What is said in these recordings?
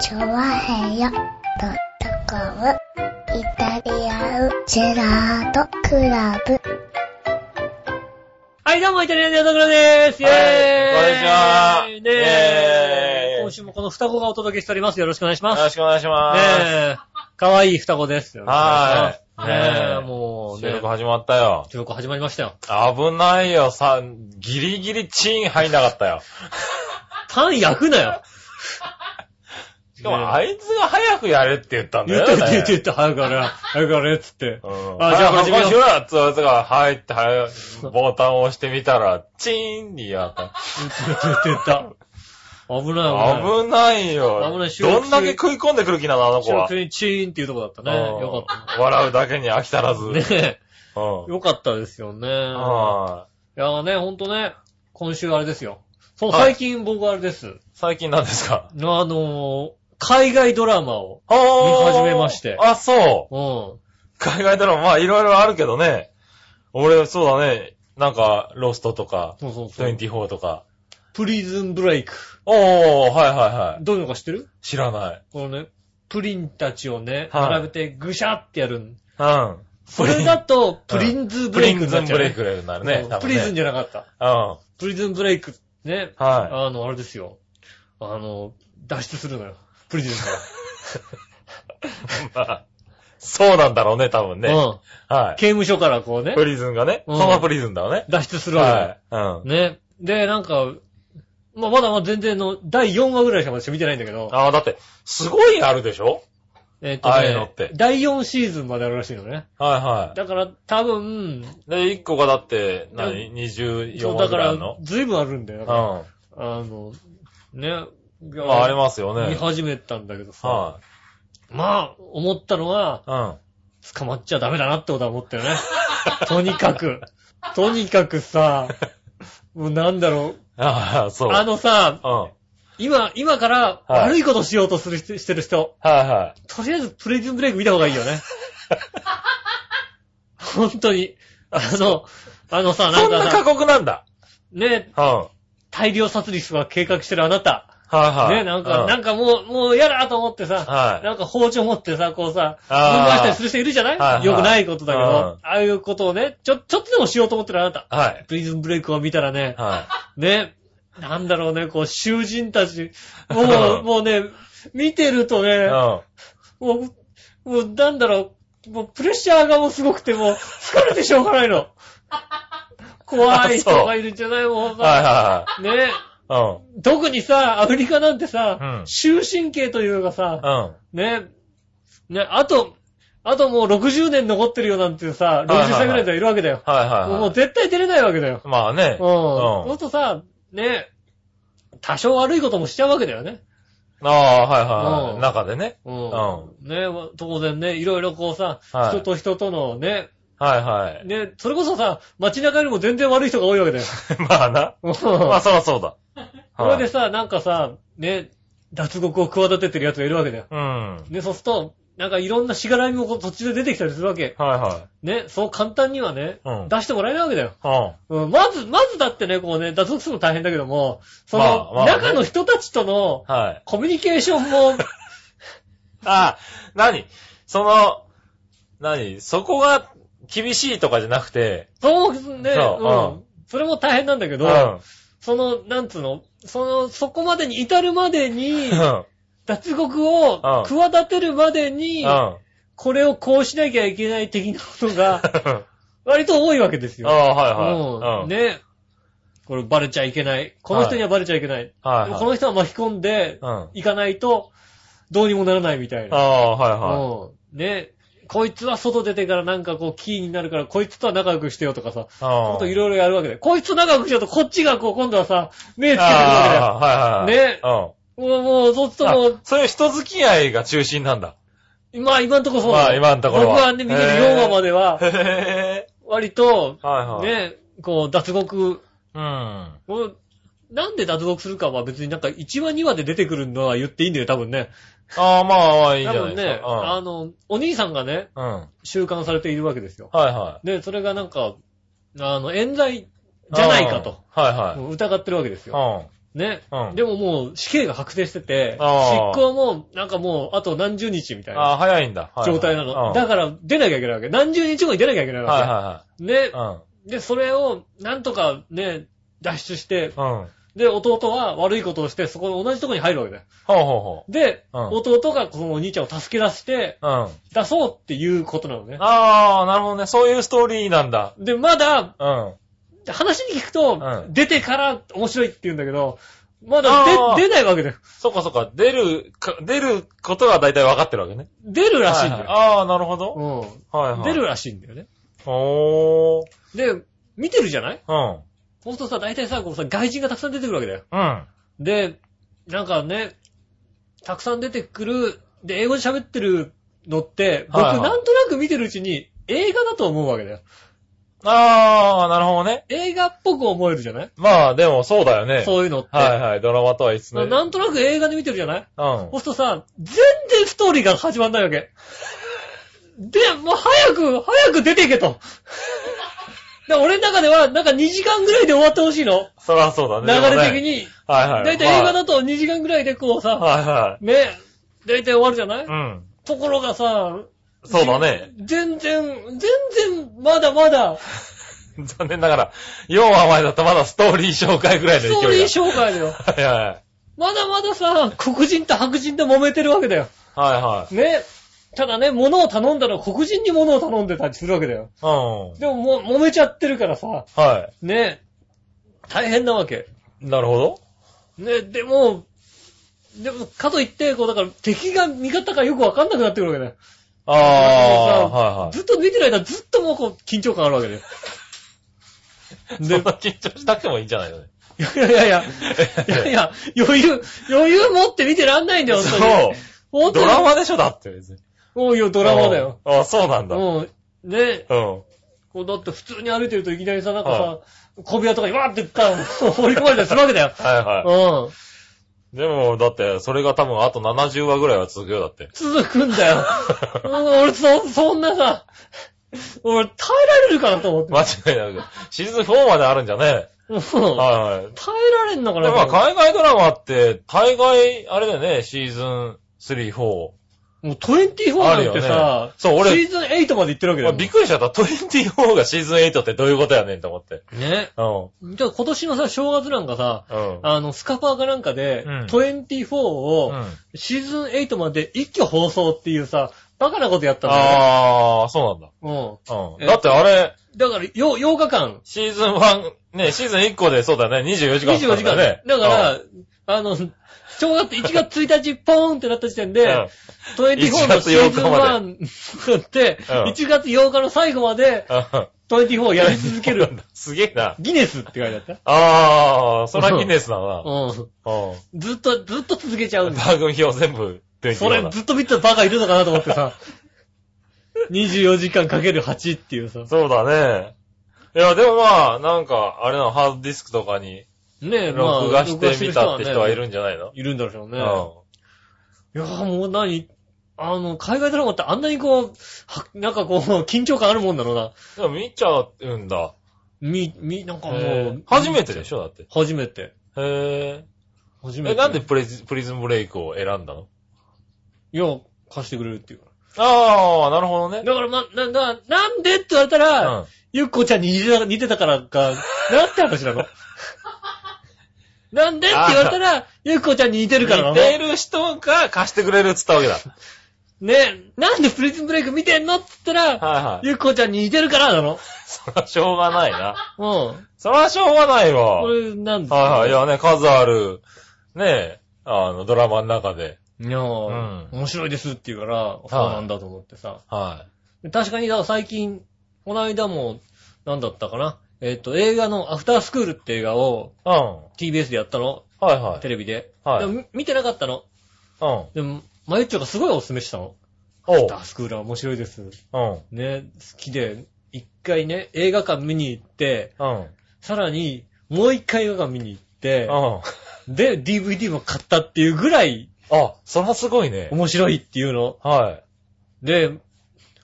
チョワヘヨドットコムイタリアンジェラートクラブ。はい、どうも、イタリアンの淀倉です。イェーイ、はいこんにちはねえイェーイ今週もこの双子がお届けしております。よろしくお願いしまよす。ろしくお願いしまねす。え、かわいい双子です。はよろしい。くお願いしますねえ、ねえもう収ね録、始まったよ。収録始まりましたよ。危ないよ、さ、ギリギリチーン入んなかったよ。パン焼くなよしかも、あいつが早くやれって言ったんだ言よっね。て言って言って、早くあれ、早くあれ、つって。うん。ああ、じじゃゃああ始始めめようようよ、つわつが、はいって、はい、ボタンを押してみたら、チーンにやった。言って言って言った。危ない危ない。危ないよ。危ない収録どんだけ食い込んでくる気なの、あの子収は。録にチーンっていうとこだったね。うんよかっ笑うだけに飽き足らず。た。うん。ねえ、うんよかったですよね。はいやーね、ほんとね、今週あれですよ。そう、はい最近僕あれです。い。最近なんですかあのー、海外ドラマを、見見始めましてあ、そう。うん。海外ドラマ、まあいろいろあるけどね。俺、そうだね。なんか、ロストとか、そうそうそう。 24とか。プリズンブレイク。おー、はいはいはどういうのか知ってるい。知らない。このね、プリンたちをね、はい並べてぐしゃってやるん。うん。それだと、プリンズブプレリイクンにズなンっちゃうブレイね。クだよね、ね。多プ分リねズンじゃなかった。うん。はプリズンブレイク、ね。い。あの、あれですよ。あの、脱出するのよ。プリズンかまあそうなんだろうね、多分ら。 ね。うん。は刑務所からこうねい。、プリズンがね。うんそのプリズンだよね。脱出するわけよは。い。うん。ね。で、なんか、まあ、まだまだ全然の、第4話ぐらいしか私見てないんだけど、ああ、だって、すごいあるでしょえっ、ああいうのっとねて、第4シーズンまであるらしいのね。はいはだから多分、い。で、1個がだって、う何 ?24 そう話だぐからいあらるの、ずいぶんあるんだよ。うだん。からまあの、ね。いやあ、ありますよ見ね。始めたんだけどさ、は。、まあ、思ったのはいうん。捕まっちゃダメだなってことは思 ったよね。とにかく、とにかくさ、もうなんだろう、ああ、そう。あのさ、うん。はい今、今からはい悪いことしようとする人、してる人、はとりあえずプレジンブレイク見た方がいいよね。 本当に。あの、あのさ、い。なそんんなか過さ、酷なんだ。ね、うん。はい大量殺戮は計画してるあなた。はい。ね、なんか、うなんかもう、もう嫌だと思ってさ、はい。なんか包丁持ってさ、こうさ、ぶんあー回したりする人いるじゃはいなはいいよくないことだけど、うんああいうことをね、ちょ、ちょっとでもしようと思ってるあなた。はい。プリズンブレイクを見たらね、はね、なんだろうね、こう、囚人たち、もう、 もうね、見てるとい。ねう、ん。もう、もう、なんだろう、もう、プレッシャーがもうすごくて、もう、疲れてしょうがない の。怖い人がいるんじゃないもんはいさ。はねいはい。特にさ、アフリカなんてうさん、終身刑というかうさ、ん。うん。ねね、あと、あともう60年残ってるよなんてさ、はいはい60歳ぐらいでいるわけだよ。はいはいもはう絶対出れないわけだよ。い。まあねうん。。そうすうんるとさ、ね多少悪いこともしちゃうわけだよね。ああ、はいはいはうんい。中でね。うん。ねまあ当然ね、いろいろこうさ、はい人と人とのね、はいはい。 ね、それこそさ、街中よりも全然悪い人が多いわけだよ。まあな。まあそらそうだ。それはいでさ、なんかさ、ね、脱獄を企ててる奴がいるわけだよ。うん。はいね、そうすると、なんかいろんなしがらみもこう途中で出てきたりするわけ。はね、そう簡単にはね、うん出してもらえないわけだよ。い。うん。うん、まず、まずだってね、こうね、脱獄するの大変だけども、その、まあまあね中の人たちとのはい。コミュニケーションも、ああ、何その、何そこが厳しいとかじゃなくて、そうね、 そうう。うんそれも大変なんだけうん。ど、うん。はその、なんつうの、その、そこまでに至るまでにい、は脱獄をうん企てるまでに、 い。これをこうしなきゃいけない的なこと が、割と多いわけですよ。ああ、はいはい。ううんん。ね。これバレちゃいけない。この人にはバレちゃいけない。はいではもい。この人は巻き込んでうん。あいかないと、どうにもならないみたいな。あ、はうんね。こいつは外出てからなんかこうキーになるから、こいつとは仲良くしてよとかさ、いはい。ほんといいろいろやるわけで。こいつと仲良くしようと、こっちがこう今度はさ、目つけてくるわろけだよ。はいは い。ねうん。もう、もう、そうするともうあ、そういう人付き合いが中心なんだ。まあ今んとこそうなのまあ今んところは僕はね、見てる4話までは、へ割と、ぇはいはい。。ね、こう、脱獄、うん。もうなんで脱獄するかは別になんか1話2話で出てくるのは言っていいんだよ、多分ね。ああ、まあまあいいじ多ゃない分ですね、あか。の、お兄さんがね、うん。うん。はい収監されているわけですよ。はで、それがなんか、あの、冤罪い。じゃないかと、うん。はいはい。疑ってるわけですうよ。ん。ね。うんでももう死刑が確定してて、執あー行もなんかもうあと何十日みたいあなあ、早いんだ。はいはい状態なうんの。だから出なきゃいけないわけ。何十日後に出なきゃいけないはいわはけ。ねい。はで、それをなんとかね、脱出して、い。うん。うん。で、弟は悪いことをして、そこの同じとこに入るわけだよ。ほうほうほう。で、うん弟がこのお兄ちゃんを助け出して、うん。あ出そうっていうことなのね。あ、なるほどね。そういうストーリーなんだ。で、まだ、うん。話に聞くと、うん出てから面白いって言うんだけど、まだあー出出ないわけだよ。そっかそっか。出るか、出ることが大体分かってるわけね。出るらしいんだはよ。はああ、なるほど。はいはい。うん。出る。らしいんだよね。おー。で、見てるじゃないうん。ほんとさ、大体さ、こうさ、外人がたくさん出てくるわけだよ。うん。で、なんかね、たくさん出てくる、で、英語で喋ってるのって、僕、はいはいなんとなく見てるうちに、映画だと思うわけだよ。ああ、なるほどね。映画っぽく思えるじゃないまあ、でもそうだよね。そういうのって。はいはい。ドラマとはいつね。ななんとなく映画で見てるじゃないうんそう。するとさ、全然ストーリーが始まんないわけ。 で、もう早く、早く出ていけと。 で俺の中では、なんか2時間ぐらいで終わってほしいの。そらそうだ流ね。でもねれ的。に。はいはい。だいたい映画まだと2時間ぐらいでこうあさ、はいはね、だいたい終わるじゃないい。うん。ところがさ、そうだね。全然、全然、まだまだ、残念ながら、4話前だとまだストーリー紹介ぐらいの勢スいだ。トーリー紹介だよ。はいはい。まだまださ、黒人と白人で揉めてるわけだよ。はいはね。ただね、物を頼んだら黒人に物を頼んでたりするわけだよ。い。うん。でももう揉めちゃってるからさ、はね。大変なわけ。い。なるほど。ね、でも、でも、かといって、こう、だから、敵が味方かよくわかんなくなってくるわけだよ。ああ、はいはい。ずっと見てる間、ずっともう、こう、緊張感あるわけだよ。で、緊張しなくてもいいんじゃないのね。いやいやいや、いやいや、余裕、余裕持って見てらんないんだよ、本当に。そ本う。当にドラマでしょだって別に。もうよ、ドドラマだよ。。ああ、そうなんだ。うん。もうん、ね、はこうだって普通に歩いてるといきなりさ、なんかはさ、小部屋とかにわーっていったら、放り込まれたりするわけだよ。いはうん。い。でも、だって、それが多分あと70話ぐらいは続くよ、だって。続くんだよ。うん俺、そ、そんなさ、俺、耐えられるかなと思って。間違いなく。シーズン4まであるんじゃねうんはいはい。耐えられんのかでなもまあ海外ドラマって、大概、あれだよね、シーズン3、4。もう24なんてあるよさね、そう俺シーズン8まで行ってるわけだまよ。あびっくりしちゃった。24がシーズン8ってどういうことやねんと思って。ね。うん。じゃあ今年のさ、正月なんかさ、うん。あの、スカパーかなんかで、うん24うをん、シーズン8まで一挙放送っていうさ、バカなことやったんだよね。あー、そうなうんん。だ。うえん。だってあれ、だから、よ、8日間、シーズン1、ね、シーズン1個でそうだよね、24時間かか24る時ん間だよねね。。だから、あの、正月1月1日、ポーンってなった時点で、うん24のシーズン1って、うん1月8日の最後ま で、うん。 24をやり続けそうなんる。 だ。すげえな。ギネスって書いてあった。あー、そらギネスだな。うん。うずっと、ずっと続けちゃうんん。だよ番組表全部、それ24だずっと見てたバカいるのかなと思って さ。24時間かける8っていうさ。ねそうだね。いや、でもまあ、なんか、あれなの、ハードディスクとかに、え、まあ録画してみたって人はいるんんじゃないのいるんだろううね。いん。やーもう何あの、海外ドラマってあんなにこう、はなんかこう、緊張感あるもんだろうな。でも見ちゃうんだ。み、み、なんかもへーう。初めてでしょだって。初めて。へ初え。めて。え、なんでプレジプリズムブレイクを選んだのいや、貸してくれるっていうかああ、なるほどねら。。だから、ま、なんだ、なんでって言われたら、うんゆっこちゃんに似てた似てたからか、なんて話なのなんでって言われたら、ゆっこちゃんに似てるからなの似てる人が貸してくれるっつったわけだ。ね、なんでプリズンブレイク見てんのって言ったら、はいはい。ゆっこちゃんに似てるからなのそらしょうがないな。うん。そらしょうがないわ。こはいれなんだはい。いやね、数ある、ねえ、あの、ドラマの中で。いやー、う面白いですって言うから、そうなんだと思ってさ。は確かに、だから最近、この間も、なんだったかな。えっ、と、映画のアフタースクールって映画をい。うん。は TBS でやったのいはテレビで。はでいも見てなかったの。い。うん。でも、マユッチョがすごいおすすめしたの。おうダースクールは面白いです。うん。ね、好きで、一回ね、映画館見に行って、うん。さらに、もう一回映画館見に行って、うん。で、DVD も買ったっていうぐらいあ、そらすごいね。面白いっていうの。はい。で、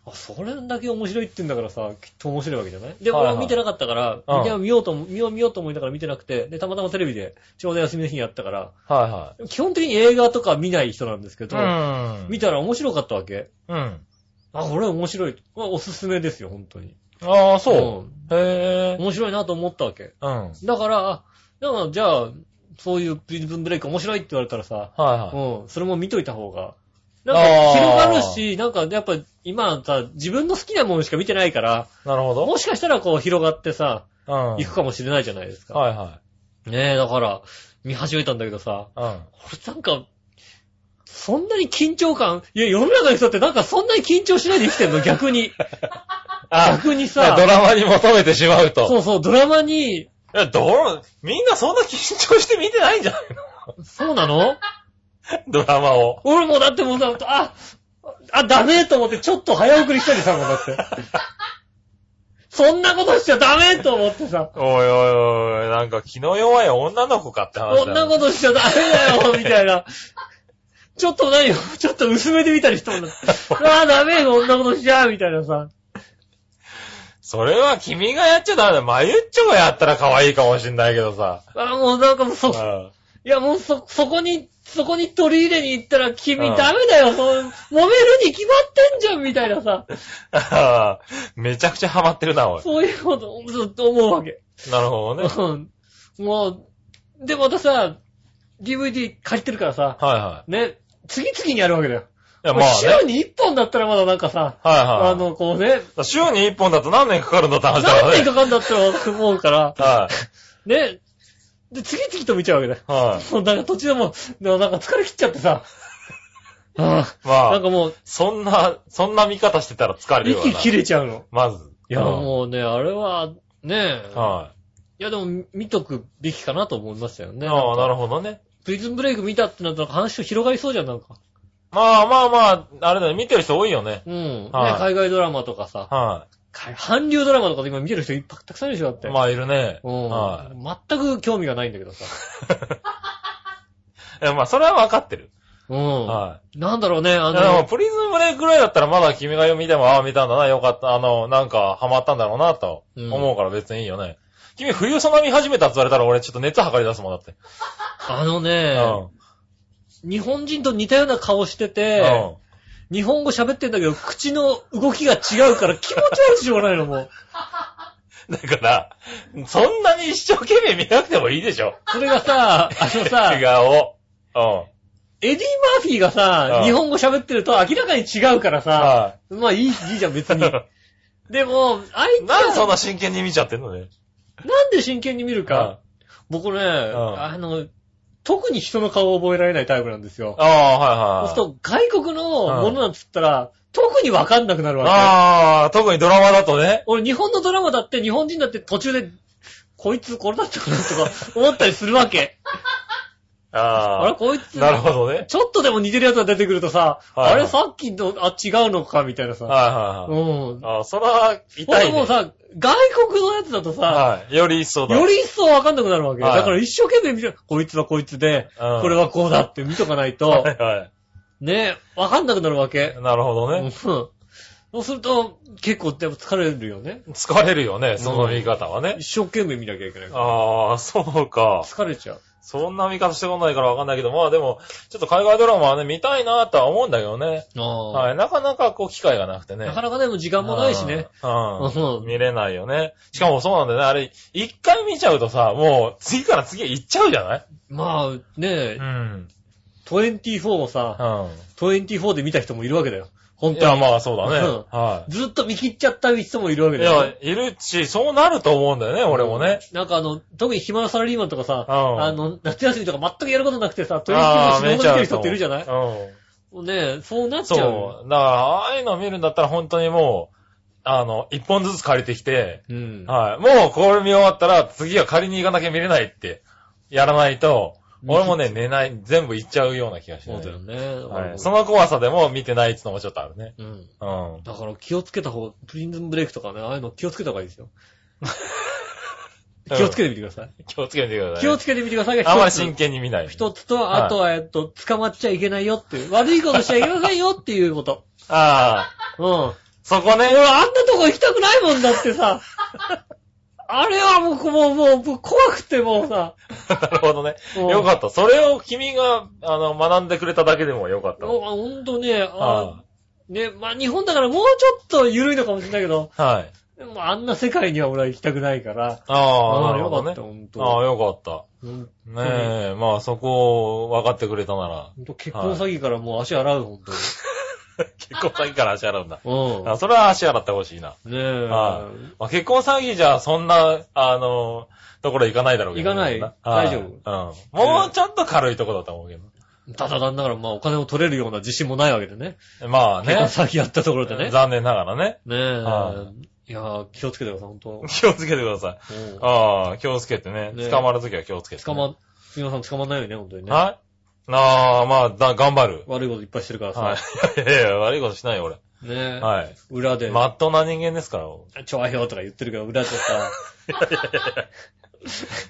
あ、それだけ面白いって言うんだからさ、きっと面白いわけじゃないで、はいはい俺は見てなかったから、うんいや見ようと思、見よう見ようと思いながら見てなくて、で、たまたまテレビで、ちょうど休みの日にやったから、はいは基本的に映画とか見ない人なんですけい。ど、うん。見たら面白かったわけ。うん。あ、これ面白い。まあおすすめですよ、本当に。ああ、そう。へえ。面白いなと思ったわけ。うん。はいだから、あでもじゃあ、そういうプリズンブレイク面白いって言われたらさ、はうん、それも見といた方が。なんか広がるし、なんかやっぱ今さ、自分の好きなものしか見てないから、い。なるほど。もしかしたらこう広がってさ、うん。はい行くかもしれないじゃないですか。はねえ、だから、見始めたんだけどさ、い。うん。これなんか、そんなに緊張感いや、世の中の人ってなんかそんなに緊張しないで生きてんの逆に。 あ、逆にドさ、ラマに求めてしまうと。そうそう、ドラマに、いや、ドラ、みんなそんな緊張して見てないんじゃないそうなのの ドラマを。俺もだってもうさ、あ、あ、ダメと思ってちょっと早送りしたりさ、もうだ って。そんなことしちゃダメと思ってさ、おいおいおい、なんか気の弱い女の子かって話だよ。こんなことしちゃダメだよ、みたいな。ちょっと何よ、ちょっと薄めてみたりしたも んだって。ああ、ダメよ、こんなことしちゃ、みたいなさ。それは君がやっちゃダメだ。まゆっちょがやったら可愛いかもしんないけどさ。ああ、もうなんかもううそん。、はいやもうそ、そこに、そこに取り入れに行ったら君うんダメだよ、そう、揉めるに決まってんじゃん、みたいなさ。は めちゃくちゃハマってるな、おい。そういうこと、ずっと思うわけ。なるほどね。うん。もう、で、またさ、DVD 借りてるからさ、はいはね、次々にやるわけだよ。い。いや、もまうあ週ね。に1本だったらまだなんかさ、はいはい。あの、こうね、週に1本だと何年かかるんだって話だから何ね。年かかんだったらと思うから、はい。ね、で、次々と見ちゃうわけだよ。はもうなんか途中でもう、でもなんか疲れ切っちゃってさ、あい。まあ、なんあ、かもう、そんな、そんな見方してたら疲れるわな息。切れちゃうの。まず。いや、うんもうね、あれは、ねはいや、でも、見とくべきかなと思いましたよい。ね。ああ、なるほど。ほどね。プリズンブレイク見たってなったら話広がりそうじゃん、なんか。まあまあまあ、あれだね。見てる人多いよね。うん。ね、はい海外ドラマとかさ、はか韓流ドラマとかで今見てる人いっぱいたくさんいるでしょ、だって。い。まあ、いるね。うん、は全く興味がないんだけどさ。い。いやまあ、それは分かってる。うん。はい。なんだろうね、あいやでもの、プリズムブレイクぐらいだったらまだ君が見ても、ああ、見たんだな、よかった、あの、なんか、ハマったんだろうな、と思うから別にいいよね。君、冬ソナ見始めたって言われたら俺ちょっと熱測り出すもんだって。あのうね、ん。日本人と似たような顔してうて、ん。日本語喋ってんだけど、口の動きが違うから気持ち悪いしょうがないの、もう。だから、そんなに一生懸命見なくてもいいでしょ。それがさ、あのさ、 違を。うん。エディ・マーフィーがうさ、ん日本語喋ってると明らかに違うからさ、はまあいい、いいじゃん別い。 に。でも、あいつなんでそはんな真剣に見ちゃってんのね。なんで真剣に見るうんか、僕ね、んあの、特に人の顔を覚えられないタイプなんですよ。ああ、はいはいそうすると、外国のうんものなんつったら、特にわかんなくなる。わけ。ああ、特にドラマだとね。俺、日本のドラマだって、日本人だって途中で、こいつこれだったかなとか思ったりするわけ。あれ、 あこいつあ。、なるほどね。ちょっとでも似てるやつが出てくるとさ、はいあれさっきの、あ、違うのか、みたいなさ。はういはいはい。ん。ああ、それは痛俺いもねう。さ、外国のやつだとさ、はい。より一層だ。より一層わかんなくなるわけよ。はいだから一生懸命見て、こいつはこいつで、うんこれはこうだって見とかないとは、いはね、わかんなくなるわけ。い。なるほどうんね。そうすると、結構やっぱ疲れるよね。疲れるよね、その見方はね。一生懸命見なきゃいけないから。ああ、そうか。疲れちゃう。そんな見方してこないからわかんないけど、まあでも、ちょっと海外ドラマはね、見たいなとは思うんだけどね。ははい。なかなかこう、機会がなくてね。なかなかでも時間もないしね。うん。うん見れないよね。しかもそうなんだよね。あれ、一回見ちゃうとさ、もう、次から次へ行っちゃうじゃないまあねう、ん。 24をさ、う24で見た人もいるわけだよ。本ん。いや、当に。まあそうだね。うんはずっと見切っちゃった人もいるわけい。いだよ。や、いるし、そうなると思うんだよね、俺もね。なんかあの、特に暇なサラリーマンとかさ、うんあの、夏休みとか全くやることなくてさ、とりあえああず見見ちてゃるう人っているじゃないうん。もうね、そうなっちゃうよ。そう。だから、ああいうの見るんだったら本当にもう、あの、一本ずつ借りてきて、うん。はい。もうこれ見終わったら、次は借りに行かなきゃ見れないって、やらないと、俺もね、寝ない、全部行っちゃうような気がして、そうだよね。はい。そその怖さでも見てないってのもちょっとあるね。うん。うん。だから気をつけた方、プリンズンブレイクとかね、ああいうの気をつけた方がいいですよ。気をつけてみてください。気をつけてください。気をつけてみてくださいが一つ。あんまり真剣に見ない。一つと、あとは、えっと、捕まっちゃいけないよっていう。悪いことしちゃいけませんよっていうこと。あうん。そこね 俺。あんなとこ行きたくないもんだってさ。あれはもう、もう、もう、もう怖くてもうさ。なるほどね。うんよかった。それを君が、あの、学んでくれただけでもよかった。もうほんとね、あはね、まあ日本だからもうちょっと緩いのかもしれないけど、い。はい。でもあんな世界には俺は行きたくないから。ああ、なるよほかどっねた、。ほんああ、と。よかった。うんねえ、まあそこを分かってくれた なら、ほんと結婚詐欺からもう足洗う、ほんとに。結婚詐欺から足洗うんだ。うあそれは足洗ってほしいな。ん。ねえ。はまあ、結婚詐欺じゃそんな、あの、ところ行かないだろうけど行ね。かないは大丈うん。もうちょっと軽いとこだと思うけど。ただなんだから、まあお金を取れるような自信もないわけでね。まあ結婚ね。詐欺やったところでね。残念ながらね。ねえは。いやー、気をつけてください、ほん と。気をつけてください。うんああ、気をつけてね。ね捕まるときは気をつけて、捕ま、杉野さん捕まんないようにね、ほんとにね。はいああ、まあ、だ、頑張る。悪いこといっぱいしてるからはさ。い。いやいや、悪いことしないよ、俺。ねえ。はい。裏で。まっとうな人間ですから。調和表とか言ってるけど、裏で さ、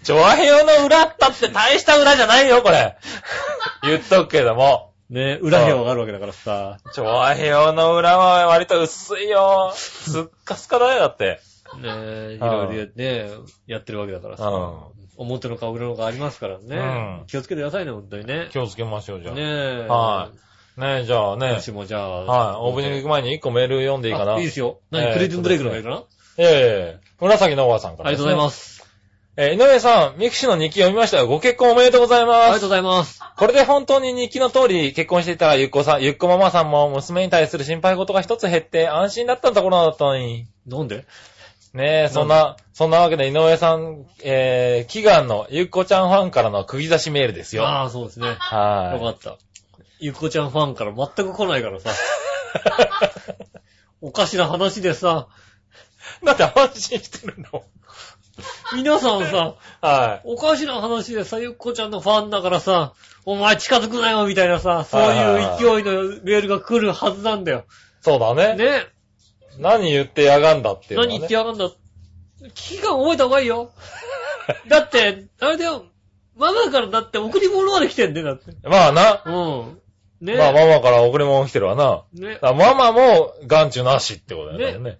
ちょ、和平の裏ったって大した裏じゃないよ、これ。言っとくけども。ね、裏表があるわけだからさ、ちょ、和平の裏は割と薄いよ。すっかすかだよ、だって。ね、いああろいろね、やってるわけだからうさ、ん。表の顔、裏の顔ありますからねう、ん気をつけてくださいね、本当にね。気をつけましょう、じゃあ。ねねえ。はえ、じゃあね。私もじゃあ、はい。オープニング行く前に一個メール読んでいいかな。あいいえですよ。何、ええクレディンブレイクの方がいいかなあえ紫のおばさんからりがとうございますね。す。えー井上さん、ミクシィの日記読みましたよ。ご結婚おめでとうございありまがすとう。ございます。これで本当に日記の通り結婚していたらゆっこさん、ゆっこママさんも娘に対する心配事が一つ減って安心だったところだったのに。なんでねえ、そんな、そんなわけで井上さん、えー、祈願のゆっこちゃんファンからの釘刺しメールですよ。ああ、そうですね。よかはった。ゆっこちゃんファンから全く来ないからさ、 おかしな話でさ、い。だって安心してるの。皆さんさ、はい。おかしな話でさ、ゆっこちゃんのファンだからさ、お前近づくなよみたいなさ、そういう勢いのメールが来るはずなんだよ。そうだね。ね何言ってやがんだっていうのは何ね、言ってやがんだ。危機感覚えた方がいいよ。 だって、あれだよ、ママからだって贈り物まで来てんだよ、だって。まあな。うん。ねまあママから贈り物来てるわな。ねだからママも眼中なしってことだよね。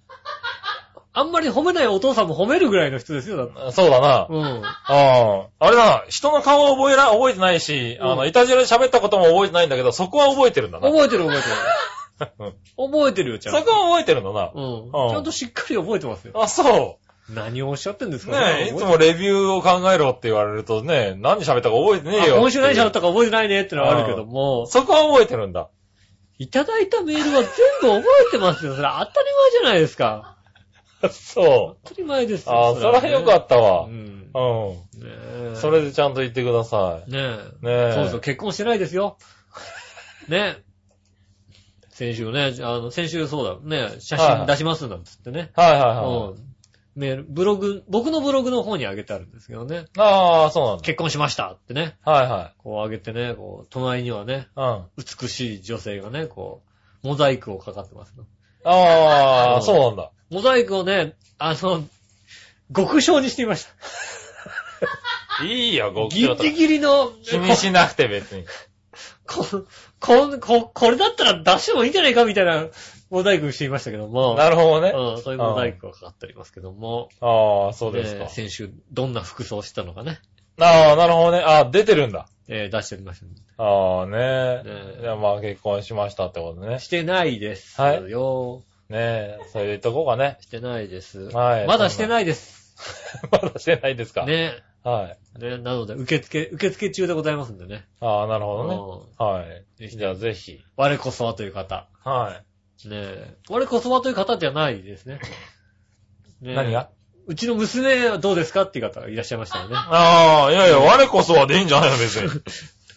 あんまり褒めないお父さんも褒めるぐらいの人ですよ、だって。そうだな。うん。ああ。あれだな。人の顔は覚えら、覚えてないし、あうの、んいたじらで喋ったことも覚えてないんだけど、そこは覚えてるんだな。覚えてる覚えて うんる。覚えてるよ、ちそゃんと。こは覚えてるんだな。うん。ちゃんとしっかり覚えてますよ。あ、そ何をおっしゃってんですう。かねえ、いつもレビューを考えろって言われるとね、何喋ったか覚えてねえよ。あ今週何しちゃったたか覚えてないねってのはあるけども、そこは覚えてるんだ。 いただいたメールは全部覚えてますよ。それ当たり前じゃないですか。そ当たり前ですう。よ。ああ、そらよかったわ。う。うんん。ねえそれでちゃんと言ってくださねい。ねえ。え。そうそう、結婚してないですよ。ねえ。先週ね、あの、先週そうだ、ねえ写真出しますなんつってね。はいはいうはい。ん。メール、ブログ、僕のブログの方にあげてあるんですけどね。ああ、そうなんだ。結婚しましたってね。はいはこうあげてね、こう、隣にはね、い。うん。あ美しい女性がね、こう、モザイクをかかってます。 あうんー、そうなんだ。モザイクをね、あの、極小にしてみました。いいよ、ごギきょうとリ。ギリの、気にしなくて別に。こ、こ、こ、これだったら出してもいいんじゃないかみたいなモザイクをしていましたけども。なるほどね。うん、そういうモザイクがかかっておりますけども。ああ、そうですえーか。先週、どんな服装をしてたのかね、ああ、なるほどね。ああ、出てるんだ。えー出しておりましたので、あねあ、ねえ。じゃあまあ結婚しましたってことね。してないですはいよ。ねえ、それで言っとこうかね。してないです。はいまだしてないです。まだしてないですか。ね。はい。ね、なので、受付、受付中でございますんでね。ああ、なるほどね。うんはい。ぜひじゃあぜひ。我こそはという方。はねえ。我こそはという方ではないです ね。ねい。え何がうちの娘はどうですかっていう方がいらっしゃいましたよ ね。ああ、いやいや、我こそはでいいんじゃないの別に。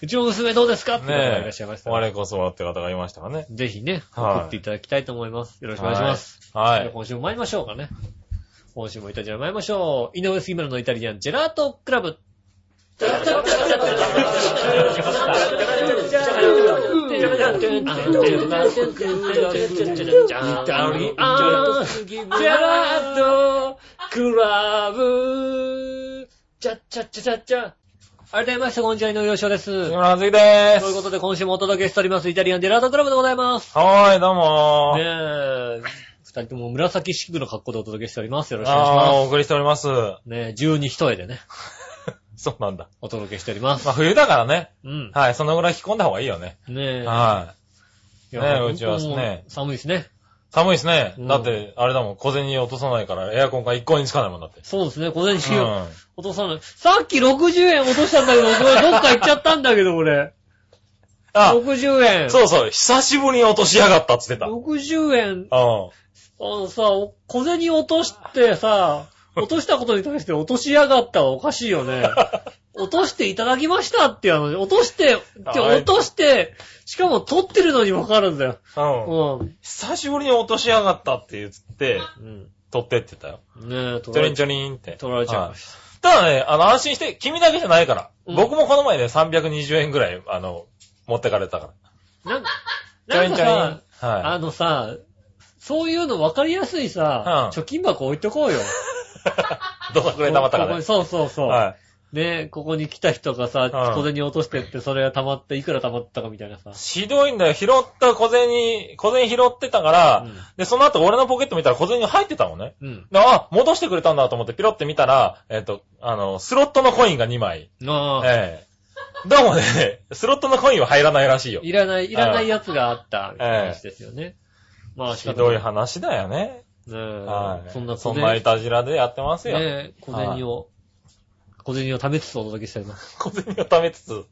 うちの娘どうですかっていう方がいらねっしゃいました、我こそはって方がいましたからね。ぜひね、はい送っていただきたいと思います。よろしくお願いします。は。ではい今週も参りましょうかね。今週もイタジアン参りましょう。井上杉村のイタリアンジェラートクラブ。ジェラートクラブ。チャッチャッチャチャッチャ。改めまして、こんにちは、井上洋翔です。と杉村はずきでいうこす。とで、今週もお届けしております、イタリアンジェラートクラブでございます。はーい、どうもー。ねえ、二人とも紫式部の格好でお届けしております。よろしくお願いしああ、まお送りしております。す。ね、十二一重でね、そうなんだ。お届けしております。まあ冬だからね。うん。はい、そのぐらい着込んだ方がいいよね。ねえ。はいい。ねえ、うちはですね。。寒いですね。寒いですねうん。だって、あれだもん、小銭落とさないから、エアコンが一向につかないもんだって。そうですね、午前中、うん落とさない。さっき60円落としたんだけど、これどっか行っちゃったんだけど、俺。あ、 60円。そうそう、久しぶりに落としやがったって言ってた。うん。 60円、あのさ、お小銭落として さ、落としたことに対して落としやがったはおかしいよね。落としていただきましたってあのに、落として、ってはい落として、しかも取ってるのにわかるんだよ。うん。う久しぶりに落としやがったって言って、ん。取ってってたよ。うん。ねえ、取チョらリれンちゃチョリンって。う。取られちゃいはまいした。ただね、あの、安心して、君だけじゃないから。うん僕もこの前ね、320円ぐらい、あの、持ってかれたかなんか、ら。なんかさ、ン。はあのさ、そういうの分かりやすいさ、うん貯金箱置いとこうよ。い。どさくれたまったかここらにね。そうそうそう。はね、ここに来た人がさ、うん小銭落としてって、それが溜まって、いくら溜まったかみたいなさい。。ひどいんだよ。拾った小銭、小銭拾ってたから、うんで、その後俺のポケット見たら小銭入ってたもんね。うん。であ、戻してくれたんだと思ってピロって見たら、えっ、と、あの、スロットのコインが2枚。なあ、ええどうもね、スロットのコインは入らないらしいよ。いらない、いらないやつがあった、みたいな話ですよね。まあ、仕ひ方などい話だよね。ねはい。そんな小そん銭、ないたじらでやってますよ。ね、小銭を、小銭を貯めつつお届けしています。小銭を貯めつつ、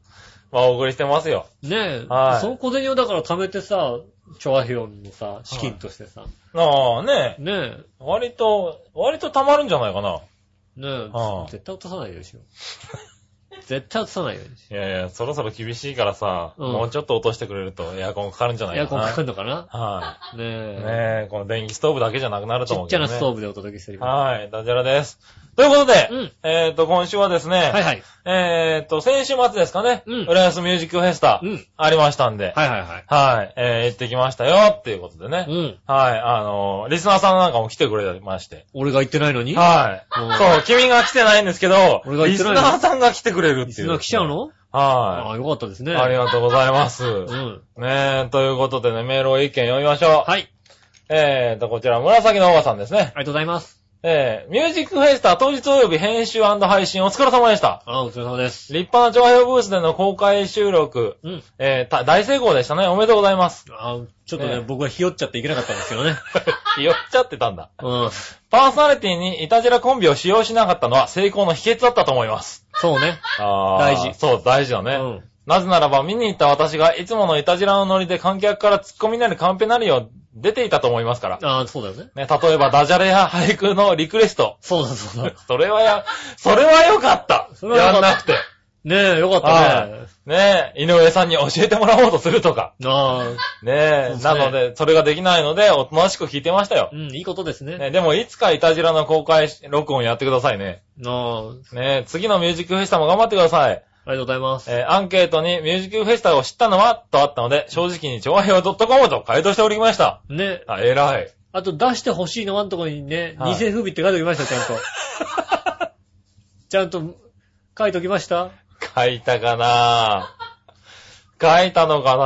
まあ、お送りしてますよ。ねえ、はいその小銭をだから貯めてさ、チョアヘヨンのさ、資金としてさ、ああ、ねえ、ねえ、割と、割と貯まるんじゃないかな。ねえ、ああ絶対落とさないようにしよう。 絶対落とさないようにしいやいや、そろそろ厳しいからさ、うんもうちょっと落としてくれるとエアコンかかるんじゃよなう。いエアかコンな。かかるのかなはねい。え。ねえ、この電気ストーブだけじゃなくなるとち思っうちけゃど、ね。なストーブでお届けしておりまはい、ダジャラです。ということで、うんえっ、と、今週はですね、す。はいはい。えっ、と、先週末ですかね、うん浦安ミュージックフェスタ、うんありましたんで、はいはいはい。はい、えー行ってきましたよ、っていうことでね、うん。はい、あのーリスナーさんなんかも来てくれまして、俺が言ってないのにはい、うんそう、君が来てないんですけど、俺が言リってスないのナーさんが来てくれるっていう、リスナー来ちゃうのあはあ、よかったですい、ね。ありがとうございます。うん。ねえ、ということでね、メールを一件読みましょう。はい。えーと、こちら、紫のおばさんですねあ。りがとうございます。えー、ミュージックフェスタ当日及び編集配信お疲れ様でした。ああ、お疲れ様です。立派な長編ブースでの公開収録、うん。えーた大成功でしたね。おめでとうございます。 ああ、ちょっとええね、僕はひよっちゃっていけなかったんですけどね。酔っちゃってたんだ。うん。パーソナリティにイタジラコンビを使用しなかったのは成功の秘訣だったと思います。そうね。あ大事そう、大事だうね。ん。なぜならば見に行った私がいつものイタジラのノリで観客からツッコミなりカンペなりを出ていたと思いますから。ああ、そうだよね。ね、例えばダジャレや俳句のリクエスト。そうだそうだ。それはや、それは良かった。それは良かやったんなくて。 ねえ、よかったねは。い。ねえ、井上さんに教えてもらおうとするとか。ああ、そうねでえ、すねなので、それができないので、おとなしく聞いてましたよう。ん、いいことですね。ね、でも、いつかイタジラの公開録音やってくださいね。なあ、あねえ、次のミュージックフェスタも頑張ってください。りがとうございます。えーアンケートにミュージックフェスタを知ったのはとあったので、正直に調和表 .com と回答しておりました。ね、あ、偉い。あと出してほしいのはんとこにね、はい偽風靡って書いておきました、ちゃんと。 ちゃんと書いておきました書いたかな 書いたのか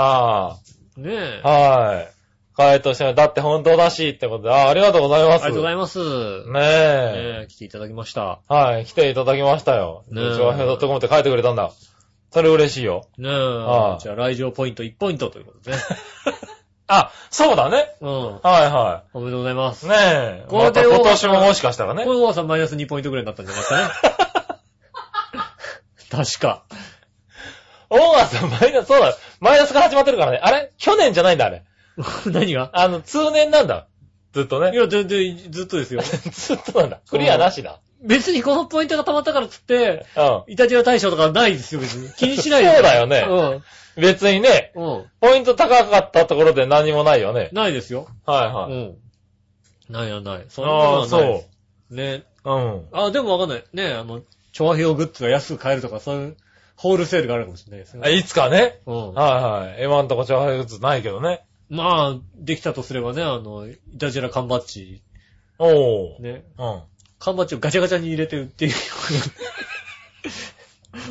なねえ。あはい。回答してない。だって本当だし、ってことで。あ、ありがとうございまりす。がとうございまます。ねねえ。え、来ていただきました。はい、来ていただきましたよ。ねねええ。長編 .com って書いてくれたんだ。それ嬉しいよ。ねえは。いじゃあ、来場ポイント1ポイントということ でね。あ、そうだね。うん。はいはおめでとうございます。い。ねえ。これまでた今年ももしかしたらこ ねれ。大川さんマイナス2ポイントぐらいになったんじゃないですかね。確か。 大川さん、マイナス、そうだ。マイナスから始まってるからね。あれ去年じゃないんだ、あれ。何があの、通年なんだ。ずっといね。 や、全然ずっとですよ。ずっとなんだ。クリアなしだ。別にこのポイントが溜まったからっつって、うん。イタジラ大賞とかないですよ、別に。気にしないでそうだよね。別にね、うん。うん。ポイント高かったところで何もないよね。ないですよ。はいうはい。ん。ないやない。そんなああ、ことはないでそす。ね。う。うん。あ、でもわかんない。ね、あの、調和表グッズが安く買えるとか、そういう、ホールセールがあるかもしれないですあね。いつかね。うん。はいはい。今んとこ長編打つないけどね。まあ、できたとすればね、あの、イタジラ缶バッジ、おー。ね。うん。缶バッジをガチャガチャに入れて売っているよ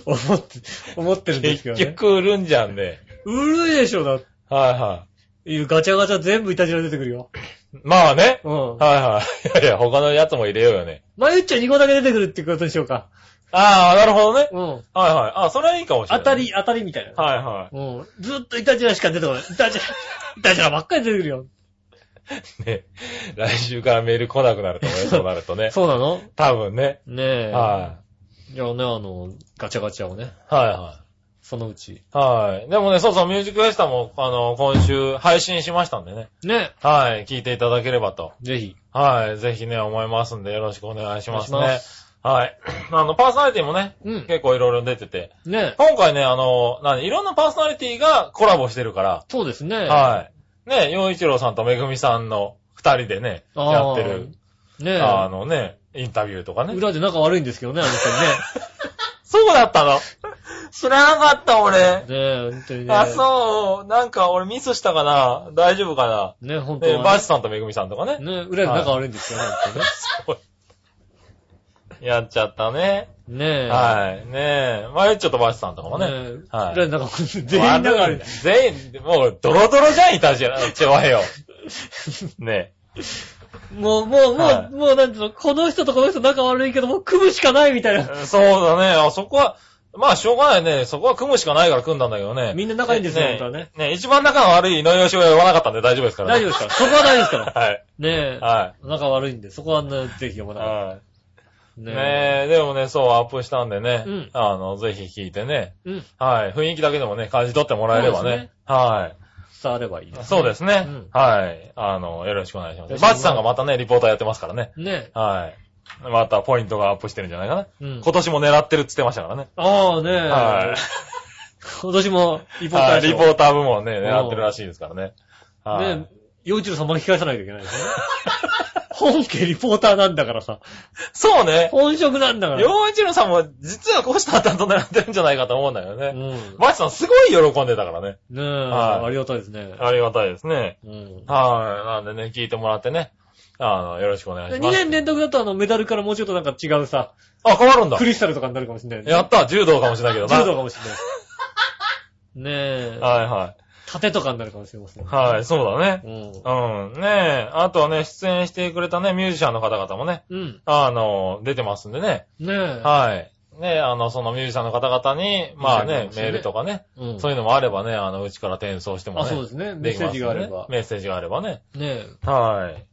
うな 思って、思ってるんですけ結どね。局売るんじゃんね。売るでしょ、だってはいはいうガチャガチャ全部いたじら出てくるよ。まあね。うん。はいはい。いやいや、他のやつも入れようよね。まゆっちょ2個だけ出てくるってことにしようか。ああ、なるほどね。うん。はいはい。あそれはいいかもし当れない。たり、当たりみたいな。はいはうん。ずっといたじらしか出てこない。いたじら、 いたじらばっかり出てくるよ。い。ね。来週からメール来なくなると思うよ、そうなるとね。そうなの多分ね。ねえ。。はいじゃあね、あの、ガチャガチャをね、い。はいはそのうち。い。はい。でもね、そうそう、ミュージックフェスタも、あの、今週配信しましたんでね。ねはい。聞いていただければと。ぜひ。はい。ぜひね、思いますんで、よろしくお願いしますお願いねしま。はい。 あの、パーソナリティもね、うん。結構いろいろ出てて。ねえ。今回ね、あの、何、いろんなパーソナリティがコラボしてるから、そうですね。はい。ね、洋一郎さんとめぐみさんの二人でね、やあっーてる、。ねえ。あのね、インタビューとかね。裏で仲悪いんですけどね、あの人ね。そうだったの 知らなかった、俺。ねえ、本当にね。あ、そう。なんか、俺ミスしたかな大丈夫かう。ねえ、本なえ当ーバはーシさんとめぐみさんとかね。ね。ねえ、裏で仲悪いんですよね、本当にやっちゃったね。ね。ねえ。はい。ねえ。まゆっちょとバーシさんとかもね。ねえ。はい裏で仲悪い。全員仲悪い。全員、もう、ドロドロじゃん、いたじゃん、ちわ へよ。ねもう、もう、も、はいうもう、なんていうの、この人とこの人仲悪いけど、もう組むしかないみたいえな。そうだね、あそこは、まあ、しょうがないね。そこは組むしかないから組んだんだけどね。みんな仲いいんですよ本当はね。ね、一番仲の悪い井上義雄は言わなかったんで大丈夫ですから大ね。丈夫 ですから。そこは大丈夫ですから。はい。ねえ。は仲悪いんで、そこはね、ぜひ読まい。なかっはた。い。ねえ、でもね、そう、アップしたんでね。うんあの、ぜひ聞いてね。え。うん。はい。雰囲気だけでもね、感じ取ってもらえればそうですねね。はい。伝わればいいです。そうですね。うんはい。あの、よろしくお願いしまよろす。しくお願いしますバチさんがまたね、リポーターやってますからね。ねはい。またポイントがアップしてるんじゃないかな。え。うん今。年も狙ってるって言ってましたからね。ああ、ねえ。はい。今年も、リポータはーいでしリょポーター部門ね、狙ってるらしいですからね。はい。ねえ、洋一郎さん巻き返さないといけないですね。 本家リポーターなんだからさ。そうね。本職なんだから。洋一郎さんも実はこうした担当狙ってるんじゃないかと思うんだようね。ん。バチさんすごい喜んでたからね。ねえ、はいありがたいですね。ありがたいですね。うん。はい。なんでね、聞いてもらってね。あの、よろしくお願いし2ます。年連続だとあの、メダルからもうちょっとなんか違うさ、あ、変わるんだク。リスタルとかになるかもしれないよね。やった、柔道かもしれないけどな。柔道かもしれない。ねえ、はいは盾とかになるかもしれません。い。はい、そうだね。うん。うん。ねえ。あとはね、出演してくれたね、ミュージシャンの方々もね、うん。あの、出てますんでね。ねえ。はい。ねえ、あの、そのミュージシャンの方々に、まあ見、せてもらいねますねメールとかね、うんそういうのもあればね、あの、うちから転送してもあ、ね。そうですね。メでッきセまーすジんでねがあれば。メッセージがあればね。ねえ、はい。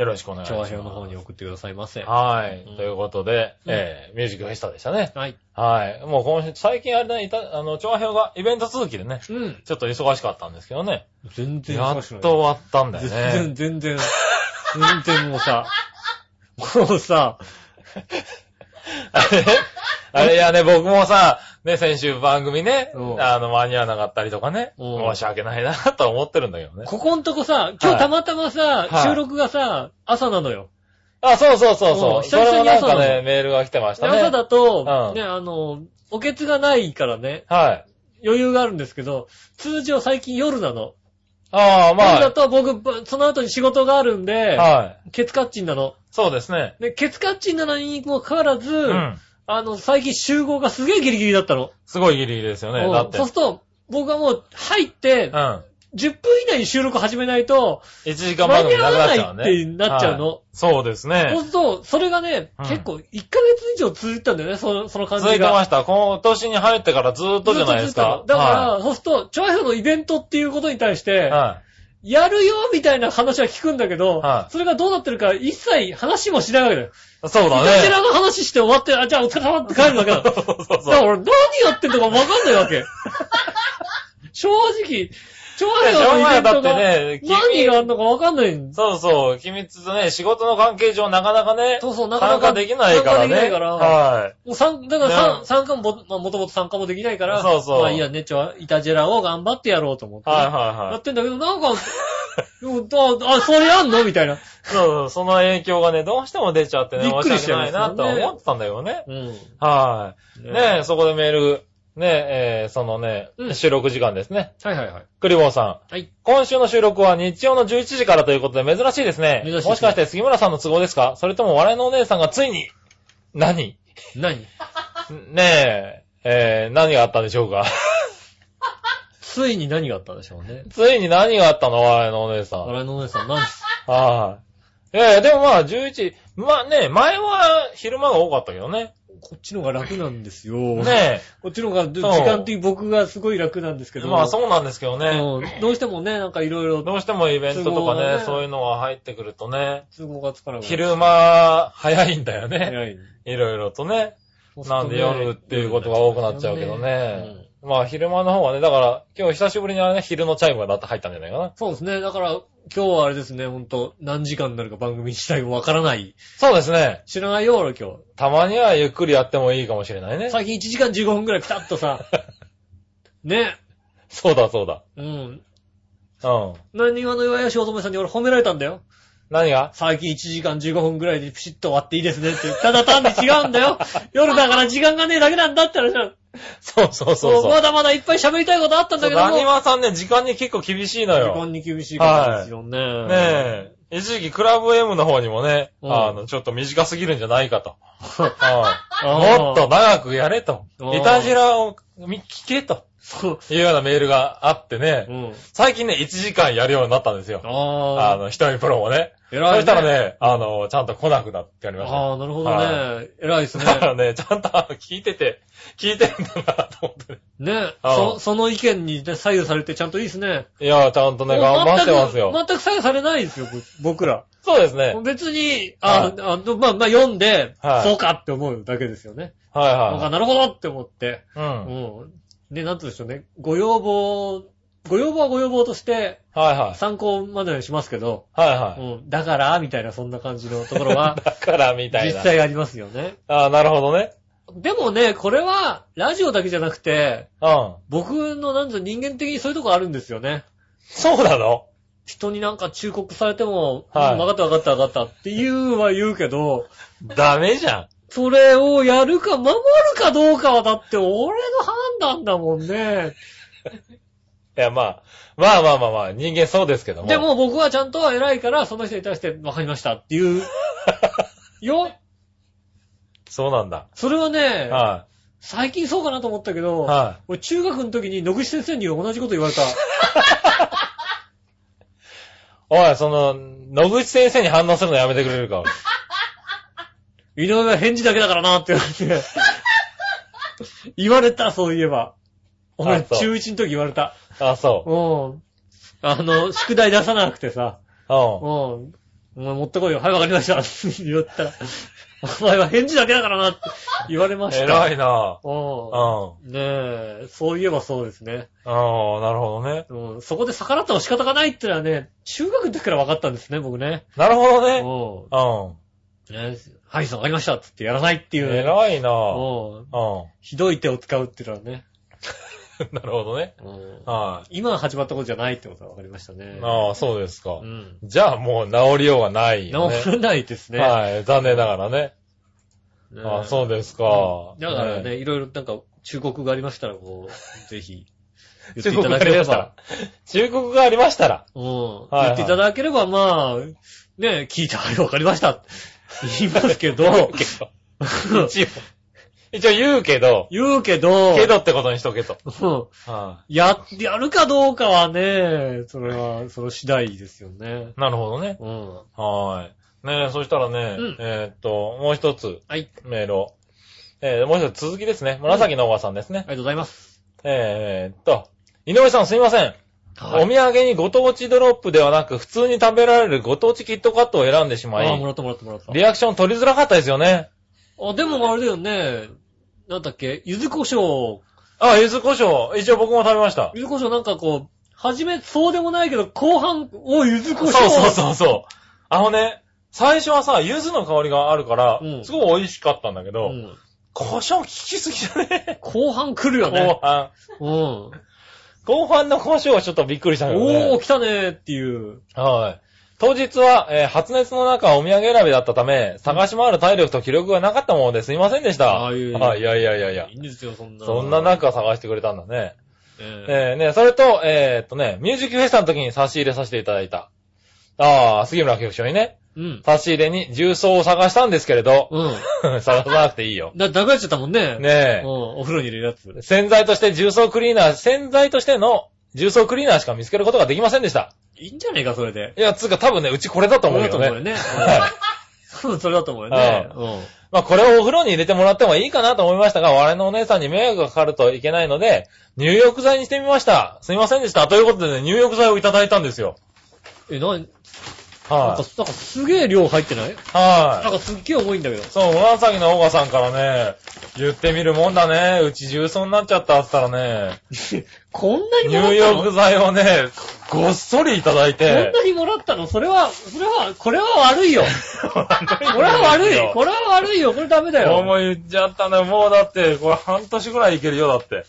よろしくお願いし調ま和す。表の方に送ってくださいませ。ははい。うんということで、うんえー、ミュージックフェスタでしたね。い。はい。もう今週、最近あれだね、いた、あの、調和表がイベント続きでね、うん。ちょっと忙しかったんですけどね。全然や忙っしくとない。終わったんだよね。全然、全然、全然もうさ、もうさ、あれあれ、いやね、僕もさ、ね、先週番組ねう、んあの、間に合わなかったりとかね、うん申し訳ないな、とは思ってるんだけどね。ここんとこさ、今日たまたまさ、はい収録がさ、朝なのよ。あ、そうそうそうそうう。んそれもなんか久々に朝なね、のメールが来てましでたね。朝だとう、んね、あの、おけつがないからね、はい。余裕があるんですけど、通常最近夜なの。ああ、ま夜だと僕、ばその後に仕事があるんであ、、はい。ケツカッチンなの。そうですね。で、ケツカッチンなのにもかかわらず、うん。あの、最近集合がすげえギリギリだったの。すごいギリギリですよね。うんだって。そううすると、僕はもう入って、ん。 10分以内に収録始めないと、 1時間番組なくなっ間ちゃうね。に合わないってなっちゃうのはいそうですそうねす。ると、それがね、うん結構1ヶ月以上続いてたんだよね、そのその感じが。続いてました。今年に入ってからずっとじゃないですずかっと続いて。たのだから、はそうすると、チョアヘのイベントっていうことに対してい、はやるよみたいな話は聞くんだけど、はいそれがどうなってるか一切話もしないわけだよ。い。そういたじだらね。の話して終わって、あ、じゃあお疲れ様って帰るだけだ。だかそう そうそうら。俺何やってんのかわかんないわ け。正直、チョアヘのイベントがいやしょうがないだってね何があるのかわかんないんだそうそう、君つとね、仕事の関係上なかなかね、そうそう、なかな参か。加できないから参加できないね。から。はもう参、だからね参参加もぼ、まあ、もともと参加もできないから、そうそうまあいいやね、ちょ、イタジェラを頑張ってやろうと思っい。て。はいやはってんだけど、なんか、 でもあ、あ、それやんのみたいな。いはい。そうそう、その影響がね、どうしても出ちゃってね、びっくりしちゃいまないすなよねとは思ってたんだけどね。うん。はい。ねえ、そこでメール、ねえ、えーそのねう、ん収録時間ですね。はいはいはい。クリボーさん。はい。今週の収録は日曜の11時からということで珍しいですね。珍しいですねもしかして杉村さんの都合ですかそれとも笑いのお姉さんがついに、何 何ねえ、えー何があったんでしょうかつついに何があったんでしょうね。 ついに何があったの笑いのお姉さん。笑いのお姉さん、何ですはい。いやいや、でもまあ、11、まあね、前は昼間が多かったけどね。こっちの方が楽なんですよ。ねこっちの方が、時間的に僕がすごい楽なんですけえ。ど。まあそうなんですけどね。うんどうしてもね、なんかいろいろどうしてもイベントとか都合がねね、そういうのが入ってくるとね、都合がつかなくなる昼間早いんだよね。早い。いろいろとね。なんで夜っていうことが多くなっちゃうけどね。まあ昼間の方はね、だから今日久しぶりにあれね、昼のチャイムがだって入ったんじゃないかな。そうですね。だから、今日はあれですね、ほんと、何時間になるか番組自体もわからない。そうですね。知らないよ、俺今たまにはゆっくりやってもいいかもしれないね日。。最近1時間15分くらいピタッと さ、ね、そうだそうだ。うん。うん。何話の岩屋しおとめさんに俺褒められたんだよ。何が最近1時間15分くらいでピシッと終わっていいですねって。ただ単に違うんだ よ。夜だから時間がねえだけなんだって話なのそうそうそうそうま。だまだいっぱい喋りたいことあったんだけども。何わさんね、時間に結構厳しいの時よ。間に厳しいからですよね。ねえ。一時期クラブ M の方にもね、うんあの、ちょっと短すぎるんじゃないかと。そううん もっと長くやれと。うんいたじらを見聞けとそう。いうようなメールがあってねう、ん。最近ね、1時間やるようになったんですよ。あああ。の、瞳プロもね。そ偉いね。したらね、あの、ちゃんと来なくなってやりました。ああ、なるほどね。偉い ですね。だから ね、ちゃんとあの聞いてて、聞いてるんだなと思ってね。ね。あそその意見にね左右されてちゃんといいですね。いや、ちゃんとね、頑張ってますもよ。う全く全く左右されないですよ、僕僕ら。そうですね。別に、ああ、のまあ、まあ、読んで、はいそうかって思うだけですよね。なんかはなるほどって思って。いはい。う。うんん。で、なんつうんでしょうね。ご要望、ご要望はご要望として、はいはい。参考までにしますけど、はいはい。、うん。だから、みたいな、そんな感じのところはだから みたい実な。際ありますよね。ああ、なるほどね。でもね、これは、ラジオだけじゃなくて、うん。僕の、なんぞ人間的にそういうとこあるんですよね。そうなの人になんか忠告されても、はいうん分かった分かった分かったって言うは言うけど、ダメじゃん。それをやるか守るかどうかはだって俺の判断だもんね。いや、まあ、まあまあまあまあ、人間そうですけども。で、も僕はちゃんと偉いから、その人に対して分かりましたって いう。よ、そうなんだ。それはね、は最近そうかなと思ったけど、い。は俺中学の時に野口先生に同じこと言われた。い。おい、その、野口先生に反応するのやめてくれる か。井上は返事だけだからなって言われて。言われた、そういえば。俺、あそう中1の時言われた。あ、そうん。あの、宿題出さなくてさ、う。うん。うお前持ってこいよ。はい、わかりました。って言ったら、お前は返事だけだからなって言われまん。した。偉いなうん。うあん。ねえ、そういえばそうですね。あ、なるほどね。うん。そこで逆らっても仕方がないってのはね、中学の時から分かったんですね、僕ね。なるほどうね。ん。うねはい、わかりました。つってやらないっていん。うね。偉いなううん。ん。 ひどい手を使うっていうのはね。なるほどね。は今始まったことじゃないってことが分かりましたい。ね。ああ、そうですかう。ん。じゃあもう治りようがないよね。治らないですね。はい。残念ながらね。ねああ、そうですか。だからね、いろいろなんか忠告がありましたら、こう、ぜ ひ、言っていた忠告がだあけりれましたらば。。忠告がありましたら。うん。いはい言っていただければ、まあ、ね、聞いた、はい、わかりました。言いますけ ど、一応、 一応言うけど、言うけど、けどってことにしとけと。うんはや、やるかどうかはね、それは、その次第ですよね。い。なるほどね。うん。はーい。ねえ、そしたらね、うんえーっと、もう一つはい。メールを。えー、もう一つ続きですね。紫のおばさんですあねり。がとうございます。えーっと、井上さんすいません。はいお土産にご当地ドロップではなく、普通に食べられるご当地キットカットを選んでしまああ、もい、らったもらったもらった。リアクション取りづらかったですよね。あ、でもあれだよね。なんだっけ、ゆず胡椒。あ、柚子胡椒。一応僕も食べました。ゆず胡椒なんかこう、はじめそうでもないけど、後半、お、ゆず胡椒。そうそうそうそう。あのね、最初はさ、柚子の香りがあるから、うんすごい美味しかったんだけど、うん胡椒効きすぎじゃ ね後半来るよね後。半。うん。後半の胡椒はちょっとびっくりしたけどおー、ね。来たねーっていう。はい。当日は、えー発熱の中お土産選びだったため、探し回る体力と気力がなかったものですいませんでした。あーいえいえはい、いやいやいやいやい。いんですよ、そんな。そんなな、中探してくれたんだね。ええー、ね、それと、えーっとね、ミュージックフェスタの時に差し入れさせていただいた。あー、杉村局長にね、えうん。差し入れに重曹を探したんですけれど、うん。 探さなくていいよ。だ、なくなっちゃったもんね。ねうん、お風呂に入れるやつ。え。洗剤として重曹クリーナー、洗剤としての重曹クリーナーしか見つけることができませんでした。いいんじゃねえか、それで。いや、つうか多分ね、うちこれだと思うよそれだと思うねよ。ね。はいうん それだと思うよね。うん。まあこれをお風呂に入れてもらってもいいかなと思いましたが、我々のお姉さんに迷惑がかかるといけないので、入浴剤にしてみました。すいませんでした。ということでね、入浴剤をいただいたんですよ。え、なに、なんはか、い。なんかすげえ量入ってないなんはい。かすっげえ重いんだけど。そう、紫のオーガさんからね、言ってみるもんだね。うち重曹になっちゃったって言ったらね、こんなにもら入ったの浴剤をね、ごっそりいただいてこん。なにもらったのそれは、それは、これは悪 いよ。ここれは悪い。これは悪いよ。これダメだもよ。う言っちゃったね。もうだって、これ半年ぐらいいけるよ、だって。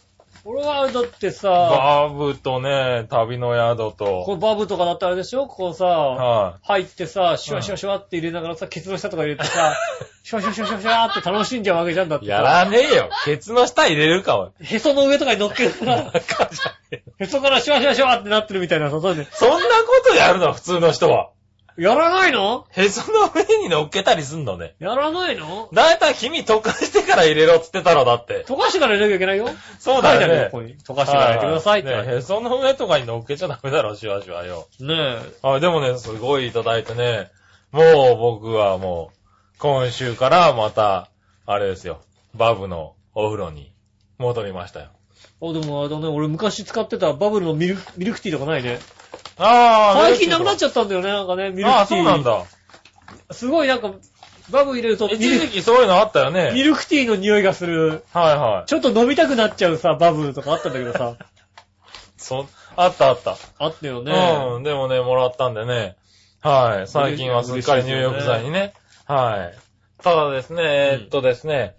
これは、だってさ、バーブとね、旅の宿こうと。バブとかだったらあれでしょこうさ、は入ってさ、シュワシュワシュワって入れながらさ、結論したとか入れてさ、シュワシュワシュワシュワシュワって楽しんじゃうわけじゃんだっい。てさ。やらねえよ。ケツの下入れるか、おい。へその上とかに乗っけるから、バカじゃねえへそからシュワシュワシュワってなってるみたいなさ、そうで。そんなことやるの、普通の人は。やらないのへその上に乗っけたりすんのね。やらないのだいたい君溶かしてから入れろっつってたろ、だって。溶かしてから入れなきゃいけないよ。そうだよ書いねてあるここに溶かしてから入れてくださいって。はねへその上とかに乗っけちゃダメだろ、シュワシュワよ。ねえ。はい、でもね、すごいいただいてね、もう僕はもう、今週からまた、あれですよ、バブのお風呂に戻りましたよ。あ、でもあれだね、俺昔使ってたバブルのミルクミルクティーとかないね。あ最近なくなっちゃゃったんだよね、なんかね、ミルクティー。ああ、そうなん。だ。すごいなんか、バブル入れるとミ一ル時期そういうのあったよミね。ルクティーの匂いがする。はいはい。ちょっと飲みたくなっちゃうさ、バブルとかあったんだけど さ。そ、あったあった。あったよね。うん、でもね、もらったんでね。はい、最近はすっかり入浴剤にね。はい。ただですね、えーっとですね、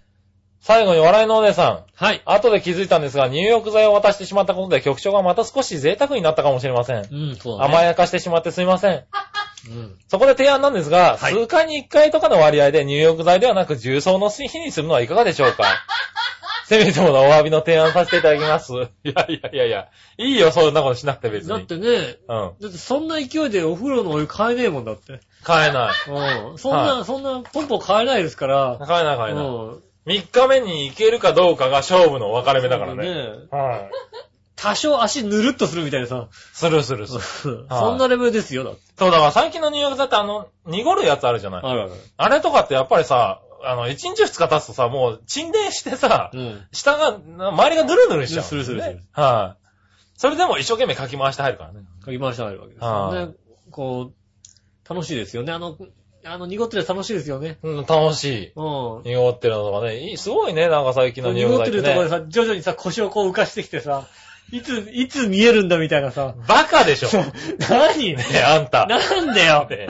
最後に笑いのお姉さん。はい。後で気づいたんですが、入浴剤を渡してしまったことで局長がまた少し贅沢になったかもしれません。うん、そうだね。甘やかしてしまってすいません。うん。そこで提案なんですが、はい数回に1回とかの割合で入浴剤ではなく重曹の日にするのはいかがでしょう かせめてものお詫びの提案させていただきます。いやいやいやいや、いいよ、そんなことしなくて別だっに。てね、うん。だってそんな勢いでお風呂のお湯買えねえもんだって。買えない。うん。そんな、そんな、ポンポン買えないですから。買えない買えうない。ん。 3日目に行けるかどうかが勝負の分かれ目だからね。そうねはい。多少足ぬるっとするみたいな さ。するするする。そんなレベルですよ、だって。そうだから最近の入浴剤ってあの、濁るやつあるじゃない。あるある。あれとかってやっぱりさ、あの、1日2日経つとさ、もう沈殿してさう、ん。下が、な周りがぬるぬるしちゃう、するするする。はい。それでも一生懸命かき回して入るからね。かき回してあるわけですよはね。こう、楽しいですよね。あの、あの、濁ってるやつ楽しいですよね。うん、楽しうんい。。濁ってるのとかね、いいすごいね、なんか最近の入濁浴って剤るってところでね。さ、徐々にさ、腰をこう浮かしてきてさ、いつ、いつ見えるんだみたいなさ。 バカでしょ。 ね何え、あんた。なんだよ。ね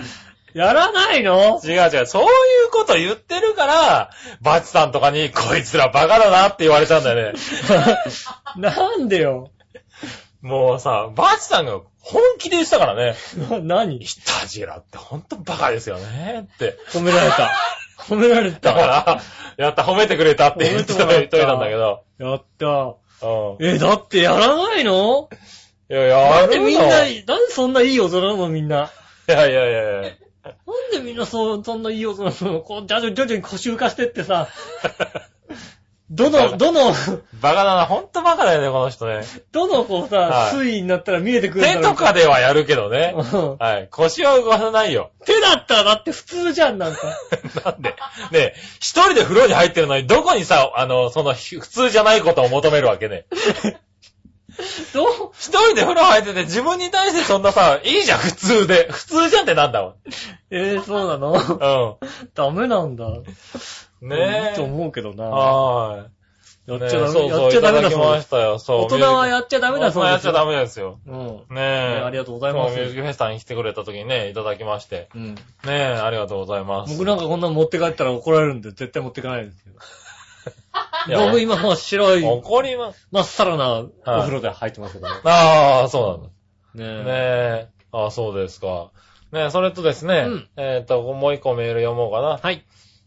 やらないの 違う違う、そういうこと言ってるから、バチさんとかに、こいつらバカだなって言われたんだ よね。なんでよ。もうさ、バチさんが本気で言ってたからね。な何ひたじらってほんとバカですよねって。褒められた。褒められだた。から、やった、褒めてくれたって言ってた言っといたんだけど。やった。うん。え、だってやらないのいや、やだってるのみんな、ないんでそんないい大人なのみんな。やいやいやいや。なんでみんなそう、そんないい大人なのこう、徐々に徐々に腰浮かしてって さ、どの、どの、バカだな、ほんとバカだよね、この人ね。どのこうさ、はい水位になったら見えてくるんだろ手うとかではやるけどね。うんはい。腰は動かさないよ。 手だったらだって普通じゃん、なんか。なんで。ねえ一人で風呂に入ってるのに、どこにさ、あの、その、ひ普通じゃないことを求めるわけね。どう一人で風呂入ってて、自分に対してそんなさ、いいじゃん、普通で。普通じゃんってなんだわ。えー、そうなの うダメなんだ。ん。ねいいえ。と思うけどな。はやーい。っちゃダねえメ、そやうそっう、ちゃいダたメだだきそうまです。したよ。そう。大人はやっちゃダメだそう大人でやっすちゃよ。ダメですよ。うん。ねねえ。ありがとうございますそうミュージックフェスタに来てくれた時にね、いただきまして。うん。ねえ、ありがとうございます。僕なんかこんなの持って帰ったら怒られるんで、絶対持ってかないですけど。 いや僕今もう白い、怒ります。まっさらなお風呂で入ってますけどね。ああ、そうねなえんだ。ねえ。ああ、そうですか。ねえ、それとですね、うんえっ、と、もう一個メール読もうかな。はい。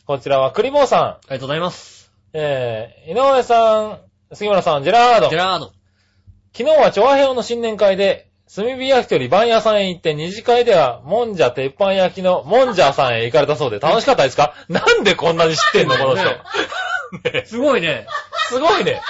こちらは、クリボーさありがとうございます。ん。えー、井上さん、杉村さん、ジェラードジェ。ラード。昨日は調和表の新年会で、炭火焼き鳥番屋さんへ行って、二次会では、もんじゃ鉄板焼きのもんじゃさんへ行かれたそうで、楽しかったですかなんでこんなに知ってんの、この人。ねねえすごいね。すごいね。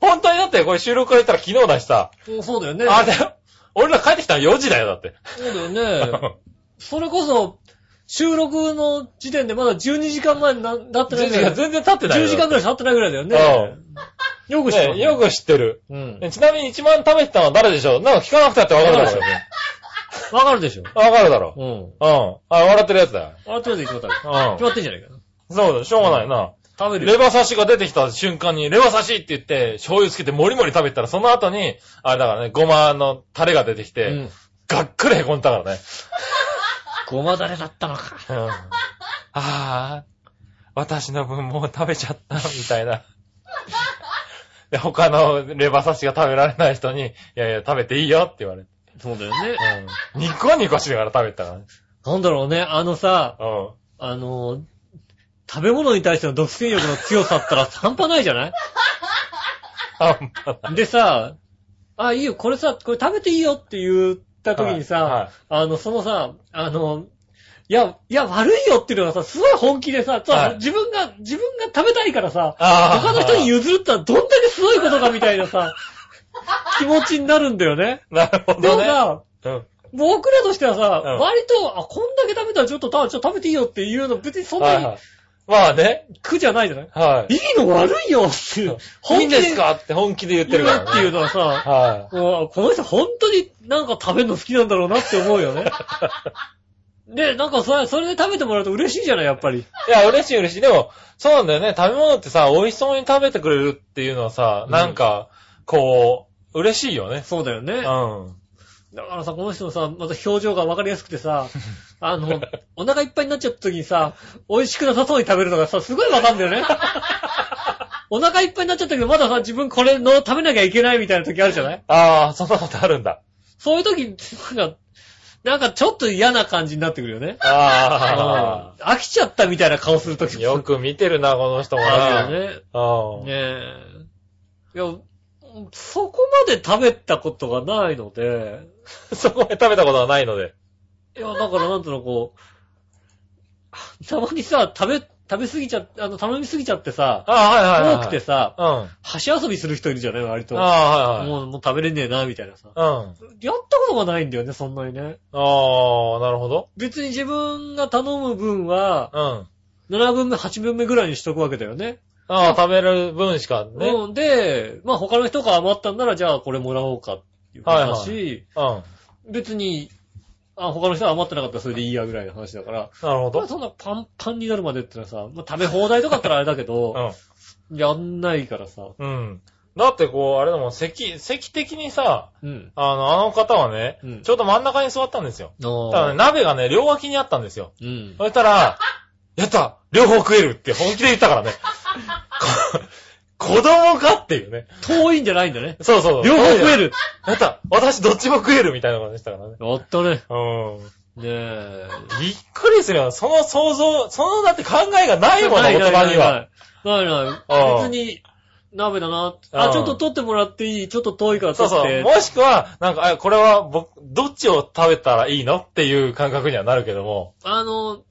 本当にだってこれ収録から言ったら昨日だしさ。そうそうだよね。あれだよ。俺ら帰ってきたの4時だよ、だって。そうだよね。それこそ、収録の時点でまだ12時間前にななってない10ぐら時い。間全然経ってないよ。 10時間ぐらい経ってないぐらいだよね。よく知ってねる。よく知ってる。うん。ねちなみに一番食べてたのは誰でしょうなんか聞かなくたってわかるだろうね。わかるでしょ。わかるだろう。うん。うん。あ、笑ってるやつだよ。あ、とりあえず決まった。決うまってんじゃないかな。ん。そうだ、しょうがないな。食べるよ。レバ刺しが出てきた瞬間に、レバ刺しって言って、醤油つけてもりもり食べたら、その後に、あれだからね、ごまのタレが出てきて、うん。がっくり凹んだからね。ごまだれだったのか。うん。ああ、私の分もう食べちゃった、みたいな。で、他のレバ刺しが食べられない人に、いやいや、食べていいよって言われて。そうだよね。うん。ニコニコしながら食べたからね。なんだろうね、あのさ、うん。あの、食べ物に対しての独占欲の強さったら半端ないじゃないあんまないでさ、あ、いいよ、これさ、これ食べていいよって言った時にさ、はいはいあの、そのさ、あの、いや、いや、悪いよっていうのがさ、すごい本気でさ、さはい自分が、自分が食べたいからさ、あー他の人に譲るってのはどんだけすごいことかみたいなさ、気持ちになるんだよね。なるほでもどね。さ、うん。僕らとしてはさ、うん割と、あ、こんだけ食べたらちょっと、たちょっと食べていいよっていうの、別にそんなはいにはい。まあね。苦じゃないじゃないはい。いいの悪いよっていう。いいんですかって本気で言って言うるっから、ね。ていうのはさ、はもうこの人本当になんか食べるの好きなんだろうなって思うよ ね。で、なんかそれ、それで食べてもらうと嬉しいじゃない、やっぱり。い。いや、嬉しい嬉しい。でも、そうなんだよね。食べ物ってさ、美味しそうに食べてくれるっていうのはさ、うんなんか、こう、嬉しいよね。そうだようねん。。はだからさ、この人のさ、また表情がわかりやすくて さ、あの、お腹いっぱいになっちゃった時にさ、美味しくなさそうに食べるのがさ、すごいわかんだよ ね。お腹いっぱいになっちゃったけど、まださ、自分これの食べなきゃいけないみたいな時あるじゃないああ、そんなことあるんだ。そういう時、なんか、なんかちょっと嫌な感じになってくるよね。あ飽きちゃったみたいな顔するとあ。きよく見てるな、この人もあな。るよね。うん。ねえ。いや、そこまで食べたことがないので、 そこまで食べたことはないので。いや、だからなんとなくこう、 たまにさ、食べ、食べ過ぎちゃって、あの、頼みすぎちゃってさ、ああ、はいはい、はい。多くて。さ、うん。あ箸遊びする人いるじゃない割と。あ、はいはい。もう、もう食べれねえな、みたいなさ。うん。やったことがないんだよね、そんなにね。ああ、なるほど。別に自分が頼む分は、うん。 7分目、8分目ぐらいにしとくわけだよね。ああ、食べる分しかね。うん。うん。で、まあ他の人が余ったんなら、じゃあこれもらおうかっていう話だし、別に、あ、他の人が余ってなかったらそれでいいやぐらいの話だから、なるほまあど。そんなパンパンになるまでってのはさ、まあ、食べ放題とかだったらあれだけど、やんないからさ、うん。うん。だってこう、あれだもん、席、席的にさ、うん。あの、あの方はね、うんちょうど真ん中に座ったんですよ。ただね、あ鍋がね、両脇にあったんですよ。ーうん。そしたら、やった両方食えるって本気で言ったからね。こ 子供かっていうね。遠いんじゃないんだね。そうそう。両方食えるる。やった私どっちも食えるみたいな感じでしたからね。やったね。うん。ねえ。びっくりするよ。その想像、そのだって考えがないもの、ない大ない人ないには。ないなあい。ー別に、鍋だな。うあ、んちょっと取ってもらっていいちょっと遠いからそ取っうて。そう。もしくは、なんか、あこれは僕、どっちを食べたらいいのっていう感覚にはなるけども。あの、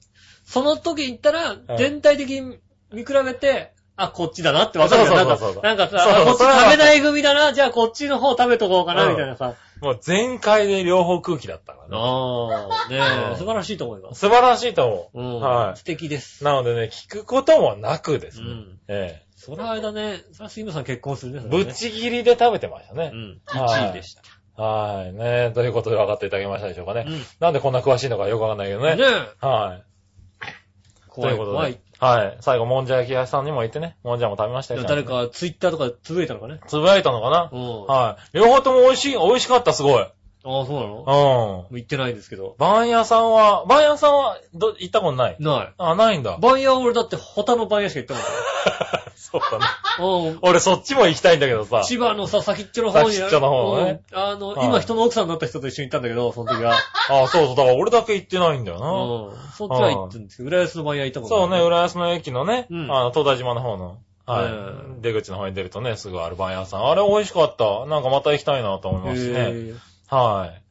その時行ったら、ん全体的に見比べて、あ、こっちだなって分かるよそうなんそうかそうそうなんかさ、そうあこっちそれは分か食るべない組だな、じゃあこっちの方食べとこうかな、うんみたいなさ。もう全開で両方空気だったからね。ああ、ねうえ、ん素晴らしいと思います。素晴らしいとう思ん。う。は素敵です。い。なのでね、聞くこともなくですうね。ん。えそれはあれだね、それは杉村さん結婚するね。え。それぶはっねちぎりで食べてましたうね。ん。はい1位でした。はい。ねえ、ということで分かっていただけましたでしょうかね。うんなんでこんな詳しいのかよくわかんないけどね。ねえ。はい。と怖いうい、こと怖でい。。はい。最後、もんじゃ焼き屋さんにも行ってね、もんじゃも食べましたよ。誰。かツイッターとかでつぶやいたのかね。つぶやいたのかなう、ん。あはい。両方とも美味しい、美味しかった、すごい。あ、そうなのうん。言ってないんですけど。バンヤさんは、バンヤさんは、ど、行ったことないなあ、な いんだい。。バンヤー俺だって他のバンヤーしか行ったこそうだね。とない。 うん。俺そっちも行きたいんだけどさ。千葉のさ、先っちょの方に。先っちょの方ねうんあの、はい今人の奥さんになった人と一緒に行ったんだけど、その時は。あ、そうそう。だから俺だけ行ってないんだよな。うん。そっちは行ってんですけど、浦安の場合は行ったことそうね、ない。浦安の駅のね、うんあの、東大島の方の。うはい。出口の方に出るとね、すぐあるバンヤさん。あれ美味しかった。なんかまた行きたいなと思いますしね。へはい。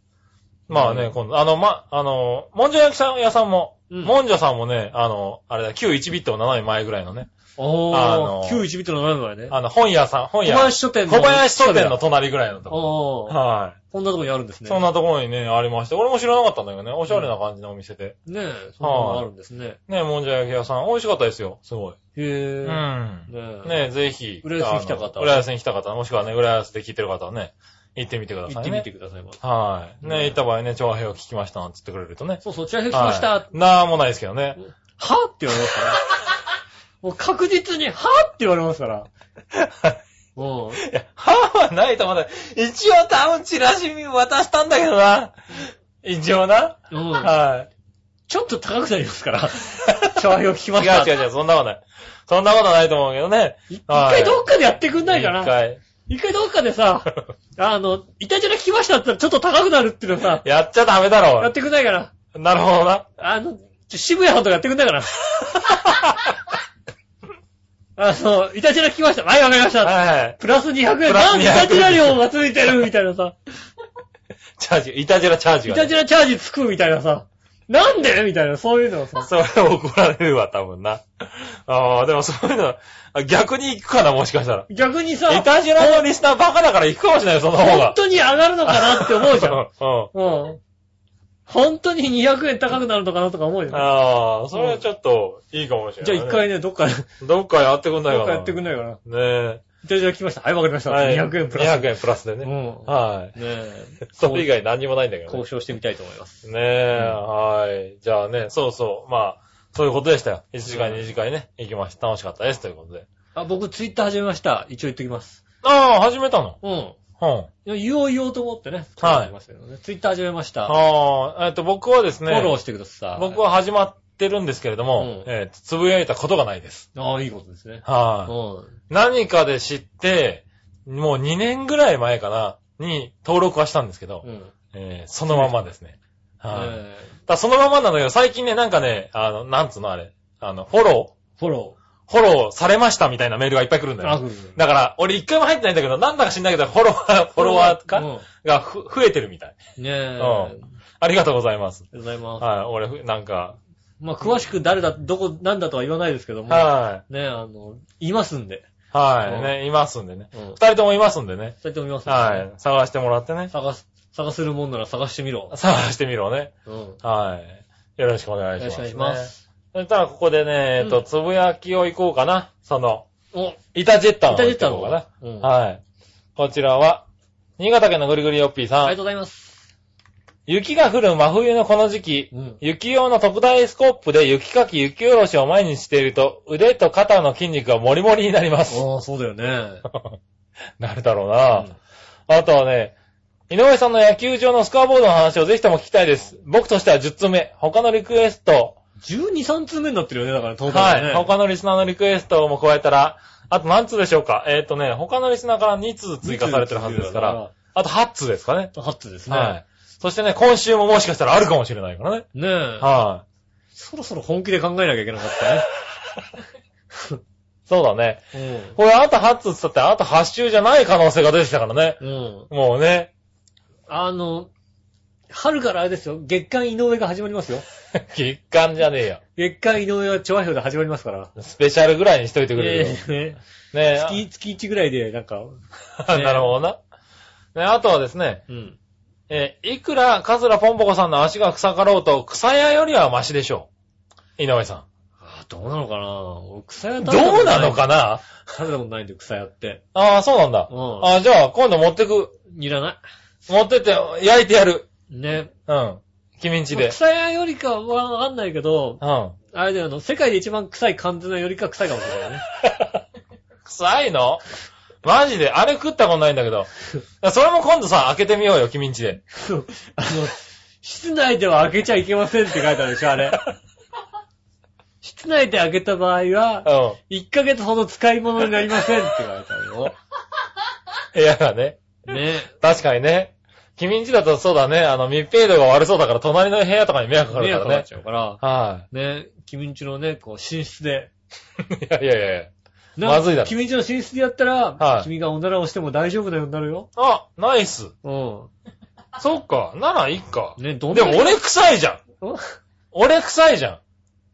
まあうね、ん今度、あの、ま、あの、もんじゃ焼きさん屋さんも、うん。もんじゃさんもね、あの、あれだ、旧1ビットの斜め前ぐらいのね、おあーの、旧1ビットの前ぐらいね。あの、本屋さん、本小屋、林書店の。小林書店の。隣ぐらいのとこおー。はこんなとこにあるんですい。ね。そんなところにね、ありまして、俺も知らなかったんだけどね、おしゃれな感じのお店で。ねえ、そんなのがあるんですね。ね、もんじゃ焼き屋さん、美味しかったですよ、すごい。へうえ。ん。ねえ。ねぜひ。浦安に来た方はあの浦安に来た方、もしくはね、浦安で聞いてる方はね、行ってみてください、ね。行ってみてください、まずはい。ね、ね行った場合ね、長編を聞きましたなんて言ってくれるとね。そうそう、チャヘ来ました。はいなあもないですけどね。はって言われ ますから。もう確実に、はって言われますから。 うん。いや、はぁはないと思った。一応多分チラシ渡したんだけどな。一応な。うん。はい。ちょっと高くなりますから。 調和を聞きま違した。う違う違う、そんなことない。そんなことないと思うけどね。一は回いどっかでやってくんないか一な。回。 一回どっかでさ、あの、イタジェラ聞きましたって言ったらちょっと高くなるっていうのさ、やっちゃダメだやっろ。てくんないかな。なるほ どな。あの、ちょ渋谷さんとかやってくんないかな。あの、イタジェラ聞きました。はい、わかりました。はいはい。プラス200円。プラなス200んでイタジェラ料がついてるみたいなさ。チャージ、いたじらチャージイがタね、ジェラチャージつくみたいなさ。なんでみたいな、そういうのをさ。それ怒られるわ、多分な。ああ、でもそういうの、あ逆に行くかな、もしかしたら。逆にさ、いたじらのリスナーバカだから行くかもしれないよ、その方本が。当に上がるのかなって思うじ ゃん。うん。うん。本当に200円高くなるのかなとか思うよね。ああ、それはちょっと、いいかもしれじなゃあい、一。回ね、どっか、どどっかやってくんないかっな。かやってくんないかな。ねえ。じゃあじゃあ来ました。はい、わかりました。はい200円プラス。 200円プラスでうね。ん。はねえ い。。それ以外何にもないんだけどね交。渉してみたいと思います。ねえ、はい。じゃあね、そうそう。まあ、そういうことでしたよ。1時間、2時間ね、行きました。楽しかったです。ということで。あ、僕ツイッター始めました。一応言っときます。ああ、始めたのうん。うん。言おう言おうと思ってね。はい始めましたけどねツイッター始めました。ああ、えっと、僕はですフね、ォローしてください。僕。は始まってるんですけれども、うんえっと、つぶやいたことがないです。ああ、いいことですね。うはい、ん。何かで知って、もう2年ぐらい前かな、に登録はしたんですけど、うん。えーそのままですね。はい、だかえーらそのままなんだけど、最近ね、なんかね、あの、なんつうのあれ、あの、フォロフォロー、フォローされましたみたいなメールがいっぱい来るんだー。あ、よ。フだから、俺一回も入ってないんだけど、なんだか知んないけど、フォロワー、フォロワーうかんがふ増えてるみたい。ねえ。うんありありがとうございます。がとうございます。はい、俺ふ、なんか、まあ、詳しく誰だ、どこ、なんだとは言わないですけども。はい、ね、あの、いますんで。はうい、んね、いますんでね。うん。そう二人ともいますんでね。やってみますんではい。探してもらってね。探す、探せるもんなら探してみろ。探してみろね。うん。よはい。よろしくお願いしろましくす、おね。願いします。そしたら、ここでね、えっうと、んつぶやきを行こうかな。その、お、イタジェッタいのただ方い行たこのうかかな。なうん。あはい。こちらは、新潟県のぐりぐりよっぴーりさ。がとうんございます。雪が降る真冬のこの時期、うん。雪用の特大スコップで雪かき雪下ろしを毎日していると、腕と肩の筋肉がモリモリになります。ああ、そうだよね。 なるだろうな。あとはね、井上さんの野球場のスコアボードの話をぜひとも聞きたいです。僕としては10つ目。他のリクエスト、 12、3通目になってるよね、だから、当然はね。い。他のリスナーのリクエストも加えたら、あと何通でしょうかえっ、とね、他のリスナーから2通追加されてるはずですから、。あと8通ですかね。 8通ですね。はい。そしてね、今週ももしかしたらあるかもしれないからね。ねえ。はそろそろ本気で考えなきゃいけなかったね。い。 そうだね。うん。これあと8通っつったって、あと8週じゃない可能性が出てきたからね。うん。もうね、 あの、春からあれですよ、月間井上が始まりますよ。月間じゃねえよ。月間井上は調和表で始まりますから。スペシャルぐらいにしといてくれるよ。ええねえ。月、月1ぐらいで、なんか、ね なるほどな。ね、あとはですね、うん。えーいくらカズラポンポコさんの足が臭かろうと、草屋よりはマシでしょう。井上さあどうなのかな俺草屋ん。どうなのかなな食べたことないんで、草屋って。ああ、そうなんだ。うんああ、じゃあ、今度持ってく。いらな持ってって、焼いてやる。い。ね。うん。君んちで。草屋よりかはわかんないけど、うん。あれだよ、あの、世界で一番臭い缶詰よりか臭いかもしれないね。 臭いのマジで、あれ食ったことないんだけど。それも今度さ、開けてみようよ、君んちで。そうあの、室内では開けちゃいけませんって書いてあるでしょ、あれ。室内で開けた場合うは、1ヶ月ほど使い物になりませんって書いてあるよ。ん。いやだね。ね。確かにね。君んちだとそうだね、あの、密閉度が悪そうだから、隣の部屋とかに迷惑かかる迷か惑らになっね。ちゃうから。はい。ね、君んちのね、こう、寝室で。いやいやいやいや。なんかまずいだろ君んちの寝室でやったら、はい君がおならをしても大丈夫なようになるよ。あ、ナイス。うそっか。ならいいかん。。ね、どんでなも俺臭いじゃん。お俺臭いじゃ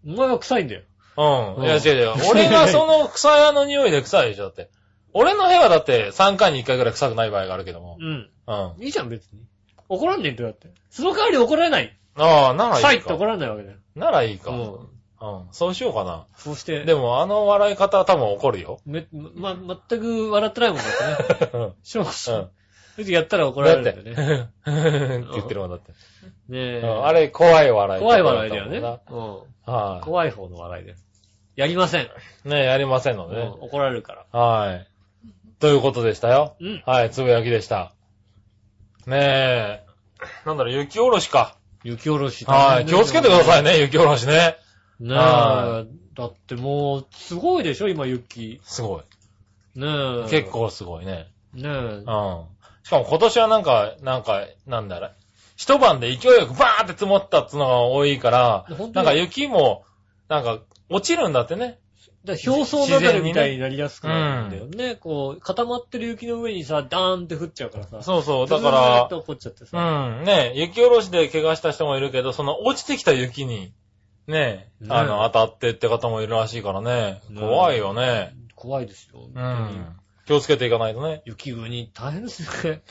お前は臭いんだよ。ん。う。うんんいや違う違う。俺がその草屋の匂いで臭いでしょ、だって。俺の部屋だって3回に1回ぐらい臭くない場合があるけども。うん。うん。あいいじゃん、別に。怒らんねえんだよ、だって。その代わり怒られない。あ、ならいいか。臭いって怒られないわけだよ。ならいいか。ううんん。そうしようかな。そうして。でも、あの笑い方は多分怒 るよ。め、ま、全く笑ってないもんだってね。うん。しょううがんない。やったら怒らだっれて、るんふだんよね。ふんって言ってるもんだって。ねえ。うんあれ、怖い笑 い。怖い笑いだよね。はういん。。怖い方の笑いです。やりません。ねやりませんのうでんね。怒られるから。はい。ということでしたよ。うん。はい、つぶやきでした。ねえ。なんだろう、雪おろしか。雪下ろし。はい。気をつけてくださいね、雪おろしね。ねえ。はだってもう、すごいでしょ、今雪。すごい。ねえ。結。構すごいね。ねえうん。。しかも今年はなんか、なんか、なんだろう、一晩で勢いよくバーって積もったっつのが多いから本当、になんか雪も、なんか、落ちるんだってね。だから表層なだるみたいになりやすくなるんだよね。こう、固まってる雪の上にさ、ダーンって降っちゃうからさ。そうそう。だずーっかと怒っちゃってさ。ら、うん、ね、雪下ろしで怪我した人もいるけど、その落ちてきた雪に、ね、ねあの、当たってって方もいるらしいからね。ね怖いよね。怖いですよ、本う当に。。ん。気をつけていかないとね 雪国大変ですね。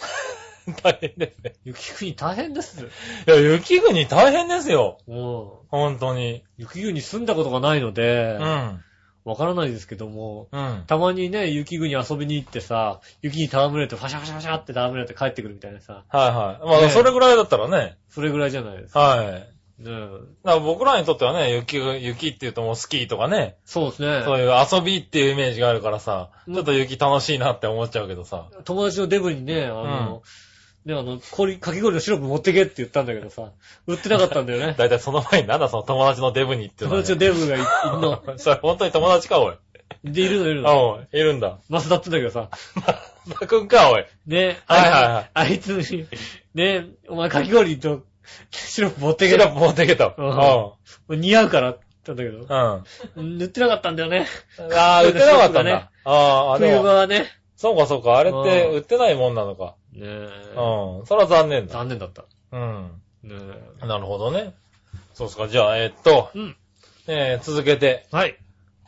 大変ですね。雪国大変です。いや、雪国大変ですよ。も本当にう。、雪国に住んだことがないのでう、ん。わからないですけども、うん。たまにね、雪国遊びに行ってさ、雪に戯れて、ファシャファシャファシャって戯れて帰ってくるみたいなさ、はいはい。まあ、ねそれぐらいだったらね。それぐらいじゃないですか。はい。ねえだから僕らにとってはね、雪が、雪っていうともうスキーとかね、そうですね。そういう遊びっていうイメージがあるからさ、うんちょっと雪楽しいなって思っちゃうけどさ。友達のデブにね、あの、ね、あの、氷、かき氷のシロップ持ってけって言ったんだけどさ、売ってなかったんだよね。 だいたいその前になんだその友達のデブにっていう友のは達のね、デブがいいんの。 それ本当に友達か、おい。で、いるのいるあ、の。おい、いるん だ。マスだったんだけどさ、まくんか、おい。ね、はいはいはいあいつ、あいつに、ね、お前かき氷とシロップ持ってシけロップ持ってけと。ううんん。うん。似合うからって言ったんだけど、あ塗ってなかったんだよね。あ、売ってなかったんだ。ああー、あれ冬場は。はね。そうかそうか、あれってうん売ってないもんなのか。ねえうん。それは残念だ。残念だった。うん。ねえなるほどね。そうっすか、じゃあ、えーっと、うん。えー、続けて、はい。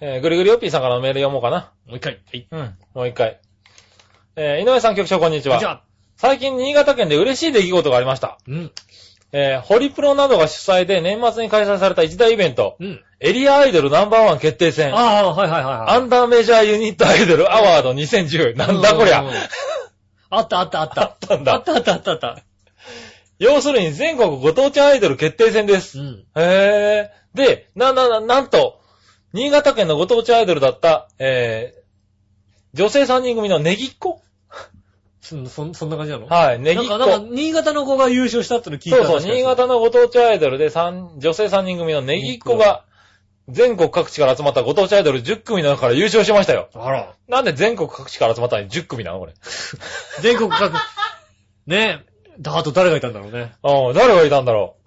えー、ぐりぐりおっぴーさんからのメール読もうかな。もう一回。はい。うん。もう一回。えー、井上さん局長こんにちは。じゃあ、最近新潟県で嬉しい出来事がありました。うん。えー、ホリプロなどが主催で年末に開催された一大イベント、うん。エリアアイドルナンバーワン決定戦、ああ、はいはいはいはい。アンダーメジャーユニットアイドルアワード2010。なんだこりゃうん。あったあったあった。あったんだあったあったあったあった。要するに全国ご当地アイドル決定戦ですう。ん。へー。で、な、な、な、なんと、新潟県のご当地アイドルだった、えー、女性3人組のネギっ子そん、そん、そんな感じなのはい、ネギなっん子。か、なんか、新潟の子が優勝したっての聞いたそうそう、新潟のご当地アイドルで三女性3人組のネギっ子が、全国各地から集まったご当地アイドル10組の中から優勝しましたよ。の。あら。なんで全国各地から集まったのに10組なのこれ。全国各、 ねえ。だ、あと誰がいたんだろうね。うん、誰がいたんだろ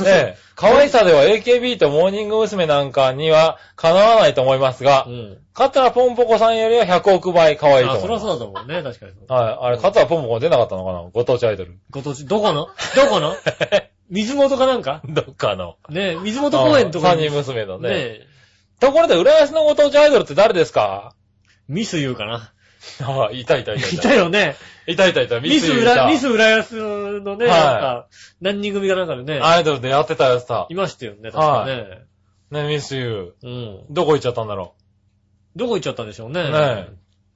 う。ねえ、可愛さでは AKB とモーニング娘。なんかにはかなわないと思いますがう、ん。カツラポンポコさんよりは100億倍可愛いとあ、思そいりまゃす。そうだと思うね、確かに。はい、あれ、カツラポンポコ出なかったのかなご当地アイドル。ご当地、どこのど この水元かなんかどっかの。ねえ、水元公園とか3に。人娘のねね。え。ところで、浦安のご当地アイドルって誰ですか ミス言うかな。ああ、いたいたいたいたよね。いたいたいた、ミミススユー裏、ザミス浦安のね、はいなんか、何人組かなんかでね、アイドルでやってたやつだい。ましたよね、確かね。ね、ミスユうん。ー。どこ行っちゃったんだろどこ行っちゃったんでしょうね。う。ねえ。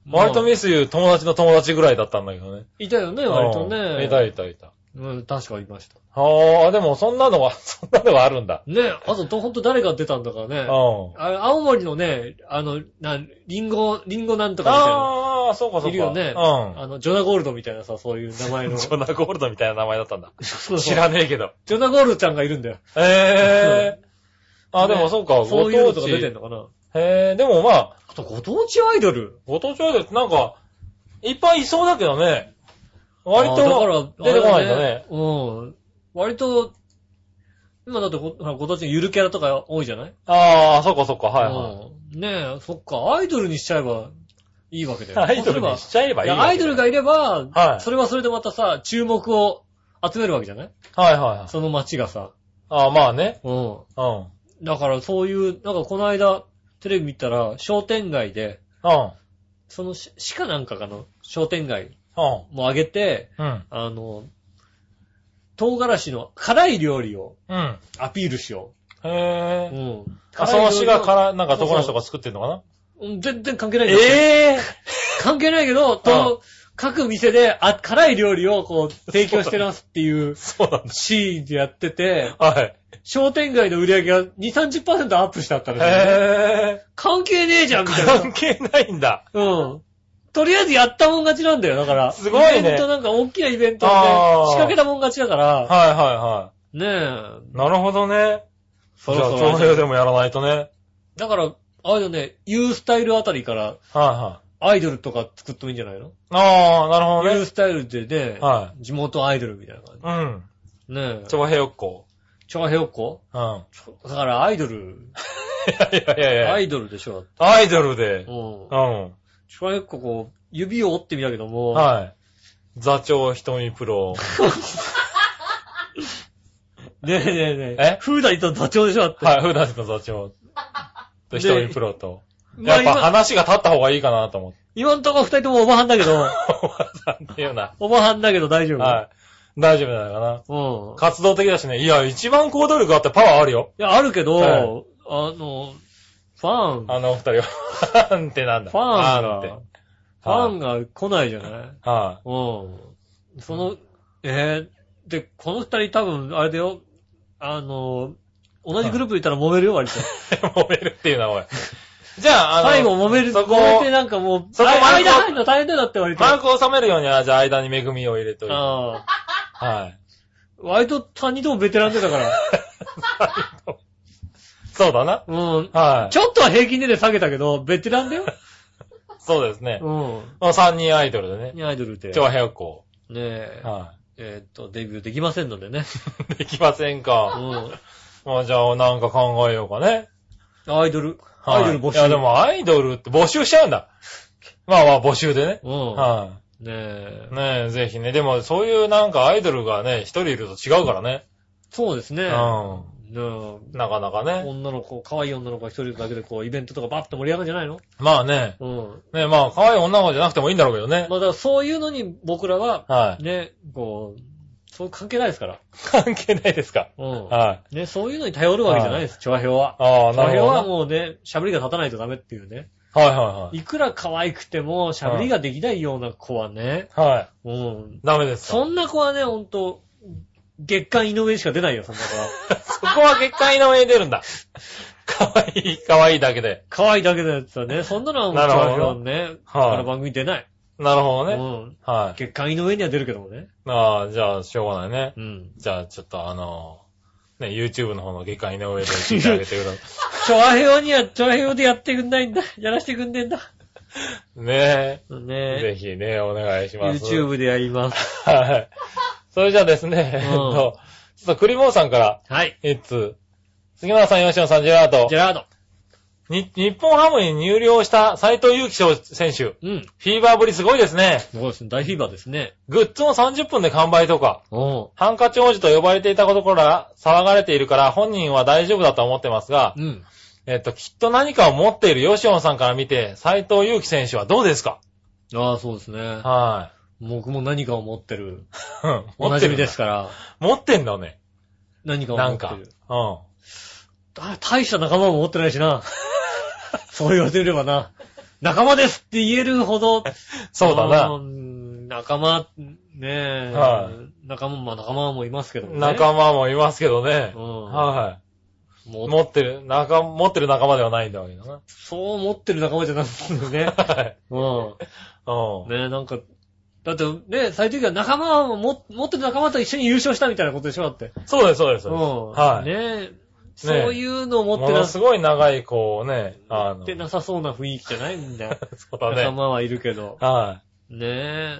まあ割とミスユー友達の友達ぐらいだったんだけどね。いたよね、割とね。いたいたいた。うん、確かいました。ああ、でもそんなのは、 そんなのはあるんだ。ねえ、あとど、ほんと誰が出たんだかうねん。。ああ青森のね、あの、な、リンゴ、リンゴなんとかみたいな。あー、そうかそうか。いるよねうあの、ジョナゴールドみたいなさ、そういう名前 ん。の。ジョナゴールドみたいな名前だったんだ。 そうそう知らねえけど。ジョナゴールドちゃんがいるんだよ。 ええ。あ、でもそうか、そごういうのと当地か。出てんのかな。へえ、でもまあ、あと、ご当地アイドル。ご当地アイドルってなんか、いっぱいいそうだけどね。割あーと、出てこないんだね。。からうん。割と、今だってご、ほらご当地のゆるキャラとか多いじゃないああ、そっかそっか、はいはい。うんねえ、そっか、アイドルにしちゃえばいいわけだよ。 アイドルにしちゃえばいいやわけだ。アイドルがいれば、はいそれはそれでまたさ、注目を集めるわけじゃないはいはいはい。その街がさ。うああ、まあね。うん。うん。うん。だからそういう、なんかこの間、テレビ見たら、商店街で、うん。そのし鹿なんかかの商店街うん。も上げて、うん。あの、唐辛子の辛い料理をうん。アピールしよへう。うえ。ん。浅わし辛い料理がをから、なんか友達とか作ってんのかなうん全然関係ないけど。ええ関係ないけど、と、各店であ辛い料理をこう提供してますっていう そうなんだ。シーンでやってて、はい。商店街の売り上げが2、30%アップしたったらしいねへえ。関係ねえじゃん、みたいな。関係ないんだ。うん。とりあえずやったもん勝ちなんだよ、だから。すごいねイベントなんか大きなイベントであ仕ー掛けたもん勝ちだから、はいはいはねえ、い。なるほどね。そじゃあ、ろそ長ろ。平でもやらないとね。だから、あれだね、ユースタイルあたりからはアイドルとか作ってもいいんじゃないのいはい。ああ、なるほどユーね。スタイルでね、は地元アイドルみたいな感うじ。ん。ねえ。長平よっこ。長平よっこうん。だからアイドル、いやいやいやアいや。イドルでしょ。アイドルで。うんう。ん。長平よっここう、指を折ってみたけども、はい。座長瞳プロ。ねえねえねええ、風谷と座長でしょだって。はい、普段の座長と瞳プロと。まやあっぱ今、話が立った方がいいかなと 思って。今んとこ二人ともおばはんだけど、おばさんっていうな。おばはんだけど大丈夫。はい。大丈夫なのかな。うん。活動的だしね。いや、一番行動力あってパワーあるよ。いや、あるけど、はいあの、ファン、フあのお二人は。 ファンってなんだァンが、って。ファンが来ないじゃないうん。はその、えー、で、この二人多分、あれだよ、あの、同じグループいたら揉めるよ、割と。い。 揉めるっていうな、おい。じゃあ、あの、最後揉める、そ揉こめてなんかもう、そこあマルコ間入るの大変だよだって割と。マークを収めるようには、じゃあ間に恵みを入れといて。ああはい。 割と他人ともベテランでだから。そうだな。うん。はいち。ょっとは平均でで下げたけど、ベテランだよ。そうですね。 うもう3人アイドルでねん。。アイドルで。長平校。ねえ、はえーっと、デビューできませんので ね。い。できませんうか。ん。まあじゃあ、なんか考えようかね。アイドル、はアイドル募集。いや、でもアイドルって募集しちゃうんだ。まあまあ、募集でね。うん。はねえい。。ねえ、ぜひね。でも、そういうなんかアイドルがね、一人いると違うからね。そうですね。うねん。なかなかえね。女の子、可愛い女の子が一人だけでこう、イベントとかバッと盛り上がるんじゃないのまあね。うん。ねえ、まあ、可愛い女の子じゃなくてもいいんだろうけどね。まあだからそういうのに僕らは、はい。ね、こう、そう関係ないですから。関係ないですか。うん。はい。ね、そういうのに頼るわけじゃないです、調和表は。ああ、調和な表るほはどね。もうね、喋りが立たないとダメっていうね。はいはいいくら可愛くても、喋りができないような子はね、はい。はい。うん。ダメですか。そんな子はね、ほんと、月間井上しか出ないよ、そんな 子は。そこは結界の上に出るんだ。 可愛い、可愛いだけで。可愛いだけのやつはね、そんなのはもう、なるほど調和表ね、はいあの番組出ない。なるほどうね。ん。はい。月間井上には出るけどもね。ああ、じゃあ、しょうがないね。うん。じゃあ、ちょっとあの、ね、YouTube の方の下界の上で聞いてあげてくださ調和表には、調和表でやってくんないんだ。やらせてくんねえんだ。 い。ねえ。ねえ。ぜひね、お願いします。。 YouTube でやります。はい。それじゃあですね、えっと、ちょっとクリボーさんから、はい。いつ、杉村さん、吉野さん、ジェラートジェ。ラード。に日本ハムに入寮した斎藤祐樹選手。うん。フィーバーぶりすごいですね。そうですね。大フィーバーですね。グッズも30分で完売とか。おう。ハンカチ王子と呼ばれていたことから騒がれているから本人は大丈夫だと思ってますが、うん。えっと、きっと何かを持っている吉野さんから見て、斎藤祐樹選手はどうですかああ、そうですね。は僕も何かを持ってる。い。うんおなじみですかから。持ってんだね。何かをな持っんてか。うるん。。そあ大した仲間も持ってないしな。 そう言われてみればな。仲間ですって言えるほど。うだーな。ん。仲間、ねえ。は仲間、まあ仲間もいますけどもね。仲間もいますけどねう。ん。はもい。う持ってる、仲、持ってる仲間ではないんだわけだな。。そう思ってる仲間じゃないんだよね はい。 ううんん。。ねえ、なんか、だってね、最終的には仲間をも持ってる仲間と一緒に優勝したみたいなことでしょだって。そうです、そうです。うん。はい。ねえ、そういうのを持っもてのなすごい長い、こうね、あ持のっ、てなさそうな雰囲気じゃないみん な。そうだ仲ね。間はいるけど。はねえ。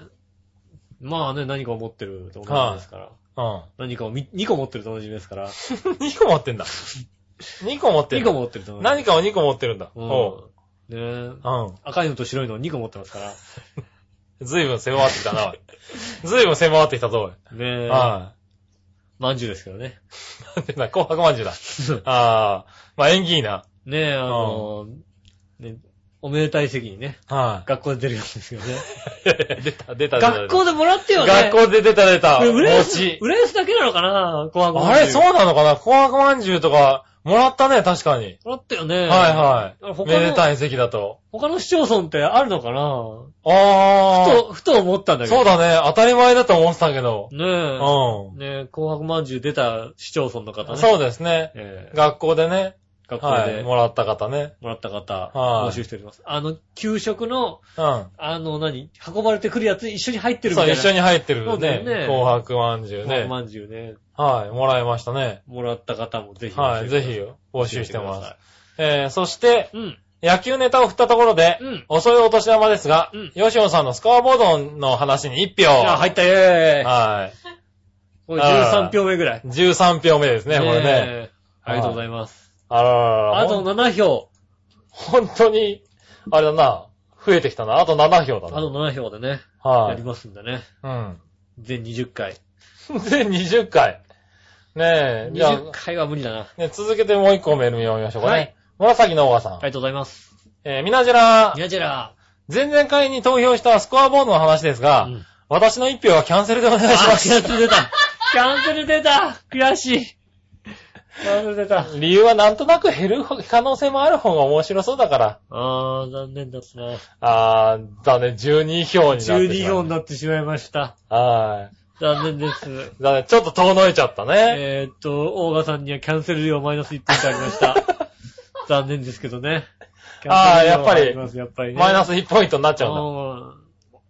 まあね、何かを持ってると同じですから。い。うん。何かをみ2個持ってると同じですから。 2個持って んだ。2個持って2る。個持ってると同じ。何かを2個持ってるんだ。おううん。ねえ。うん。赤いのと白いのを2個持ってますから。 ずいぶん迫ってきたな、おいずいぶん迫ってきたぞ、おいねえ。はまんじゅうですけどね。なんてな、紅白まんじゅうだ。 ああ、まあ縁起いいな。ねえ、あの、ね、おめでたい席にね、は学校で出るやつ ですよね。 い。出た、出た、出た。学校でもらってよね。学校で出た、出た。これ、ウレース、餅ウレースだけなのかな紅白あれ、そううなのかな紅白まんじゅうとか、もらったね、確かに。もらったよね。はいはい。他めでの、たい席だと。他の市町村ってあるのかなああ。ふと、ふと思ったんだけど。そうだね。当たり前だと思ってたけど。うねんえ。。ねえ、紅白まんじゅう出た市町村の方ね。う。そうですね。ええ学校でね。学校はい。でもらった方ね。もらった方、はい募集しております。あの、給食の、うん。あの、何、運ばれてくるやつ一緒に入ってるみそ、たいうな。一緒にに入ってるそうだよね。ね紅白まんじゅうね。まんじゅうね、はい。もらいましたね。もらった方もぜひ。はい。ぜひ、募募。集してますす。えー、そして、うん。野球ネタを振ったところで、うん遅いお年玉ですが、うんヨシオンさんのスコアボードの話に1票。じゃあ、入った、イェーイはこれ13票目ぐらい。い。13票目ですね、これね。え。ありがとうございます。あらららあほとん7票。本当に、あれだな、増えてきたな。あと7票だあな。と7票でね、はやりい。ますんでね。うん。 全20回。全20回。ねえ、じゃ20回は無理だな。あ、ね、続けてもう一個メール読みましょうかね。はい紫のおばさん。ありがとうございます。えー、みなじらニ、ャジェラ前々回に投票したスコアボードの話ですー。が、うん私の一票はキャンセルでお願いしあまー、キャンセル出た。キャンセル出た。悔しい。キャンセル出た。す。理由はなんとなく減る可能性もある方が面白そうだから。あー、残念だったな。あー、だね、12票になってし12ま票うになってしまいました。は残念です。い。だね、ちょっと遠のいちゃったね。えーっと、オーガさんにはキャンセル料マイナス1分ってありました。残念ですけどね。あーやっぱりキャンセル料はあますやっぱりね。マイナス1ポイントになっちゃうんだ。うん。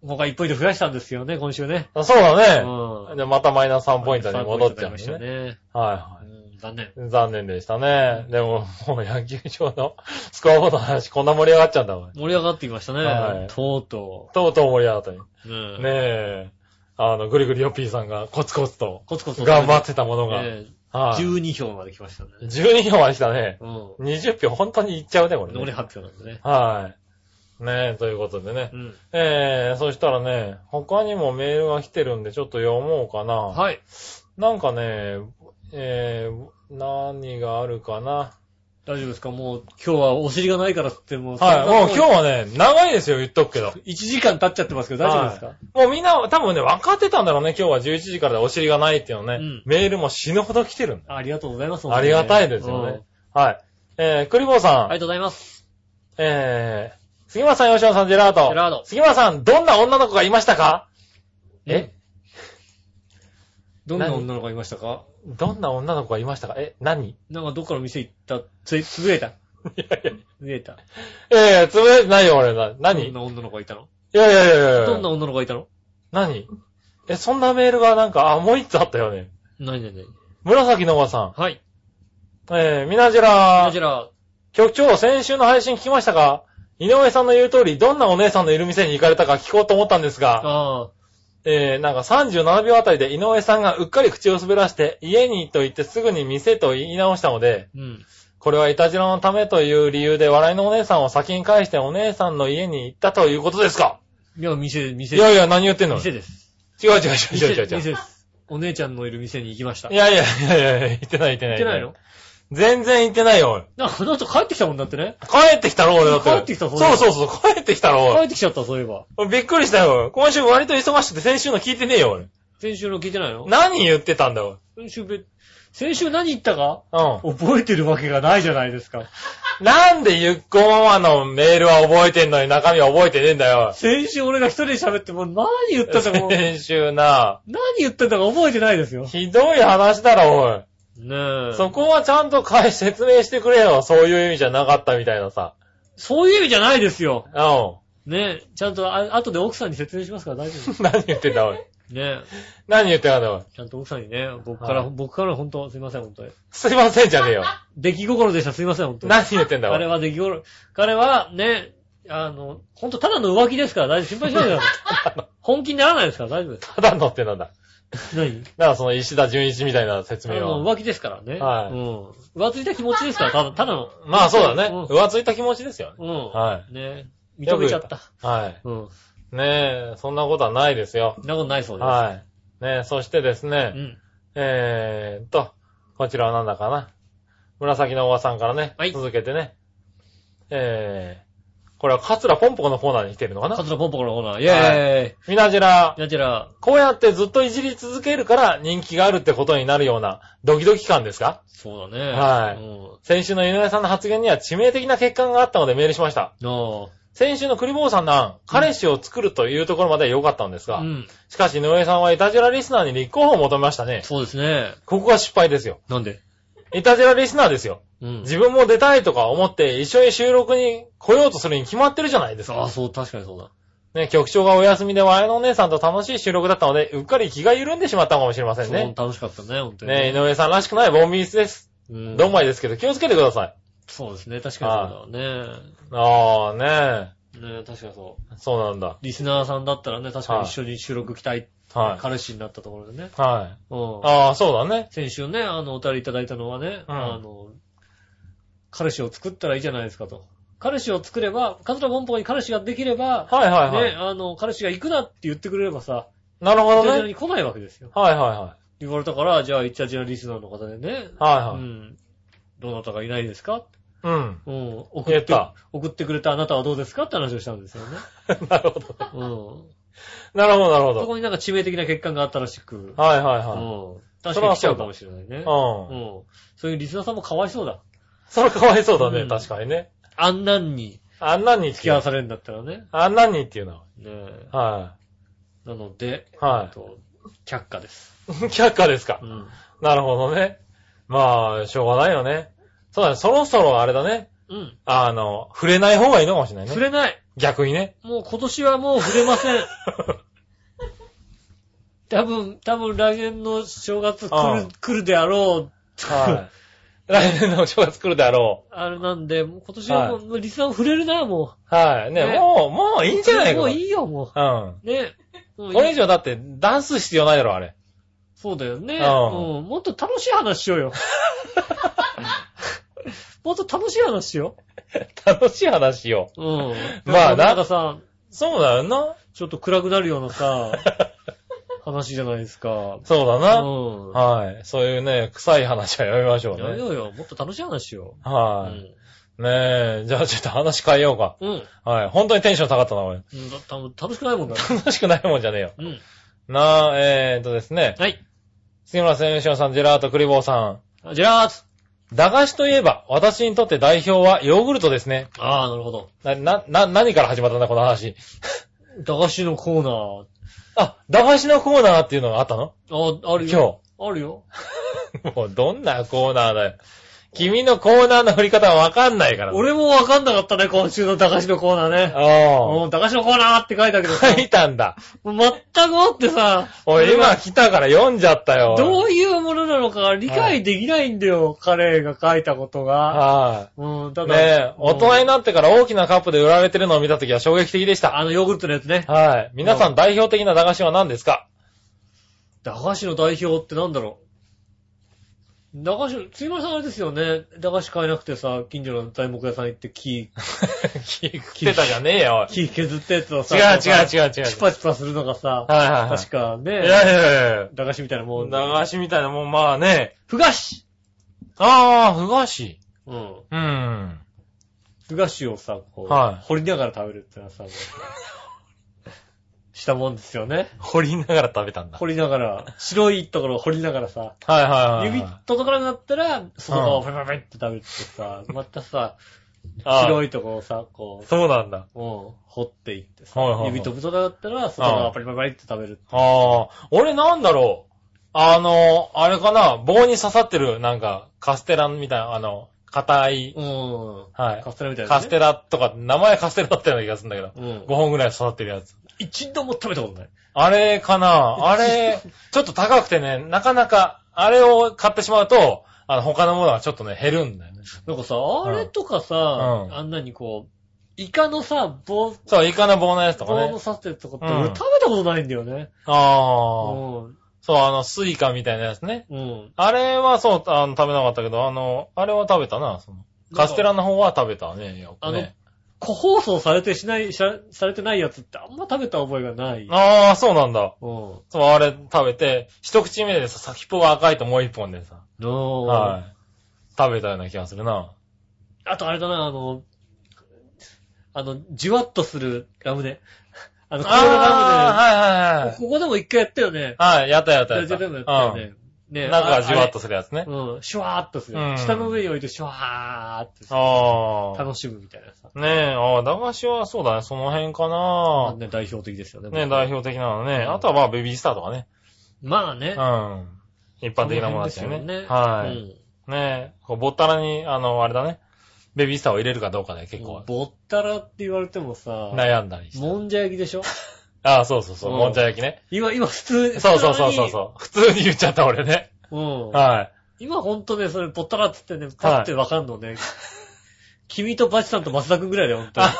他1ポイント増やしたんですよね、今週ね。あそうだね。うん。で、またマイナス3ポイントに戻っちゃうんまでしたすね。ね。はうん残念。いはい。残念でしたね。でも、もう野球場の スコアボードの話、こんな盛り上がっちゃうんだもん。盛り上がってきましたはねい。とうととうとう盛り上がったね。う。ねねえ。あの、ぐりぐりよっぴーさんがコツコツとコツコツ頑張ってたものが。ええはい。 12票まで来ましたね。 12票までしたね。うん。 20票本当にいっちゃうね、これね、残り8票なんでね。はい。ねえ、ということでね。うん。えー、そしたらね、他にもメールが来てるんで、ちょっと読もうかな。はい。なんかね、えー、何があるかな。大丈夫ですかもう今日はお尻がないからって言っても。はい、もう今日。日はね、長いですよ、言っとくけど。 1時間経っちゃってますけど大丈夫ですかもうみんな、多分ね、分かってたんだろうね、今日は11時からでお尻がないっていうのね、うんメールも死ぬほど来てるんだ。ありがとうございます。ありがたいですようんね。はい。えー、クリボーさん。ありがとうございます。えー、杉村さん、吉野さん、ジェラート。ジェラード杉村さん、どんな女の子がいましたかえどんな女の子がいましたかどんな女の子がいましたかえ、何 なんかどっかの店行った、つい、つぶえた。いやいやつぶえた。いやいや、つぶれてないよ、俺な。何どんいな女の子がいたのやいやいやいや。どんな女の子がいたの何え、そんなメールがなんか、あ、もう一つあったよね。何何何紫のおばさはい。ん。えー、みなじこらち。ら、局長、先週の配信聞きましたか井上さんの言う通り、どんなお姉さんのいる店に行かれたか聞こうと思ったんですが、ああ、えー、なんか37秒あたりで井上さんがうっかり口を滑らして、家にと言ってすぐに店と言い直したので、うん。これはいたじらのためという理由で笑いのお姉さんを先に返してお姉さんの家に行ったということですかいや、店、店いやいや、何言ってんの違店うです。違う違う店違う違う店違でう。す。お姉ちゃんのいる店に行きました。い行やいやいやいやいや、行ってない行ってない。ってないの全然行ってないよ。なんか、なんと帰ってきたもんだってね。帰ってきたろ、俺だって。帰ってきたそそうういえばそうそう、帰ってきた帰ろ。ってきちゃった、そういえば。俺びっくりしたよ。今週割と忙しくて先週の聞いてねえよ、俺。先週の聞いてないの何言ってたんだよ。先週べ、先週何言ったかう覚えてるわけがないじゃないですか。ん。なんでゆっこママのメールは覚えてんのに中身は覚えてねえんだよ。先週俺が一人で喋ってもう何言ったかもう、先週な、何言ったんだか覚えてないですよ。ひどい話だろ、おい。ねえ。そこはちゃんと返し説明してくれよ。そういう意味じゃなかったみたいなさ。そういう意味じゃないですよ。うん。 ねえ。ちゃんと、あ後で奥さんに説明しますから大丈夫です。何言ってんだ、おい。ねえ。何言ってたんだ、おい。ちゃんと奥さんにね、僕から、はい僕から本当すいません、本当に。すいませんじゃねえよ。出来心でした、すいません、本当に。何言ってんだ、お彼い。は出来心、彼はね、あの、本当ただの浮気ですから大丈夫、心配しないでください。本気にならないですから大丈夫でただのってなんだ。す。何だからその石田純一みたいな説あ明の、を。浮気ですからね。はいうん。浮ついた気持ちですから、ただ、ただの。まあそうだね。うん浮ついた気持ちですよね。うん。はね認めちゃった。はい。うん。ねえ、そんなことはないですよそ。んなことないそうです。はい。ねえ、そしてですうね、ん。えーっと、こちらはなんだかな。紫のおばさんからね、はい続けてね。えー、これはカツラポンポコのコーナーに来てるのかカなツラポンポコのコーナー、イェーイ。みなじら、やちら、こうやってずっといじり続けるから人気があるってことになるようなドキドキ感ですかそうだね。はいうん先週の井上さんの発言には致命的な欠陥があったのでメールしました。あ先週のクリボーさんの案、彼氏を作るというところまでは良かったんですあ。が、うん。しかし井上さんはイタジラリスナーに立候補を求めましたね。そうですね。ここが失敗ですよ。なんでイタジラリスナーですよ。うん。自分も出たいとか思って一緒に収録に来ようとするに決まってるじゃないですああ、か。そう、確かにそうだ。ね、局長がお休みでワイのお姉さんと楽しい収録だったので、うっかり気が緩んでしまったのかもしれませんそうね。楽しかったね、本当に。ね、井上さんらしくないボンビースです。うんどんまいですけど気をつけてください。そうですね、確かにそうだあーねね。ね確かにそう。え。そうなんだ。リスナーさんだったらね、確かに一緒に収録来たい。はい。彼氏になったところでね。はい。うん。ああ、そうだね。先週ね、あの、お便りいただいたのはね、うんあの、彼氏を作ったらいいじゃないですかと。彼氏を作れば、カズラボンポンに彼氏ができれば、はいはいはね、い。あの、彼氏が行くなって言ってくれればさ、なるほどイタジラね。に来ないわけですよ。はいはいは言われたから、じゃあ、イタジラリスナーの方でね、い。はういはい。ん。どなたかいないですかうん。 うん。送言っってた、送ってくれたあなたはどうですかって話をしたんですよ ね。なるほど。うん。なるほどなるほそど。こになんか致命的な欠陥があったらしく、はいはいうはん。確かに来ちゃうかもしれないね。うい。うん。ん。そういうリスナーさんもかわいそうだ。それかわいそうだうね、ん確かにね。あんなんにあんなに付付きき合合わう。されるんだったらね。あんなにっていうのは。ねえ。はなので、い。はえっと却下です。い。 却下ですかう。ん。なるほどね。まあ、しょうがないよね。そうだね、そろそろあれだね。うん。あの、触れない方がいいのかもしれない触ね。れない。逆にね。もう今年はもう触れま せん。多分、多分来年の正月来ある、来るであろう。はい。 来年のお正月来るだろ あれなんで、もう今年はもう、はもうリスナーも触れるな、もう。はい。ね、ねもう、もういいんう。じゃないかもな。ういいよ、もうん。う。ね。もういいこれ以上だって出す必要ないだろ、あれ。そうだよね。うんうん。もっと楽しい話しよう よ。もっと楽しい話しよ楽しい話よ。う。うん。まあななんかさ、そうだよな。ちょっと暗くなるようなさ、話じゃないですか。そうだうな。ん。はい。そういうね、臭い話はやめましょうやめね。ようよ。もっと楽しい話しよう。うはん。い。ねえ、じゃあちょっと話変えようか。うん。はい。本当にテンション下がったな、俺。うんだ多分楽しくないもんだ。楽しくないもんじゃねえよ。うん。なあ、えーっとですね。はい。杉村選手さん、ジェラート、クリボーさあジェラーツん。駄菓子といえば、私にとって代表はヨーグルトですね。ああ、なるほど。な、な、な、何から始まったんだ、この話。駄菓子のコーナー。あ、駄菓子のコーナーっていうのがあったのあ、あるよ。今あるよ。日。 もう、どんなコーナーだよ。君のコーナーの振り方はわかんないから。俺もわかんなかったね、今週の駄菓子のコーナーね。あうん、駄菓子のコーナーって書いたけどあ。さ、書いたんだ。もう全くもってさ、俺今来たから読んじゃったよ。どういうものなのか理解できないんだよ、彼が書いたことが。はうん、い。ただ、ねえ、大人にななってから大きなカップで売られてるのを見たときは衝撃的でした。あのヨーグルトのやつね。はい。皆さん代表的な駄菓子は何です か駄菓子の代表ってなんだろう。駄菓子、ついませんあれですよね。駄菓子買えなくてさ、近所の材木屋さん行って木、聞いてたじゃねえよ。木削ってやつを違さ、う違う違う違う。チュパチュパするのがさ、はいはいはい。確かいやね、いやいやいや。駄菓子みたいなもん。駄菓子みたいなもん、まあね。ふがしああ、ふ菓子。うん。うん。ふ菓子をさ、こう、はい掘りながら食べるってのは さ、もうしたもんですよね。掘りながら食べたんだ。掘りながら、白いところを掘りながらさ、はいはいはい。指届かなくなったら、そのままペペペって食べてさ、またさ、 ああ白いところをさ、こそうなんだ。う、うん、掘っていってさはいはいは、い指飛ぶとかだったら、そのままパリパリパリって食べる。ああ、俺なんだろう。あの、あれかな、棒に刺さってる、なんか、カステラみたいな、あの、硬い、うん。はいカ。ステラみたいな、カステラ。ラとか、名前カステラだったような気がするんだけど、うん5。本ぐらい刺さってるやつ。一度も食べたことない。あれかな、あ れ、ちょっと高くてね、なかなか、あれを買ってしまうと、あの、他のものがちょっとね、減るんだよね。なんかさ、あれとかさう、んあんなにこう、イカのさ、棒、そう、イカの棒のやつとか棒のね。刺してるとこって、うん俺食べたことないんだよね。ああ、うん。そう、あの、スイカみたいなやつね。うん。あれはそう、あの、食べなかったけど、あの、あれは食べたな、その。カステラの方は食べたね、よくあのね。個包装されてしない、しゃされてないやつってあんま食べた覚えがない。ああ、そうなんだ。うん。そう、あれ食べて、一口目でさ、先っぽが赤いともう一本でさ、のはい。食べたような気がするな。あとあれだな、あの、あの、じわっとするラムネ。 あの、このラあーはいはいムネ。はここでも一回やったよね。い。はい、やったやったやった。でもやったよね。うねん。中がじわっとすするやつね。る。うん、シュワーっとするう。ん下の上に置いてシュワーってさああ。楽しむみたいなさ。ねえ、ああ、駄菓子はそうだね、その辺かまあな。ね、代表的ですよね。ねえ、代表的なのうね。んあとはまあ、ベビースターとかね。まあうね。ん。一般的なものだったよこの辺ね。ですよはうい。んねえ、こうぼったらに、あの、あれだね。ベビースターを入れるかどうかで結構ぼったらって言われてもさ、悩んだりして。もんじゃ焼きでしょああ、そうそうそう、うんもんじゃ焼きね。今、今普通、そうそうそうそうそう。普通に言っちゃった俺ね。う。うん。 はい。今ほんとね、それ、ぽったらっつってね、パッてわかんのね。君とバチさんと松田くんぐらいだよ、ほんとあ、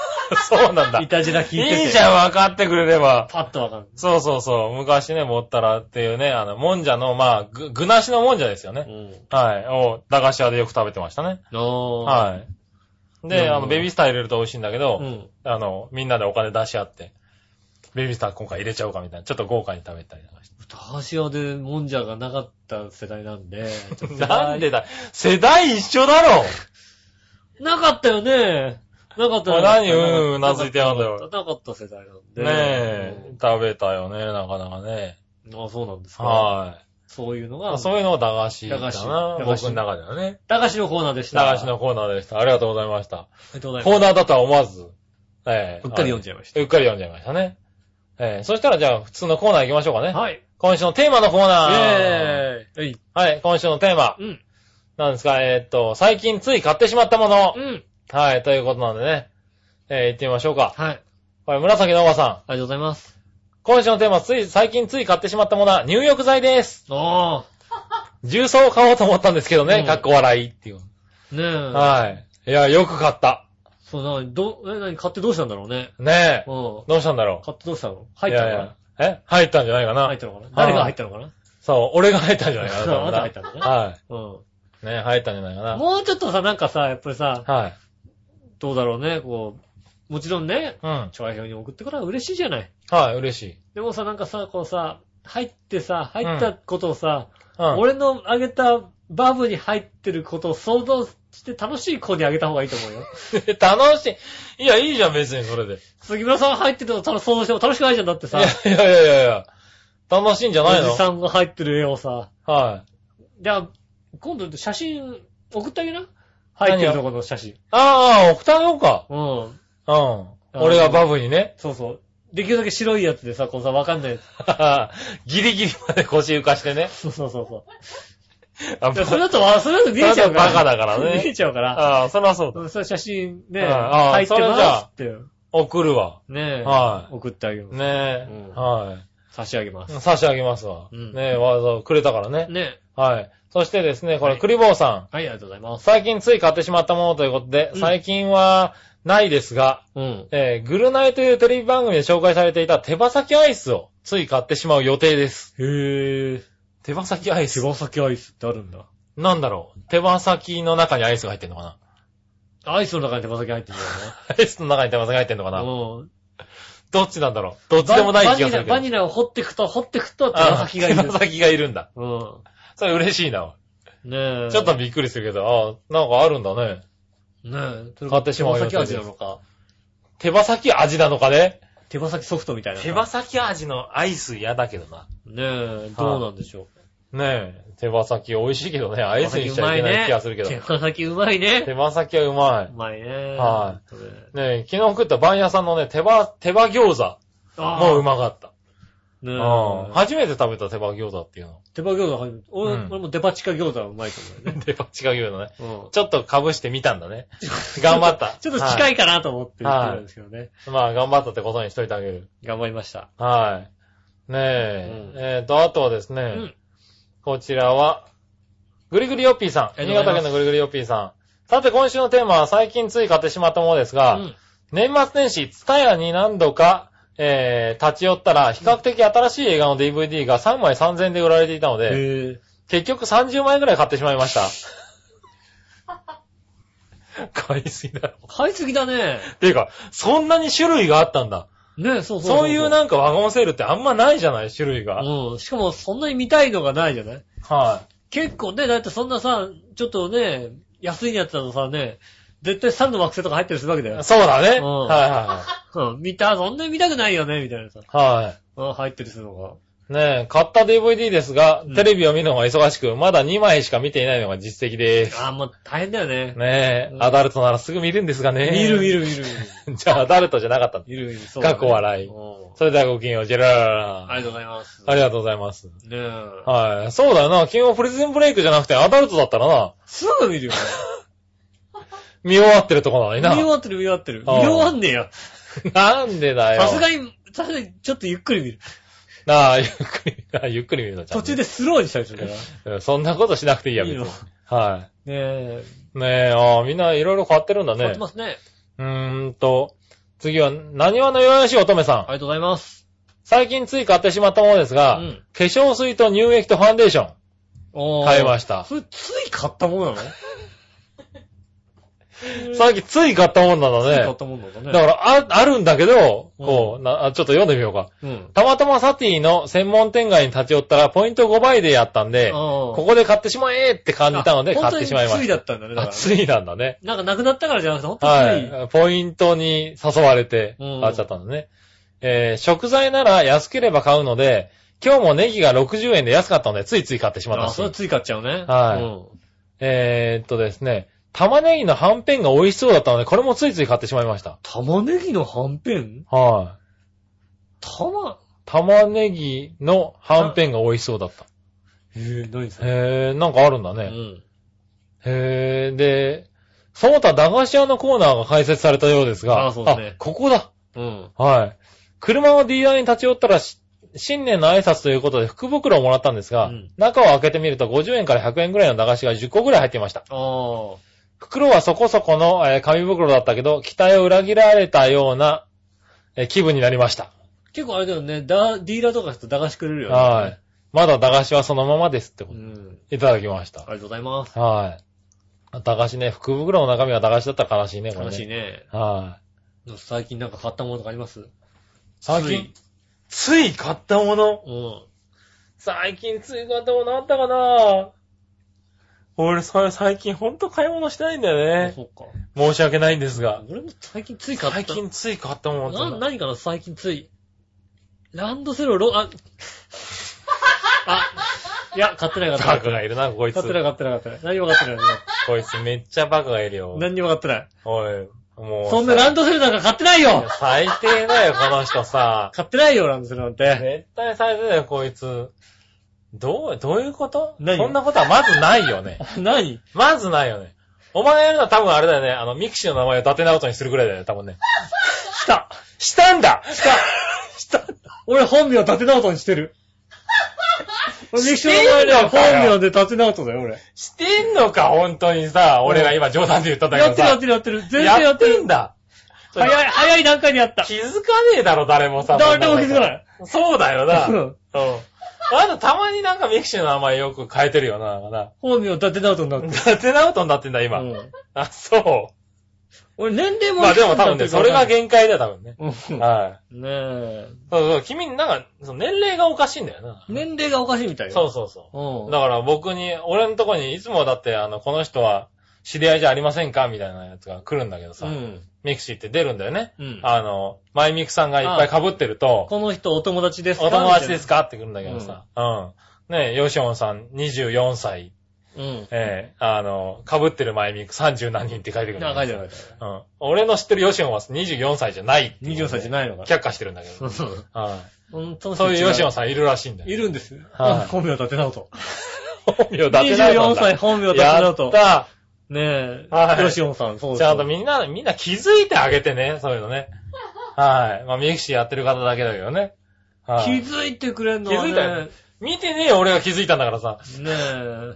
そうなんだ。に。いいたじら聞いてて。いじゃん、分かってくれれば。パッとわかる。そうそうそう。昔ね、ぼったらっていうね、あの、もんじゃの、まあ、ぐ、具なしのもんじゃですようね。ん。はい。を、駄菓子屋でよく食べてましたね。のはい。で、うんあの、ベビースター入れると美味しいんだけど、うん。あの、みんなでお金出し合って、ベビースター今回入れちゃおうかみたいな、ちょっと豪華に食べたりとかして。駄菓子屋でもんじゃがなかった世代なんで。ちょっ と世代 なんでだ世代一緒だ ろなかったよね。なかったおよい何うんうなずいてやがんだよ なかったなかった世代なんで。ねえ、食べたよね、なかなかね。うん。あ、そうなんですか。はそういうのい。が、そういうのを駄菓子だ駄菓子な。駄菓僕子の中ではね。駄菓子のコーナーでした。駄菓子のコーナーでした。ありがとうございました。ありがとうございコまーナーだとは思わず、ええす。うっかり読んじゃいましうっかり読んじゃいましたね。ええそしたらじゃあ、普通のコーナー行きましょうかね。た。はい。今週のテーマのコーイェナー。ーイ。はい。はい、今週のテーマ。うん。なんですか、えーっと、最近つい買ってしまったもの。うん。はい、ということなんでね。えー、行ってみましょうか。はい。ありこれ、紫のおばさん。がとうございます。今週のテーマ、つい、最近つい買ってしまったものは入浴剤です。あ重曹を買おうと思ったんですけどね、うんかっこ笑いっていう。あ、ねえ。はい。いや、よく買った。そう、なに、ど、え、なに、買ってどうしたんだろうね。ねえ。うん。どうしたんだろう。買ってどうしたの入ったのかないやいやえ入ったんじゃないかな。入ったのかな誰が入ったのかなそう、俺が入ったんじゃな いかな。そう多分なあなた入ったのねはうん。い。ね入ったんじゃないかな。もうちょっとさ、なんかさ、やっぱりさ、はい。どうだろうね、こう、もちろんね、うん。調和表に送ってくれば嬉しいじゃない。はい、嬉しい。でもさ、なんかさ、こうさ、入ってさ、入ったことをさ、うん。俺のあげたバブに入ってることを想像して楽しい子にあげた方がいいと思うよ。 楽しい。いや、いいじゃん、別にそれで。い杉村さんが入ってるのをただ想像しても楽しくないじゃんだってさ、やいやいやいやいや。楽しいんじゃないおのじさんが入ってる絵をさ、はい。じゃあ、今度写真送ってあげな。入ってるとこの写真。ああ、送ってあげようか。うん。うん。の俺がバブにね。 そうそう。できるだけ白いやつでさ、こうさ、わかんないやつ。ギリギリまで腰浮かしてね。そうそうそう そう。あ、いや それだとわ、それだと見えちゃうから。それだとバカだからね 見えちゃうから。ああ、それはそうだ。うんそういう写真ね、うんああ入ってますって。送るわ。ねえ、は送ってあげます。ねうえん。は差し上げます。い。差し上げますわ。うんねえ、わざわざくれたからね。ねはい。そしてですね、こはれ、いクリボーさん。はい、ありがとうございます。最近つい買ってしまったものということで、うん最近はないですが、うん。えー、グルナイというテレビ番組で紹介されていた手羽先アイスをつい買ってしまう予定です。へえ。手羽先アイ手羽先アイスってあるんだ。なんだろう手羽先の中にアイスが入ってんのかな アイスの中に手羽先入ってるんアイスの中に手羽先入ってんのかだなよね。うん。どっちなんだろうどっちでもない気がするけど。バニラバニラを掘ってくと、掘ってくと手羽先がいある手。羽先がいるんだ。うそれ嬉しいな。ん。ねえ。ちょっとびっくりするけど、あなんかあるんだね。ねえ。買ってしまう手よ羽先味なのか。手羽先味なのかね手羽先ソフトみたいな。先味のアイス嫌だけどな。ねえ、どうなんでしょう。ねえ、手羽先美味しいけどね、アイスにしちゃいけない気がするけど。手羽先うまいね。手羽先はうまうまいね。。はいい。ねえ、昨日食った番屋さんのね、手羽、手羽餃子ああ。もうまかった。ねえ。うん。初めて食べた手羽餃子っ ていうの。手羽餃子入る。俺,、うん俺もデパ地下餃子はうまいと思うよね。手羽違う餃子ね。うん。ちょっと被してみたんだね。 頑張った。 ちょっと近い。いかなと思って言ってるんですけどね。まあ、頑張ったってことにしといてあげる。頑張りました。はい。うねんえ。えっと、あとはですうね、ん。こちらは、ぐりぐりよっぴーさん。あり新がとうございま潟す県のぐりぐりよっぴーさん。さて、今週のテーマは最近つい買ってしまったものですが、うん年末年始、ツタヤに何度か、えー、立ち寄ったら、比較的新しい映画の DVD が3枚3000円で売られていたので、へえ。 結局30枚ぐらい買ってしまいました。買いすぎだろ。買いすぎだね。ていうか、そんなに種類があったんだ。ね、そうそうそういうなんかワゴンセールってあんまないじゃない、種類が。うん。しかもそんなに見たいのがないじゃないは結構ね、だってそんなさ、ちょっとね、安いやつだとさ、ね、絶対サンの惑星とか入ってるするわけだよい。。そうだね。うんはうん。見た、そんなに見たくないよね、みたいなさ。いはいはい。はうん、入ってるするのが。い。ねえ、買った DVD ですがうん、テレビを見るのが忙しく、まだ2枚しか見ていないのが実績です。あー、もう大変だよね。ねえう、んアダルトならすぐ見るんですがね。見る見る見るる。 じゃあアダルトじゃなかったんだ見る。見る見る。そうだね 過去笑いうん。それではごきげんよう、ジェラララありがとうごう。ざいます。ありがとうございます。ねえ。はい。そうだよな。君もプリズンブレイクじゃなくてアダルトだったらな、すぐ見るよ。見終わってるとこなのに見な。終わってる見終わってる。見あー終わんねえよ。なんでだよ。さすがに、さすがにちょっとゆっくり見る。なあ、ゆっくり、あゆっくり見るの、ちゃん途と中でスローにしたりするから。うんそんなことしなくていいや、いい別のに。はねえ。い。ねえ、ああ、みんないろいろ変わってるんだ変わっねて。ますね。うーんと、次は、何話のよやしい乙女さん。ありがとうございます。最近つい買ってしまったものですが、うん化粧水と乳液とファンデーション、おー買いました。それつい買ったものなの最近つい買ったもんなのつい買ねっ。たものだね。だから、あ、あるんだけど、うんこう、な、あちょっと読んでみようか。うん。たまたまサティの専門店街に立ち寄ったら、ポイント5倍でやったんで、こここで買ってしまえって感じたので、買ってしまいまついしだた。ったんだね、だあ、から。ついなんだね。なんかなくなったからじゃなくて、ほんとつい。はい。ポイントに誘われて、うん買っちゃったんだね。えー食材なら安ければ買うので、今日もネギが60円で安かったので、ついつい買ってしまったあ、んですそれよ。つい買っちゃうね。はいえーっとですね、玉ねぎのはんぺんが美味しそうだったので、これもついつい買ってしまいました。うん。玉ねぎのはんぺんはい。玉玉ねぎのはんぺんが美味しそうだった。えぇ、何それへー、なんかあるんだうね。ん。へー、で、その他駄菓子屋のコーナーが開設されたようですが、あそうですねここだ。うん。はい。車の D ラーに立ち寄ったらし、新年の挨拶ということで福袋をもらったんですが、うん中を開けてみると50円から100円ぐらいの駄菓子が10個ぐらい入っていました。ああ。袋はそこそこの、えー紙袋だったけど、期待を裏切られたような、えー気分になりました。結構あれだよね、ダディーラーとかして駄菓子くれるよね。はい。まだ駄菓子はそのままですってこうと。ん。いただきましあたり。がとうございます。はい。駄菓子ね、福袋の中身が駄菓子だったら悲しいね、これ、ね。悲しいね。はい。最近なんか買ったものとかあります最近、つい買ったものうん。最近追加ってもなったかな俺、それ最近ほんと買い物してないんだよあね。そうか。申し訳ないんですが。俺も最近つい買った。最近つい買ったもんな、何かな最近つい。ランドセルをロ、 あ、あ、いや、買ってない買ってなバい。カがいるな、こいつ買っ。てない買ってない買ってない。何も買ってない。 こいつめっちゃバカがいるよ。何にも買ってない。おい、もう。そんなランドセルなんか買ってないよ最低だよ、この人さ。買ってないよ、ランドセルなんて。絶対最低だよ、こいつ。どう、どういうこと何そんなことはまずないよね。 何まずないよね。お前がやるのは多分あれだよね。あの、ミクシーの名前を伊達直人にするぐらいだよね、多分ね。した。したんだした。した。俺本名立て直人にして る。俺、ミキシの前ではしてんのか本よ名で立て直人だよ、俺。してんのか、本当にさ。俺が今冗談で言っただけやどってさ。るやってるやってる。全然ややっっててるん。だ。早い、早い段階でやった。気づかねえだろ、誰もさ。。誰も気づかないそうだよ な。ううん。んあと、たまになんかミクシーの名前よく変えてるよな、なんか本名立て直人になってな。る。伊達直人になってんだ、今。うんあ、そ俺、年齢う。も。まあでも多分ね、それが原限界だよ、多分ね。因。はい。ねえ。そうそう、君、なんか、その年齢がおかしいんだよな。年齢がおかしいみたいよ。そうそうそう。うだから僕に、俺のとこにいつもだって、あの、この人は知り合いじゃありませんかみたいなやつが来るんだけどさ、ん。うん。ミクシーって出るんだよね。うん。あの、マイミクさんがいっぱい被ってると、この人お友達ですかお友達ですかかって来るんだけどさ、うん。ねえ、ヨシオンさん24歳、うん。ええあの、被ってるマイミク30何人って書いてくるんだ長いじゃないか。うん。俺の知ってるヨシオンは24歳じゃないっていう24歳じゃないのか。却下してるんだけど。そうは本い。当そういうヨシオはンさんいるらしいんだいよ。るんです。はい本名立て直人。本名だってないもん24だ歳本名立てや直っ人。たねはえ。いよしおんさん、そうです。ちゃんとみんな、みんな気づいてあげてね、そういうのね。はい。まあ、ミクシーやってる方だけだけどね。は気い。づいてくれんのはね。気づいたよ見てねえよ、俺が気づいたんだからさ。ねえ。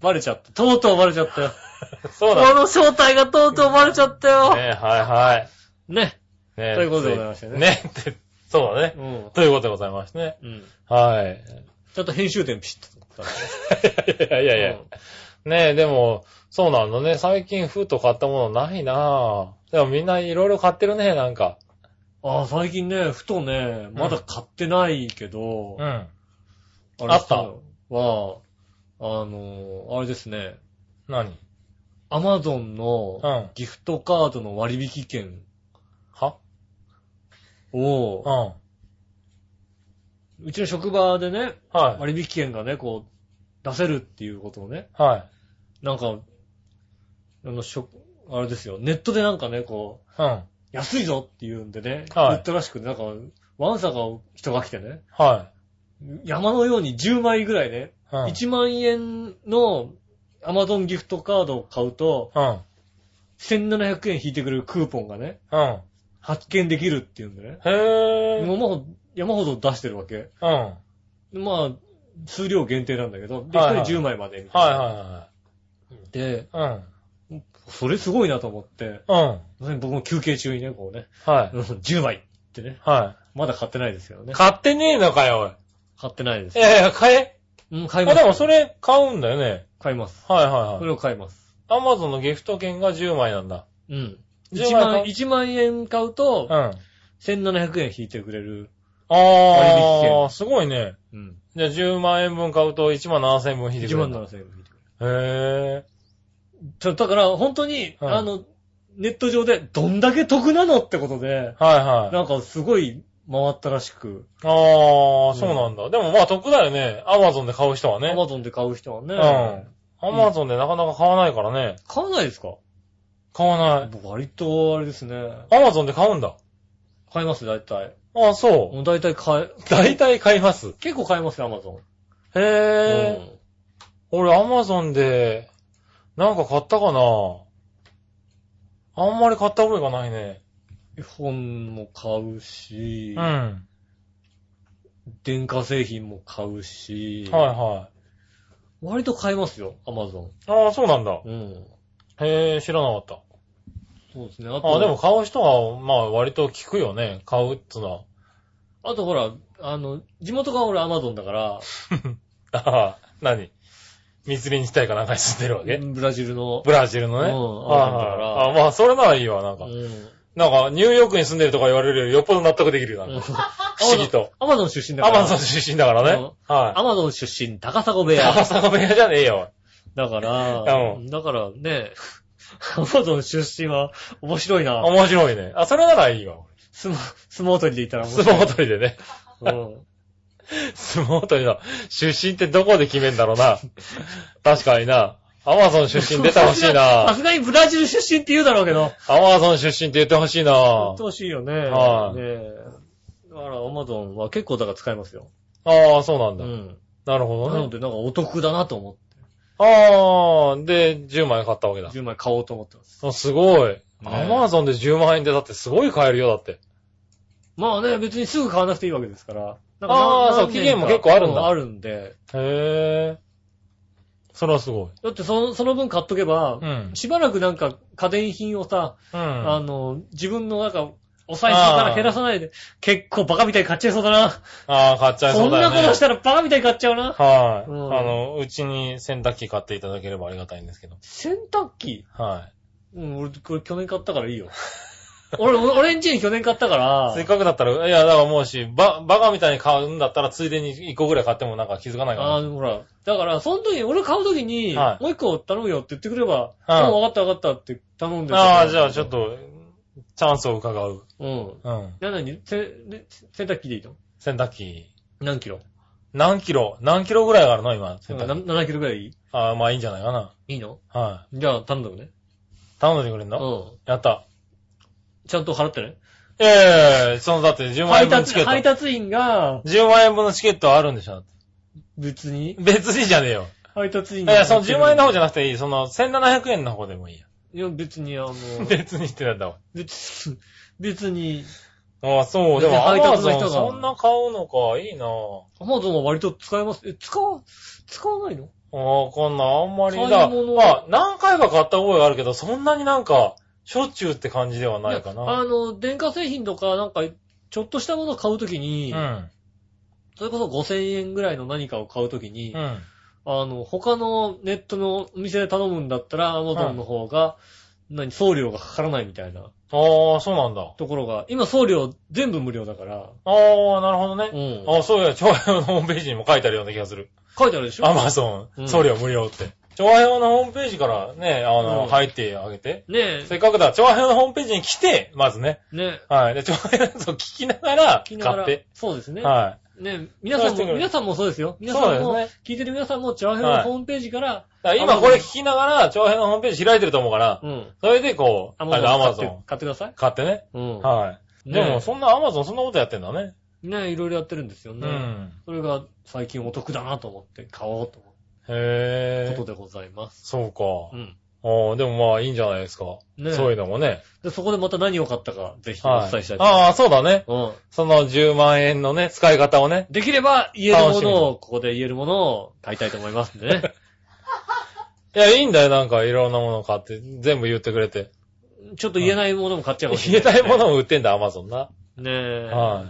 バレちゃった。とうとうバレちゃったよ。そうこだね。の正体がとうとうバレちゃったよ。ねはいはい。ね。ねということでございましたねねって、そうだねう。ん。ということでございましたね。うん。はい。ちゃんと編集点ピシッと。いやいやいやいや。ねえ、でも、そうなんだね。最近フート買ったものないなぁ。でもみんないろいろ買ってるね、なんか。ああ、最近ね、ふとね、まだ買ってないけど、うん。ああったは、あの、あれですね、何アマゾンのうんギフトカードの割引券はうを、ん。うちの職場でね、はい。割引券がね、こう、出せるっていうことをね、はい。なんか、あの、しょ、あれですよ、ネットでなんかね、こう、うん。はい。安いぞっていうんでね、はい言ったらしくて、なんか、ワンサが人が来てね、山のように10枚ぐらいね、うん。 1万円の Amazon ギフトカードを買うと、うん。 1700円引いてくれるクーポンがね、うん。発見できるっていうんでね。へぇー。もうもう山ほど出してるわけ。うん。はいまあ、数量限定なんだけど、で、はいはい1人10枚までみたいな。はで、いはい。それすごいなと思って、うん。うん。僕も休憩中にね、こうね、 はい。 10枚ってね、はまだ買ってないですけどい。ね。買ってねえのかよ、おい。買ってないですい。やいや、買え。うん、買いまあ、す。でもそれ買うんだよね。買います。はいそはいれはい。を買います。アマゾンのギフト券が10枚なんだ。うん。 10 1枚万、買う1万円買うとうん。、あ1700円引いてくれる。引ー、券すごいね。うん。じゃあ10万円分買うと1万7千円分引いてく1れる万んだ。 7000円引いてくれる。へぇちょ、だから本当に、うんあの、ネット上でどんだけ得なのってことで、ー。はいはい。なんかすごい回ったらしく、ああ、そうなんだ。でもまあ得だよね。アマゾンで買う人はアね。マゾンで買う人はね、うん。アマゾンでなかなか買わないからね。買わないですか買わない。僕割とあれですね、アマゾンで買うんだ。買います、大体。ああ、そもう大体買え、う。大体買います。結構買いますよ、アマゾン。へえ。俺、アマゾンで、なんか買ったかなあんまり買った覚えがないね。うん本も買うしうん。、は電化製品も買ういし、は割と買いますよ、アマゾい。ああ、そうなんだ。ン。うん。へえ、知らなかった。そうですね。あと、ああ、でも買う人は、まあ割と聞くよね。買うっつうのは。あとほら、あの、地元が俺アマゾンだから、ああ、 何密林地帯かなんかに住んでるわけ、ブラジルのブラジルのね。うんはいはいだからあまあ、それならいいわ、なんか。うんなんか、ニューヨークに住んでるとか言われるよりよっぽど納得できるよ、なんか。不思議と。アマゾン出身だかアら。マゾン出身だからね。はアマゾン出身、高砂部い。高屋。砂部屋じゃねえよ。だから、うだからね、アマゾン出身は面白いな。面白いね。あ、それならいいわ。相撲、相撲取りで言ったら面相白い。撲取りでね。うん相撲取りの出身ってどこで決めんだろう な。確かにな。アマゾン出身出てほしいさ な。すがにブラジル出身って言うだろうけど。アマゾン出身って言ってほしい言なって。ほしいよね。はいねえだからアマゾンは結構だから使えますよ。ああ、そうなんうだ。ん。なるなほどのね。でなんかお得だなと思って、ああ、で、10万円買ったわけだ。 10枚買おうと思ってます。あすごい。えアマゾンで10万円でだってすごい買えるよ、だって。まあね、別にすぐ買わなくていいわけですから。なんかあーなそ何年うか期限も結構あるんだうあるんで。へえ。それはすごい。だってその、その分買っとけば、うんしばらくなんか家電品をさ、うん。あの、自分のなんか、お財布から減らさないで、結構バカみたいに買っちゃいそうだな。ああ、買っちゃいそそんうだなよことねし。たらバカみたいに買っちゃうな。はい。うんあの、うちに洗濯機買っていただければありがたいんですけど。洗濯機はうん、俺、これ去年買ったからいい よ。俺、俺俺んちに去年買ったからい。せ、っかくだったら、いや、だからもうし、ば、バカみたいに買うんだったら、ついでに1個ぐらい買ってもなんか気づかないかあな。あ、ほら。だから、その時、俺買う時に、はいもう一個頼むよって言ってくれば、はいもう分かった分かったって頼んでああ、じゃあちょっと。と、チャンスを伺う。うん。うん。な、なに、せ、で洗濯機でいいの洗濯機。何キロ何キロ何キロぐらいあるの今、洗濯機。な ?7 キロぐらいいいああ、まあいいんじゃないかな。いいのはじゃあ、頼んだよね。い。頼んでくれんうのん。やった。ちゃんと払ってね。ええ、その、だって10万配円分のチケ達、配ット。達員が、 10万円分のチケットはあるんでしょ別に、別にじゃねえよ。配達員いが。や、その10万円の方じゃゃなくていい。その1700円の方でもいいや。いや、別に、あ の、別にってなんだわ。別に、別に、ああ、そう。で別にも、ア配マ達ゾの人ン、がそんな買うのか。いいなぁ。アマゾンは割と使えます。え、使わ、使わないのああ、こんな、あんまり。買いだ物まあ、何回か買った覚えがあるけど、そんなになんか、しょっちゅうって感じではないかやあな。の、電化製品とか、なんか、ちょっとしたものを買うときうに、ん。それこそ5000円ぐらいの何かを買うときに、うん。あの、他のネットのお店で頼むんだったら、アマゾンの方が、何、送料がかからないみたいなああ、そうなんだ。ところが、今送料全部無料だから、ああ、なるほどね。うん。ああ、そうや、調和用のホームページにも書いてあるような気がする。書いてあるでしょアマゾうン、ん送料無料って。調和用のホームページからね、あうの、ん入ってあげて。ねせっかくだ、調和用のホームページに来て、まずね。え、ねえ。はい。で、調和用のやつを聞きながら、聞きなが買らって。そうですね。はねえ、皆さんそうしてくも、れ皆さんもそうですよ。皆さんそうも、です聞いてる皆さんも、チャワヘのホームページから、い。だから今これ聞きながら、調和用のホームページ開いてると思うから、うん。それでこう、アあマれゾンだ、アマ買っゾてン買ってください。買ってね。うん。はい。でねも、えそんなアマゾンそんなことやってんだね。ねえ、いろいろやってるんですようね。ん。それが最近お得だなと思って買おうと思うへこえと。でございます。そううか。ん。ああ、でもまあいいんじゃないですか。ねえそういうのもね。で、そこでまた何を買ったか、ぜひおは伝えしたいと思いああ、そうだね。ます。その10万円のね、使い方をねう。ん。できれば、言えるも楽しみのを、ここで言えるものを買いたいと思いますんで ね。いや、いいんだよ、なんかいろんなもの買って、全部言ってくれて。ちょっと言えないものも買っちゃうかもし れ言えない、ないものも売ってんだ、アマゾンな。ねえ。は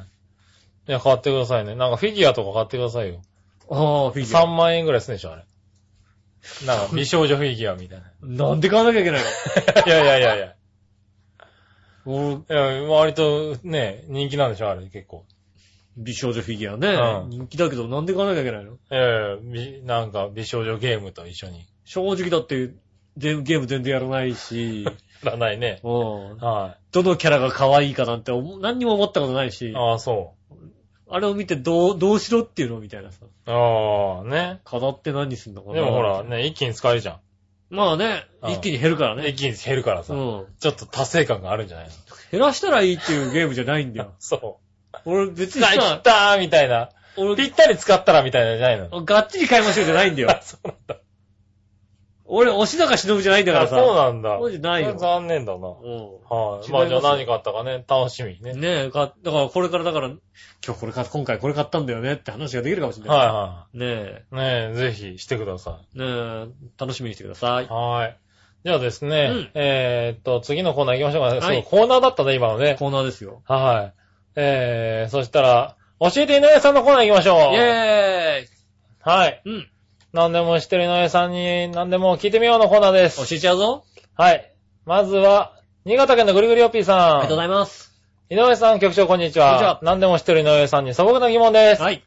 い。いや、買ってくださいね。なんかフィギュアとか買ってくださいよ。ああ、フィギュ3ア。万円ぐらいするんでしょ、あれ。なんか美少女フィギュアみたいな。なんで買わなきゃいけない いやいやいやいや。の俺いや、割とね、人気なんでしょ、あれ結構。美少女フィギュアね、うん人気だけど、なんで買わなきゃいけないのええびなんか美少女ゲームと一緒に。正直だって、全ゲーム全然やらない し、いらないね。うん。はどのキャラが可愛いかなんて思う、何にも思ったことないしい。、ああ、そあれを見てどう、どうしろっていうのみたいなさ。う。ああ、ね。飾って何すんのかなでもほら、。ね、一気に使えるじゃまあね、うん一気に減るからん。一ね。気に減るからうさ。ん。ちょっと達成感があるんじゃないの。減らしたらいいっていうゲームじゃないんだよそう。俺別に使い切さっ、たーみたいな。ぴ俺、ったり使ったらみたいなんじゃないの。がっちり買いましょうじゃないんだよあ。そうなんだ。俺、押し坂忍じゃないんだからあさ。そうなんだ。そうじゃないよこれ残念だな。うはい。違いますまあじゃあ何買ったかね、楽しみね。ん。ねえ、か、だからこれからだから、今日これ買っ今回これ買ったんだよねって話ができるかもしれない。はねえ、いはい。ねえ、ぜひしてください。ねえ、楽しみにしてください。はい。じゃあですね、うんえーっと、次のコーナー行きましょうか。はねいそう、コーナーだったね、今のね。コーナーですよ。はい。えー、そしたら、教えて井上さんのコーナー行きましょう。イェーイはい。うん。何でも知ってる井上さんに何でも聞いてみようのコーナーで教す。えちゃうぞ。はい。まずは、新潟県のぐりぐりおっぴーさん。ありがとうございます。井上さん、局長、こんにちは。こんにちは何でも知ってる井上さんに素朴な疑問です。はい。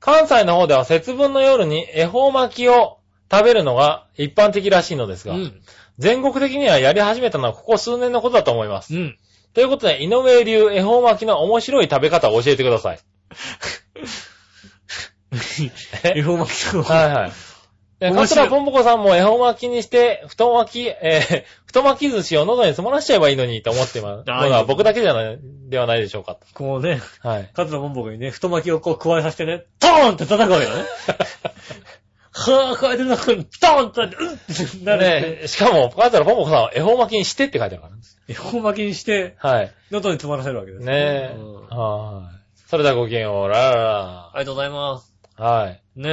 関西の方では節分の夜に恵方巻きを食べるのが一般的らしいのですうが、ん。全国的にはやり始めたのはここ数年のことだと思います。うん。ということで、井上流恵方巻きの面白い食べ方を教えてください。え恵方巻きの。はいはい。で、面白いカツラポンポコさんも恵方巻きにして、太巻き、えー、 太巻き寿司を喉に詰まらしちゃえばいいのにと思ってます。あーのは僕だけじゃない、ではないでしょうか。こうね、はい。カツラモンボウにね、太巻きをこう加えさせてね、トーンって叩くわけだ ね。はぁ、加えてる中に、トーンって、うんってなるって。ね、しかも、カツラポンポコさんは恵方巻きにしてって書いてあるからね。恵方巻きにして、はい。喉に詰まらせるわけですねえ。うんあはい。それではごきげんよう。ララりがとうございます。ラ。はい。ねえ、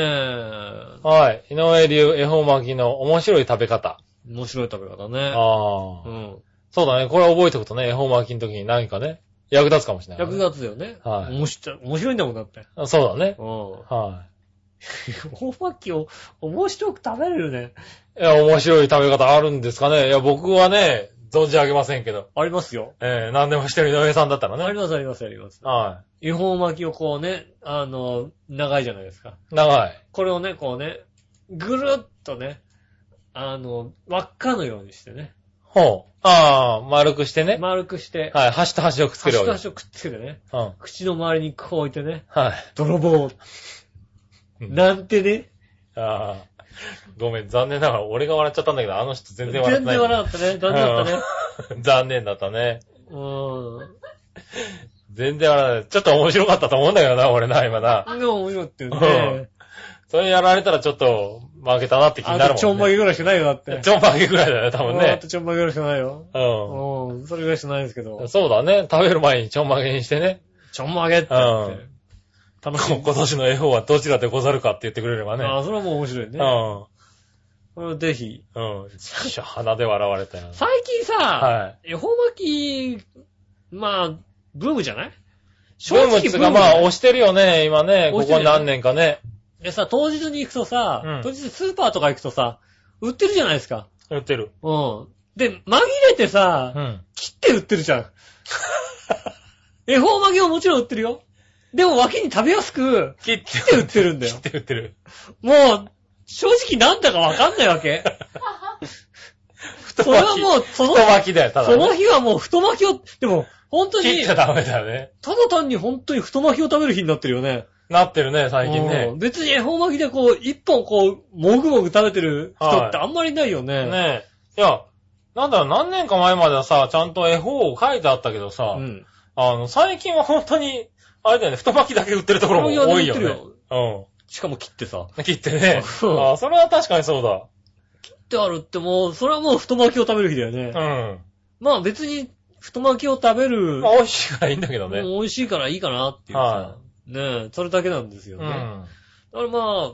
はい。井上流恵方巻きの面白い食べ方。面白い食べ方ね。うああ。ん。そうだね。これ覚えておくとね、恵方巻きの時に何かね、役立つかもしれない、役立つよね。はい面白い面白いんだもんだって。あそうだね。うん。は大巻きを面白く食べれるね。い。いや、面白い食べ方あるんですかね。いや、僕はね、存じ上げませんけど。ありますよ。えー、何でもしてる井上さんだったらありね。ますありますあります。は恵方巻きをこうね、あの、長いじゃないですか。い。長い。これをね、こうね、ぐるっとね、あの、輪っかのようにしてね、ほう。ああ、丸くしてね。丸くして、はい。端と端をくっつける端わとけです。端をくっつけてね、うん。はい。口の周りにこう置いてね、あ泥棒。うんなんてね、あー。ごめん、残念ながら俺が笑っちゃったんだけど、あの人全然笑ってない。なかったね、残念だったね。うん 残念だったね。う全然笑わない。ちょっと面白かったと思うんだけどな、俺な、今な。ん。でも面白かったよね。それやられたらちょっと負けたなって気になあるとちょもんんまね。げぐらいしかないよ、だって。ちょんまげぐらいだよね、多分うんあねと。ちょんまげぐらいしかないよ。ううん。それぐらいしかないですけどん。。そうだね。食べる前にちょんまげにしてね。ちょんまげって言って。楽しこい。今年の絵本はどちらでござるかって言ってくれればね。ああ、それはもう面白いね。うこれをぜひ。ん。うん。ちょ鼻で笑われたよ。最近さ、は恵方巻き、まあ、ブームじゃないブームっつうかまあ、押してるよね、今ね。押こしてこるよね何年かね。でさ、当日に行くとさ、うん当日スーパーとか行くとさ、売ってるじゃないですか。売ってる。うん。で、紛れてさ、うん。切って売ってるじ ゃん。恵方巻きももちろん売ってるよ。でも脇に食べやすく、切って切って売ってるんだよ 切。って売ってる。もう、正直なんだかわかんないわけ。太それはう、もう、その太、巻きだよ、ただそのね。日はもう太巻きを、でも、本当切にっち、ゃダメだね。ただ単に本当に太巻きを食べる日になってるよね。なってるね、最近うねん。別に恵方巻きでこう、一本こう、もぐもぐ食べてる人ってあんまりいないよね。ねえ。いや、なんだろう、何年か前まではさ、ちゃんと絵本を書いてあったけどさ、うん。あの、最近は本当に、あれだよね、太巻きだけ売ってるところも多いよ太巻きだけ売ってね。るようしかも切ってさ。ん。切ってね。うんあそれは確かにそうだ。ってあるってもう、それはもう太巻きを食べる日だよね。うん。まあ別に、太巻きを食べる、まあ、美味しいからいいんだけどもうね。美味しいからいいかなっていうさは。ねえ、それだけなんですようね。ん。だからまあ、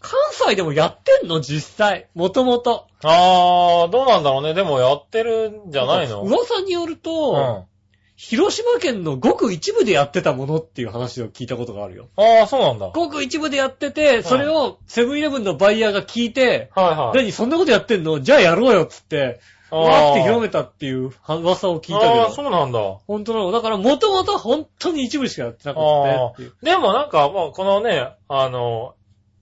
関西でもやってんの実際。もともと。あー、どうなんだろうね。でもやってるんじゃないの噂によると、うん。広島県のごく一部でやってたものっていう話を聞いたことがあるよ。ああ、そうなんだ。はいごく一部でやってて、それをセブンイレブンのバイヤーが聞いて、はい。何そんなことやってんのじゃあやろうよっつって、あーわーって広めたっていう噂を聞いたけああ、ど。そうなんだ。本当なの。だからもともと本当に一部しかやってなかったねあっていう。あ、でもなんか、まあ、このね、あの、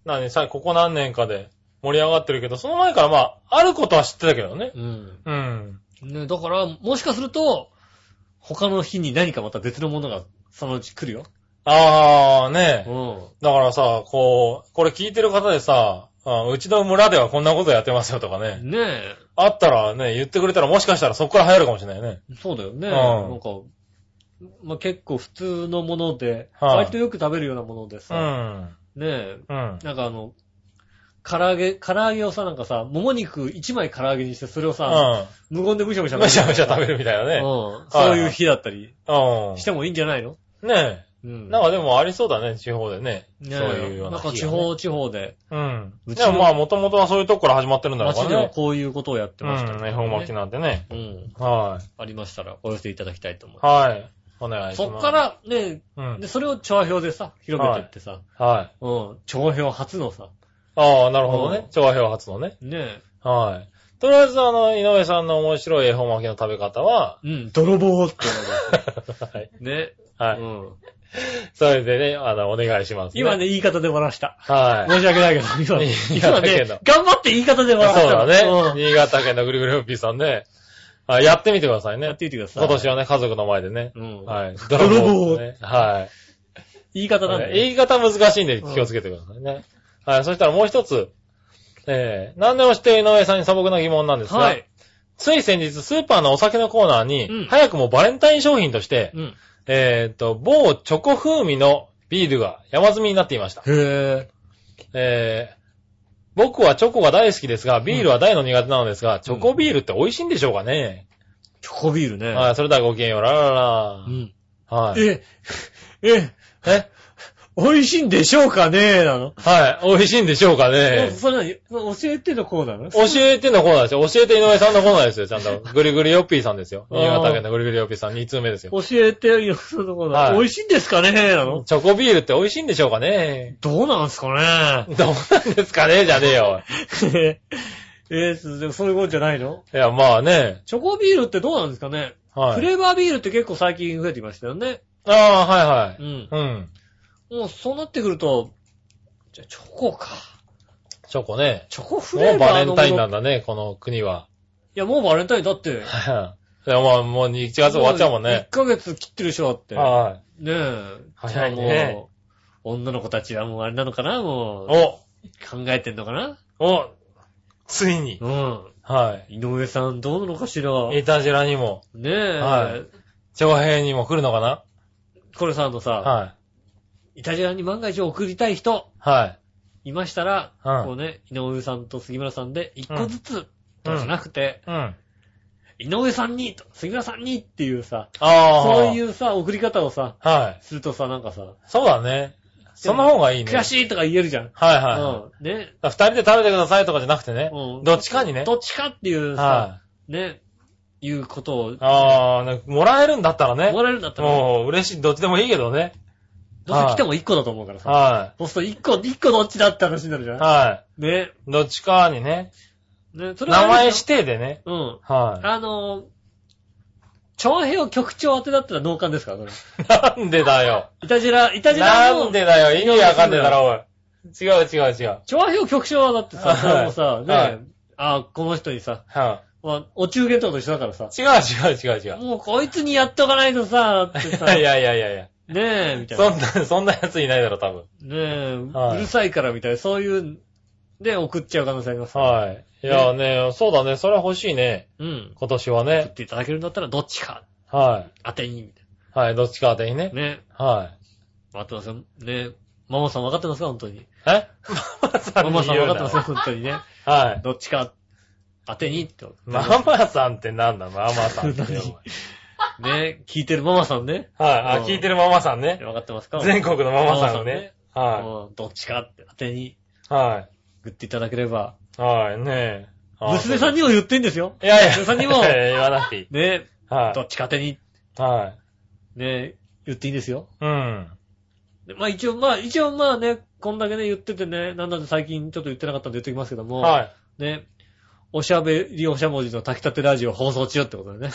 何、さ、ここ何年かで盛り上がってるけど、その前からまあ、あることは知ってたけどね。うん。うん。ね、だから、もしかすると、他の日に何かまた別のものがそのうち来るよ。ああ、ねうえ。ん。だからさ、こう、これ聞いてる方でさ、あうちの村ではこんなことやってますよとかね。ねえ。あったらね、言ってくれたらもしかしたらそこから流行るかもしれないね。そうだよね。うんなんか、まあ、結構普通のもので、はい割とよく食べるようなものでうさ、ん。ねえ、うん。なんかあの、唐揚げ、唐揚げをさ、なんかさ、もも肉1枚唐揚げにして、それをうさ、ん。無言でむしゃむしゃめちゃめちゃ食べる。るみたいなうね。ん。そういう日だったりしうてもいいんじゃないのん。ねうん。え。なんかでもありそうだね、地方でね。ねえ、そういうようななんか日地がね方地方で、うん。うちでのもまあ、もともとはそういうとこから始まってるんだろうから街ね。ではこういうことをやってました、うん、恵方巻きなんてね。うん。はありましたら、お寄せいただきたいと思いい。はい。お願ます。いします。そっか、ら、ね、うんで、。それを調票でさ、広めてってさ、はい。うん。調票初のさ、ああ、なるほどうねん。調和表発のね。ねはい。とりあえず、あの、井上さんの面白い恵方巻きの食べ方は、 え、うん、泥棒ってはい。のが ね。はうい。ん。それでね、あの、お願いします。今ね、。言い方で笑した。はい。申し訳ない けど、今、いや今だけねど、頑張って言い方で笑ったそうだのね。うん新潟県のぐるぐるおっぴーさんね。あやってみてくださいやっね。てみてください。今年はね、家族の前でね。うん。はい。泥棒ねはい。言い方なんだよ。言い方難しいんで気をつけてくださいね。はい、そしたらもう一つ。えー、何でも知っている井上さんに素朴な疑問なんですが、はい。つい先日スーパーのお酒のコーナーに、うん早くもバレンタイン商品として、うん。えーっと、某チョコ風味のビールが山積みになっていました。へえ。えー、僕はチョコが大好きですが、ビールは大の苦手なのですが、チョコビールって美味しいんでしょうかね、チョコビールね。はい、それではごきげんよう、ララララう。ん。はい。え、え、え美味しいんでしょうかねなの。はい、美味しいんでしょうかねえそれ何教えてのコーナーなの教えてのコーナーですよ。教えて井上さんのコーナーですよ。ちゃんと。ぐりぐりよっぴーさんですよ。あ新ー潟県のぐりぐりよっぴーさん2通目ですよ。教えてよ、そのコーナー。はい美味しいんですかねなの。チョコビールって美味しいんでしょうかねどうなんすかねどうなんですかねじゃねえよ。 えー、でもそういうことじゃないのいや、まあね。チョコビールってどうなんですかねはフい。レーバービールって結構最近増えてきましたよね。ああ、はいうん。はい。うん。もうそうなってくると、じゃあチョコか。チョコね。チョコフもレうーババーのレンものタインなんだね、この国は。 いや、もうバレンタインだって。はい。いや、まあ、もう1月終わっちゃうもんね。 1ヶ月切ってるでしょ、だって。はねえ。早いねじゃあもう、女の子たちはもうあれなのかなもう、い。考えてんのかなお、お、ついに。うん。は井上さんどうなのかしらい。ねイタジラにも、え。はい長平にも来るのかなこれさ、あのさ、はイタジアに万が一送りたい人、い。はい。いましたら、うんこうね、井上さんと杉村さんで、一個ずつ、とかじゃなくて、うん。あ井上さんに、と杉村さんにっていうさ、あ。。そういううさ、送り方をさ、はい。するとさ、なんかさ、そうだね。その方がいいね。悔しいとか言えるじゃん。はいはういはい。ん。ね。だから二人で食べてくださいとかじゃなくてね。うんどっちかにね。どっちかっていうさ、はね、いうことをい。、ああ、なんかもらえるんだったらね。もらえるんだったら、もう嬉しい。どっちでもいいけどね。どうせ来ても1個だと思うからさ。はそうすると1個、一個どっちだって話になるじゃい。ないはね。い。どっちかにね、ね、それはあ名れ前で指し定でね。ょうん。はあのー、長編を局長当てだったら脳幹ですから、それ。い。なんでだよ。いたじら、いたじらなんの、でだよ。意味わかんねえだろ、おい。違う違う違う。長編を局長はだってさ、それもさ、はいね、あーこの人にさ、はまあ、お中元とかと一緒だからさ、い。違う違う違う違う。もうこいつにやっとかないとさ、ってさ、いねやいやいやいや。え、みたいそな。ねんな、そんなやついないだろ、多分。え、はいうるさいからみたいな、そういう、で送っちゃう可能性あります。はい。いやね、そうだね、それは欲しいね。うん。今年は送っね。ていただけるんだったら、どっちか、は当てに、みたいい。はい、どっちか当てにね。な。ねは待ってますよ。ねえ、ママさん分かってますか本当に。い。えママさんマにマさん言分うかっなてますよ、本当にね。はい。どっちか、当てにって。ママさんってなんだ、ママさんって。お前何ね、聞いてるママさんね。はい。うんあ、聞いてるママさんね。分かってますか全国のママさんね。はうんどっちかって当てに、い。は言っていただければ。い。はい、ねえ。あ娘さんにも言ってんですよ。いやいや、娘さんにも言わなくていい。ね、はどっちか当てに、い。はね、言っていいんですよ。い。うん。でまあ一応、まあ一応まあね、こんだけね、言っててね、なんなんで最近ちょっと言ってなかったんで言っておきますけども。はい。ね、おしゃべりおしゃもじの炊きたてラジオ放送中ってことでね。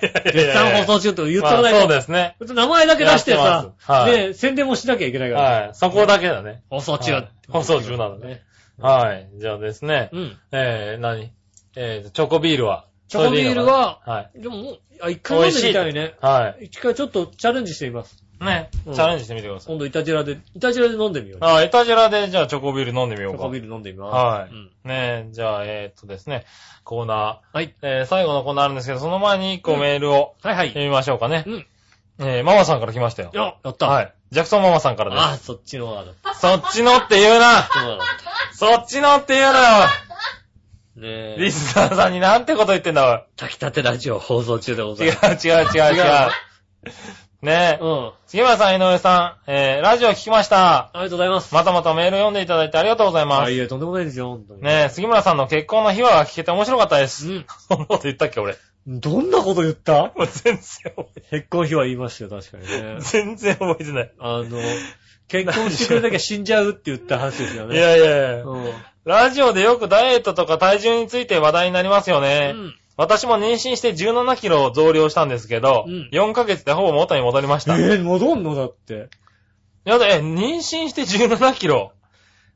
絶絶賛放送中って言っとまかあないそうと。ですね。名前だけ出してやっさてま、すはいね、宣伝もしなきゃいけないから。はい。そこだけだね。放送中、はい放送中なのね。はい。じゃあですね。うん。えー、何えー、チョコビールはチョコビールは、それででももう、あ、一回飲んでみたいね。いいのかなはい。は一回ちょっとチャレンジしてみます。い。ね。うんチャレンジしてみてください。今度イタジラで、イタジラで飲んでみよう。あ、イタジラでじゃあチョコビール飲んでみよチうョか。コビール飲んでみます。はういんねえ、じゃあ、えー、っとですね、コーナー。はい。えー、最後のコーナーあるんですけど、その前に1個メールをはいはい。読みましょうかね。うんえー、ママさんから来ましたよ。よやった。はい。ジャクソンママさんからあであ、そっちの方だ。す。そっちのって言 うそなっちの方だ。そっちのって言うなよねリえ。スナーさんになんてこと言ってんだ炊きたてラジオ放送中でごおい。ざ違うい違ます。う違う違違うう。ねえ。うん。杉村さん、井上さん、えー、ラジオ聞きました。ありがとうございます。またまたメール読んでいただいてありがとうございまあ、す。いえ、とんでもないですよ、本当に。ねえ、杉村さんの結婚の秘話が聞けて面白かったです。そんなこと言ったっけ、俺。うん。どんなこと言ったもう全然覚え、。結婚費は言いましたよ、確かにね全然覚えてない。あの、結婚してくれなきゃ死んじゃうって言った話ですよいね。やいやいやうん。ラジオでよくダイエットとか体重について話題になりますようね。ん。私も妊娠して17キロ増量したんですけど、うん4ヶ月でほぼ元に戻りましえた。ー戻んのだって。やだ、え、妊娠して17キロ。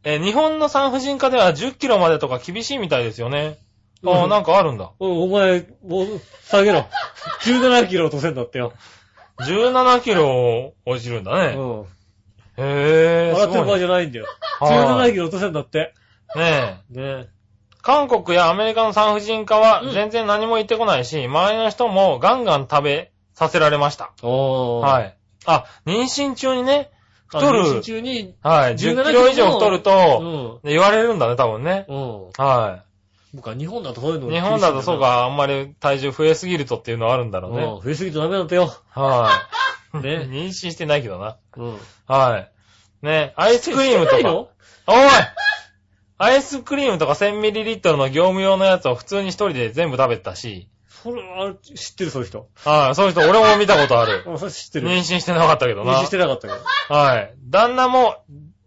え、日本の産婦人科では10キロまでとか厳しいみたいですよね。あうあ、んなんかあるんだ。おお前、もう、下げろ。17キロ落とせんだってよ。 17キロ落ちるんだうね。ん。へえ、す笑ってる場ご合い。じゃないんだよ。はい17キロ落とせんだって。ねえ。ね韓国やアメリカの産婦人科はうん全然何も言ってこないし、周りの人もガンガン食べさせられました。え。お。はいい。あ、妊娠中にね、太太るる。妊娠中に、はい、10キロ以上太るうと、ん。言われるんだね、多分ね。うん。は僕は日本だとそういうのい。厳しいん日よ本なだとそう。か、あんまり体重増えすぎるとっていうのはあるんだろううね。ん。増えすぎてダメなんだよ。はい。ね 妊娠してないけどな。うん。はい。ね、アイスクリームとないか。のおいアイスクリームとか 1000ml の業務用のやつを普通に一人で全部食べてたし。それ、あれ、知ってる、そういう人。はい、そういう人、俺も見たことある。あ、それ知ってる。妊娠してなかったけど妊な。娠してなかったけど。はい。旦那も、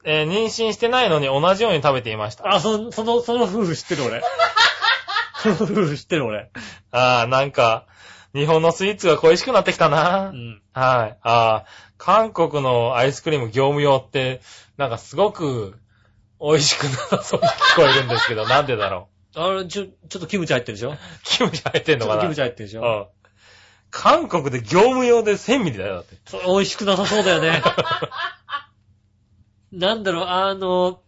えー妊娠してないのに同じように食べていました。あ、そ、その、その夫婦知ってる俺。その夫婦知ってる俺。あー、なんか、日本のスイーツが恋しくなってきたうな。ん。はい。あー、韓国のアイスクリーム業務用って、なんかすごく、美味しくなさそうに聞こえるんで すけど、なんでだろあれ、ちょ、ちょっとキムチ入ってるでしょう。キムチ入ってんちょのっとかなキムチ入ってるでしうょん。韓国で業務用で1000ミリだよ、だって。それ美味しくなさそうだよね。なんだろう、あの、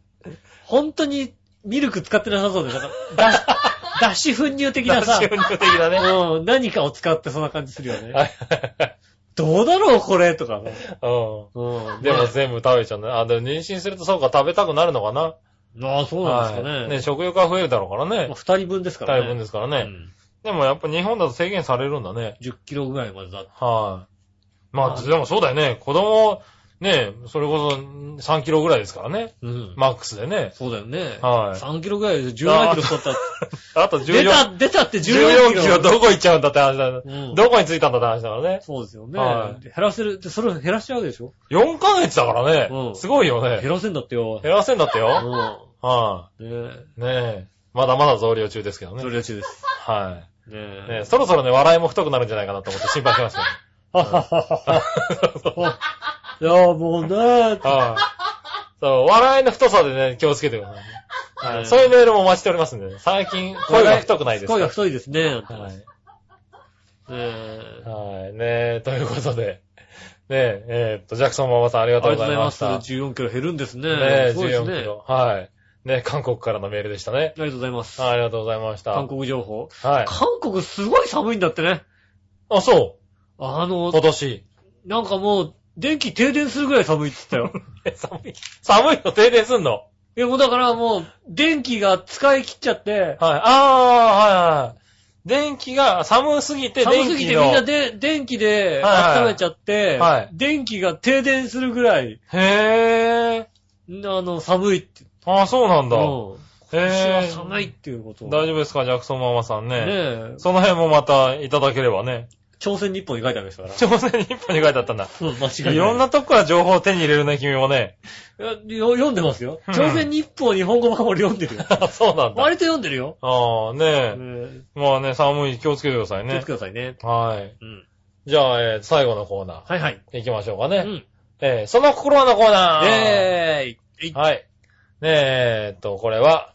本当にミルク使ってなさそうだよ。なん か、だし、だし粉乳的なさ脱、脂粉乳的だね。はいうん、何かを使ってそんな感じするよね。はい どうだろう、これ、とかね。はいうん。うん。でも全部食べちゃうんだ。あ、でも妊娠するとそうか、食べたくなるのかな。ああ、そうなんですかはねい。ね、食欲が増えるだろうからまあね。二人分ですからね。大分ですすからね。でもやっぱ日本だと制限されるんだね。 10キロぐらいまでだって。はい。まはあ、いでもそうだよね。子供ねえ、それこそん3キロぐらいですからね。うん。マックスでね。そうだよね。はい3キロぐらいで17キロ 太ったって。あと出14、た、出たって14 14キロ。キロどこ行っちゃうんだって話だよ。うんどこに着いたんだって話だからね。そうですよね。は減らせるって、それを減らしちゃうでしょ4ヶ月だからね。うんすごいよね減。らせんだってよ。減らせんだってよ。はうん。ねえ。い、ねえ。まだまだ増量中ですけどねそ。れらしいです。はねい、え。ねえそろそろね、笑いも太くなるんじゃないかなと思って心配しまし たよ。はははは。 いや、もうね、はい、そう、笑いの太さでね、気をつけてくださいね。えはい。えそういうメールもお待ちしておりますんでね。最近、声が太くないですか声が太いですね。はねい。えはい。ねえ、ということで。ねえ、えーっと、ジャクソンママさんありあがりとがうとうごござざいいまましす。た。 14キロ減るんですね。ねえ、そうです14ね。あキりロ。はい。ねえ、韓国からのメールでしたね。がとうございます。はいありがとうございました。韓国情報。はい。韓国すごい寒いんだってね。あ、そあう。の、今年。なんかもう、電気停電するぐらい寒いって言ってたよ。え 寒い。寒いの停電すんのはい。いや、もうだからもう、電気が使い切っちゃって、ああー、はいはい。電気が、寒すぎて電寒気の。すぎてみんなで、電気ではい温めちゃってはい、電気が停電するぐらい、へえ。あの、寒いって。ああ、そうなんだ。うん今年はへえ。寒いっていうことを。大丈夫ですか、ジャクソンママさんねね。え。その辺もまたいただければね。朝鮮日報に書いてあるんですから。朝鮮日本に書いてあったんだ。そう、間違いない。いろんなとこから情報を手に入れるね、君もね。 いやよ読んでますよ。うん朝鮮日報、日本語版俺読んで るよ。あそうなんだ。割と読んでるよ。ああ、ねえ。ねまあね、寒い気をつけてください気をねつけて。くださいね。はい。うん。じゃあ、えー最後のコーナはいはい。ー、行きましょうかうね。ん。えーその心はのコーナー。えーい。はい。ねえ、えーっと、これは、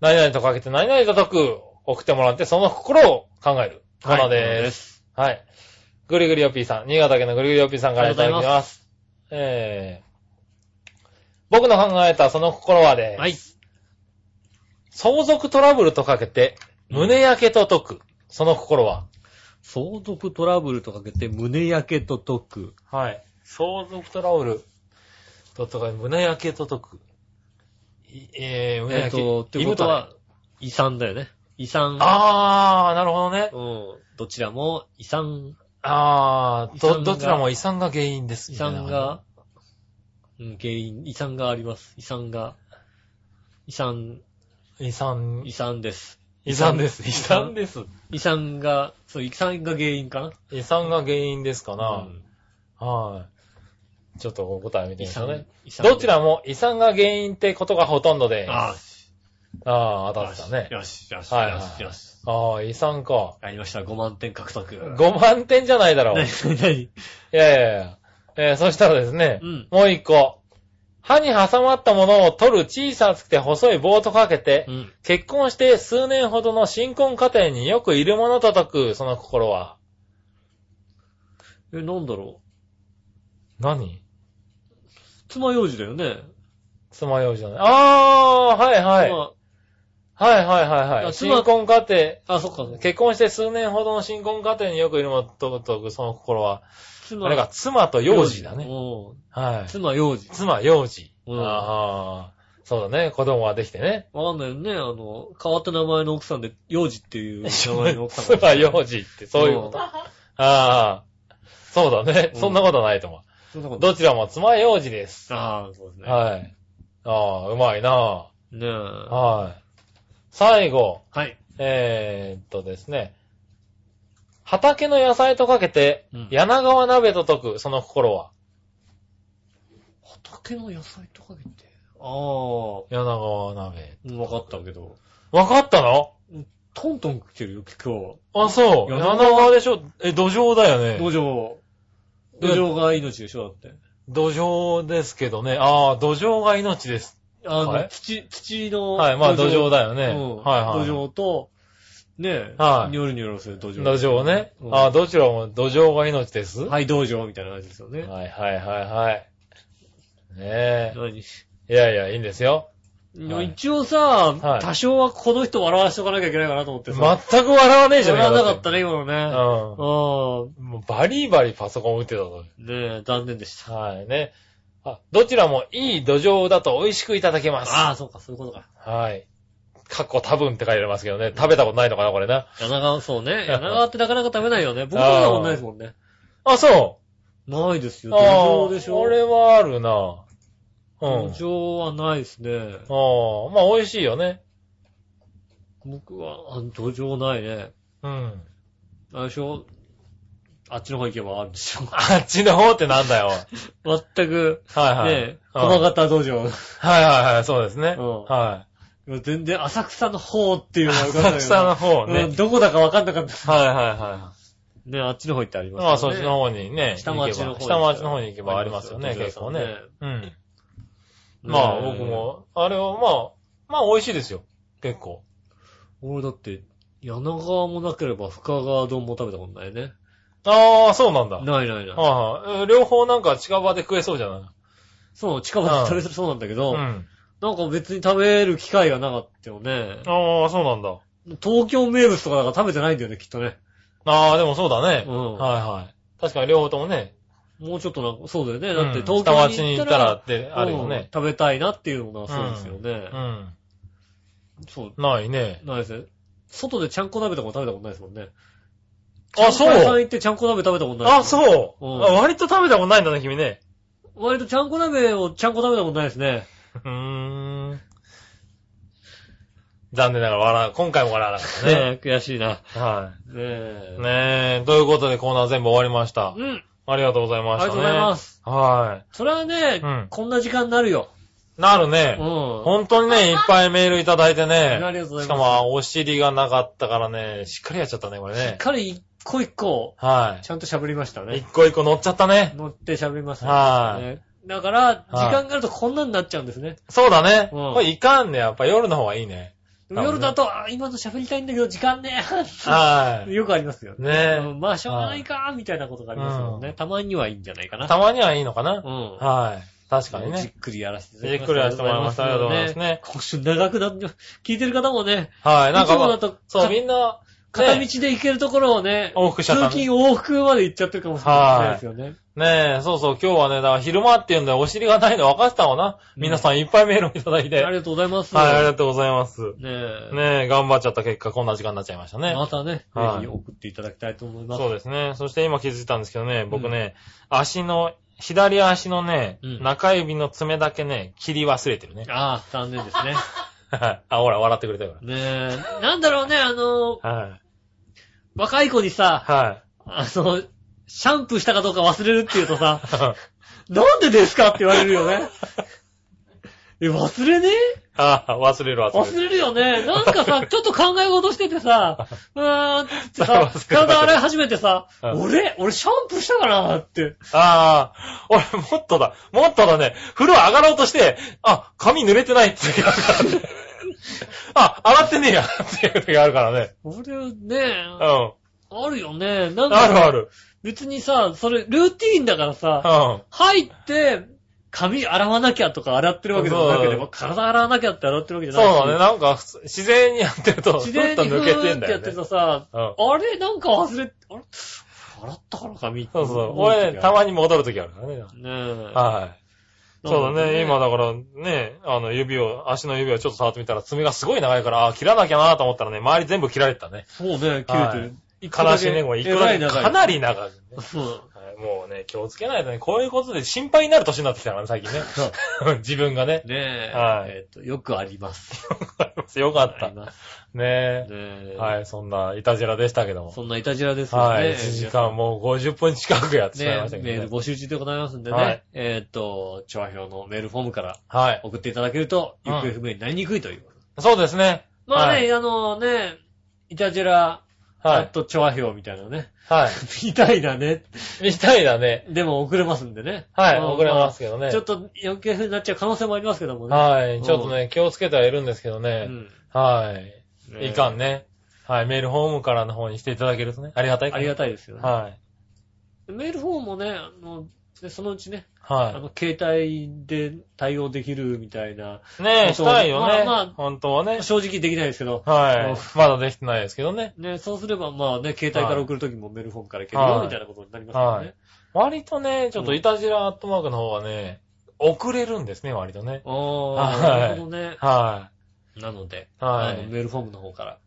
何々とかけて何々と解く、送ってもらって、その心を考えるコーナーです。す。はい。ぐりぐりおっぴーさん、新潟県のぐりぐりおっぴーさんからいただあきりがとうございま。ますえー、僕の考えたその心はで、はい。相続トラブルとかけて、胸焼けと解く、その心は。相続トラブルとかけて、胸焼けと解く。はい。相続トラブルととか、胸焼けと解く。いえー、胸えっ焼け。と、ってこ胃と豚ねは、遺産だよね。遺産。あー、なるほどね。うん。どちらも遺産、あー、遺産ど、がどちらも遺産が原因です。遺みたいな産が、うん、原因、遺産があります。遺産が、遺産、遺産遺、産です。遺産です。遺産です。遺産が、そう、遺産が原因かな。遺産が原因ですかなう。んはい。ちょっとお答え見て遺みましょう産ね。、遺産。どちらも遺産が原因ってことがほとんどで。あああ、あ、当たってたね。よし、よし、はいはよいし、よし。ああ、遺産か。やりました、5万点獲得。 5万点じゃないだろう。い 何何やいやいや。えーそしたらですねう、ん。もう一個。歯に挟まったものを取る小さくて細い棒とかけてう、ん。結婚して数年ほどの新婚家庭によくいるものと解く、その心は。え、なんだろ何う。爪楊枝だよね。爪楊枝じゃない。ああ、はいはい。まはいはいはいはい。あ新妻婚家庭、あ、あ、そっか。結婚して数年ほどの新婚家庭によくいるもととく、その心は、妻あれか、妻と幼児だね。うんはい。妻幼児。妻、幼児。うんああ、そうだね。子供はできてね。わかんないよね。あの、変わった名前の奥さんで、幼児っていう名前の奥さんが妻、幼児って、 そういうこと。んああ、そうだね。うんそんなことないと思そんなこう。と。どちらも妻、幼児です。ああ、そうですね。はい。ああ、うまいなねえ。あはい。最後、はい。えーっとですね。畑の野菜とかけてうん、柳川鍋と解く、その心は。畑の野菜とかけて。ああ。柳川鍋。うんわかったけど。わかったのトントン来てるよ、今日は。あ、そう。柳柳川川でしょえ、土壌だよ土ね。壌。土壌が命でしょ、だって。土壌ですけどね。ああ、土壌が命です。あはいの、土、土の。はい、まあ土壌だだよね。うんはいはい。土壌と、ねえ。はいニョロニョロする土壌。土壌ね。うんああ、どちらも土壌が命です。ははい、道場みたいな感じですよいね。はいはいはい。ね何え。いやいや、いいんですよ。でも一応さはい、多少はこの人笑わしとかなきゃいけないかなと思って全さ。く笑わねえじゃねえ笑わなかだったね、今のね。あうん。もうバリバリパソコン打ってたぞ。あ、ねえ、残念でした。はいね。あ、どちらもいい土壌だと美味しくいただけます。ああ、そうか、そういうことか。はい。かっこ多分って書いてありますけどね。食べたことないのかな、これな。柳川、そうね。柳川ってなかなか食べないよね。僕も食べたことないですもんね。あ、そないですよ。土ああ、壌でしょこれはあるな。う土ん。壌はないですね。ああ、まあ美味しいよね。僕は、あ土壌ないね。うん。あれでしょあっちの方行けばあるでしょあっちの方ってなんだよ。全く、はいはい。ね、うん駒形土壌。はいはいはい、そうですね。うんは全然浅草の方っていうい。のが浮かんだけど浅草の方うねん。どこだかわかんなかった。はいはいはね、あっちの方行ってありい。ますよね。まあそっちの方にね、下町の方に行け下ば町の方に行けばありますよね、あります結よ構ねね。うん。まあねえ僕。も、あれはまあ、まあ美味しいですよ。結構。俺だって、柳川もなければ深川丼も食べたことないね。ああ、そうなんだ。ないないない。はいはいえー両方なんか近場で食えそうじゃないそう、近場で食べてそうなんだけど、うん。なんか別に食べる機会がなかったよね。ああ、そうなんだ。東京名物とかだから食べてないんだよね、きっとね。ああ、でもそうだね。うんはいはい。確かに両方ともね。もうちょっとなんか、そうだよね。だってうん東京に行ったら、下町に行ったらってあるようんね。食べたいなっていうのはそうですよね。うん。そう、ないね。ないですね。外でちゃんこ鍋とかも食べたことないですもんね。あ、そパン屋さんう。行ってちゃんこ鍋食べたことない。あ、そう。うんあ割と食べたことないんだね、君ね。割とちゃんこ鍋をちゃんこ食べたことないですね。うーん。残念ながら笑う。今回も笑わなかったね。ねえ、 悔しいな。はねえい。。ねえ、ということでコーナー全部終わりましたう。ん。ありがとうございましたね。。ありがとうございますはそれはね、うんこんな時間になるよ。い。なるうん。ね。本当にね、いっぱいメールいただいてね。ありがとうございますしかも、お尻がなかったからね、しっかりやっちゃったね、これしっね。かり一個一個、はちゃんと喋りました い。一ね。個一個乗っちゃったね。乗って喋りましたね。はいねだから、時間があるとこんなになっちゃうんですね。そうだね。うんこれいかんね、やっぱ夜の方がいいね。でも夜だと、あー今の喋りたいんだけど、時間ねは い。よくありますよ。ねうんまあ、しょうがないか、みたいなことがありますもんうね。たまにはいいんじゃないかな。たまにはいいのかうな、ん。はい。確かにじっね。くりやらせていたじっくりやらせてもらいました。ありがとうございます。ね。今週長くなって、聞いてる方もね、はい。なんいつもかだと、そう、かみんな、片道ねで行けるところをね、往復しちゃった通ね勤往復まで行っちゃってるかもしれないですよね。ねえ、そうそう、今日はね、だから昼間っていうんでお尻がないの分かってたもんな。うん皆さんいっぱいメールをいただいて。ありがとうございます。はい、ありがとうございます。ねえ。ねえ、頑張っちゃった結果、こんな時間になっちゃいましたね。またね、ぜはいひ送っていただきたいと思います。そうですね。そして今気づいたんですけどね、僕ね、足の、左足のね、うん中指の爪だけね、切り忘れてるね。 ああ、残念ですね。はいあ、ほら、笑ってくれたよ。ねえ。なんだろうね、あの、はい。若い子にさ、はあの、シャンプーしたかどうか忘れるって言うとさ、い。なんでですかって言われるよ ね。え、忘れね ああ、忘れる忘忘れれる。るよね。なんか さ、ちょっと考え事しててさ、うーんって忘れさた、体洗い始めてさ、うん俺、俺シャンプーしたかなって。ああ、俺もっとだ、もっとだね、風呂上がろうとして、あ、髪濡れてないって 時があるからね。あ、洗ってねえや、っていう時があるからね。俺ね、うあるよね。なんん。あるあか、る。別にさ、それ、ルーティーンだからうさ、ん。入って、髪洗わなきゃとか洗ってるわけでもなけれそば、う体洗わなきゃって洗ってるわけじゃそうないしだね、なんか普通、自然にやってると、ふ自っ然とにふ抜けーてんってだやよってね。たさ、うん。あれなんか忘れ、あれ洗ったから髪ってそう思そう。時あ俺るね、たまに戻る時あるからね。ねえ。はい。そうだね。今の。だからね、あの指を、足の指をちょっと触ってみたら爪がすごい長いから、あ切らなきゃなと思ったらね、周り全部切られてたね。そうね、切れてる。悲しいね、これ。一個だけかなり。り長い、ね。そうはいもうね、気をつけないとね、こういうことで心配になる年になってきたからね、最近ね。 自分がね。ねえ。はいえっと、よくあります。よかっあたり。ます。ねねえ。え。。はいい、そんな、いたじらでしたけども。そんないたじらですよね。はい、1時間もう50分近くやってしまいねましたえ、けメールどね。募集中でございますんではいね。えっと、調和表のメールフォームからはい。送っていただけると、うん行方不明になりにくいという。そうですね。まあはね、いあのね、いたじら、はあい。と調和表みたいなね。 はい。みたいなね。みたいだね。でも遅れますんでね。はい、うん遅れますけどまあねちょ。っと余計になっちゃう可能性もありますけどもね。はい、ちょっとね、気をつけてはいるんですけどうね。ん。はい。ねいかんね。はい、メールホームからの方にしていただけるとね、ありがたいかあなりがたいですよね。はい。メールフォームもね、あの、でそのうちね、あはい。の、携帯で対応できるみたいな、ねえ、したいよまね。あまあ本当はね。正直できないですけど、はうんい。まだできてないですけどね。ね、そうすれば、まあね、携帯から送るときもメールフォームからいけるよ、はいみたいなことになりますからね。割とね、ちょっといたじらアットマークの方はね、遅れるんですね、割とね。ああ、はいなるほどね。はなので、はあいのメールフォームの方から、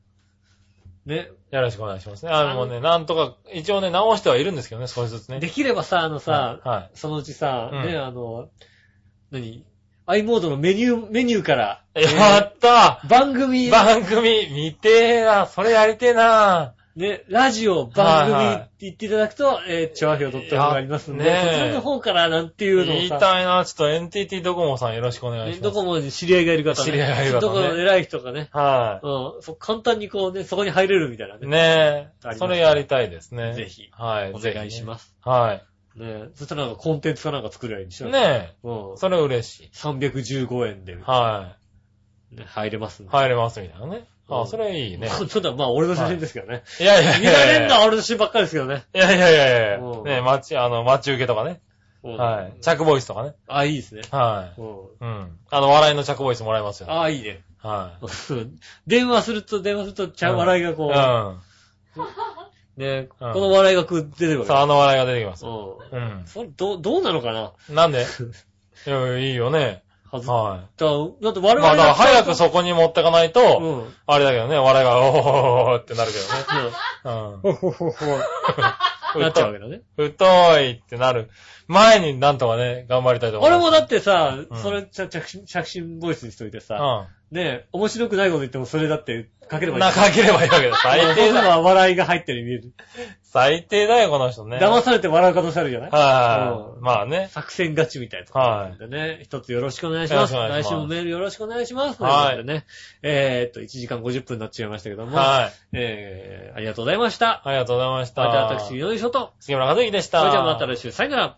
ね。よろしくお願いしますね。あの、もうね、なんとか、一応ね、直してはいるんですけどね、少しずつね。できればさ、あのさ、はそのうちさ、うんね、あの、何 ?i モードのメニュー、メニューから、い。やった番組、番組、見てえな。それやりてえな。ね、ラジオ、番組はいっはて言っていただくと、えー、調和票取ったのがありますんで、いやそねちらの方からなんていうの言いをさ、たいな。ちょっと NTT ドコモさんよろしくお願いねしまどす。こもに知り合いがいる方ね、知り合いがいる方ねどこの偉い人がね、は。うん、そう簡単にこうね、そこに入れるみたいないね、ねありまえ。すそれやりたいですね。ぜひはい。。お願いしますはね、そしたらなんかコンテンツかなんか作りゃいいんでしい。ょ。ねうえ。ん。それ嬉しい。 315円で、はね入れますんい。で。 入れますみたいなね。うあ、んそれいい ね。ただまあ俺の写真ですけどね。いやいやい見やらいや。れんのは俺の写真ばっかりですけどね。いやいやいやいや。うんね待ち、あの、待ち受けとかね。うんはい。着ボイスとかね。あ、いいですね。はうい。んうん。あの、笑いの着ボイスもらえますよね。あ、いいね。はい。電話すると、電話すると、ちゃうん笑いがこうう、ね、こうんの笑いがこう出てくん。るさわあ、あの笑いが出てきますけ。。ううんん。。それ、どう、どうなのかななんで いやいいよね。はずだ。はだって我い。々まあ、だから早くう。そこに持ってかないうと、ん。うんあれだけどね、笑いが、おーってなるけどね。ほほほほうん。 なっちゃうわけだね。太いってなる。前になんとかね、頑張りたいと思い俺ます。もだってさう、んそれ、ちゃ着信、着信ボイスにしといてさ、もね、面白くないこと言ってもそれだってかけれうばん。いい。な、かければいいわけだ。最そう低すれ だ。ば笑いが入ってるように見える。最低だよ、この人ね。騙されて笑う可能性あるじゃないはうんい。まあね。作戦勝ちみたいなところなんでね、一つよろしくお願いします。よろしくお願来いします週もメールよろしくお願いします。はいとうことでね、えーっと、1時間50分になっちゃいましたけども、はい。えー、ありがとうございました。ありがとうございました。また私、井上翔と、杉村和之でしそた。れじゃあまた来週、さよなら。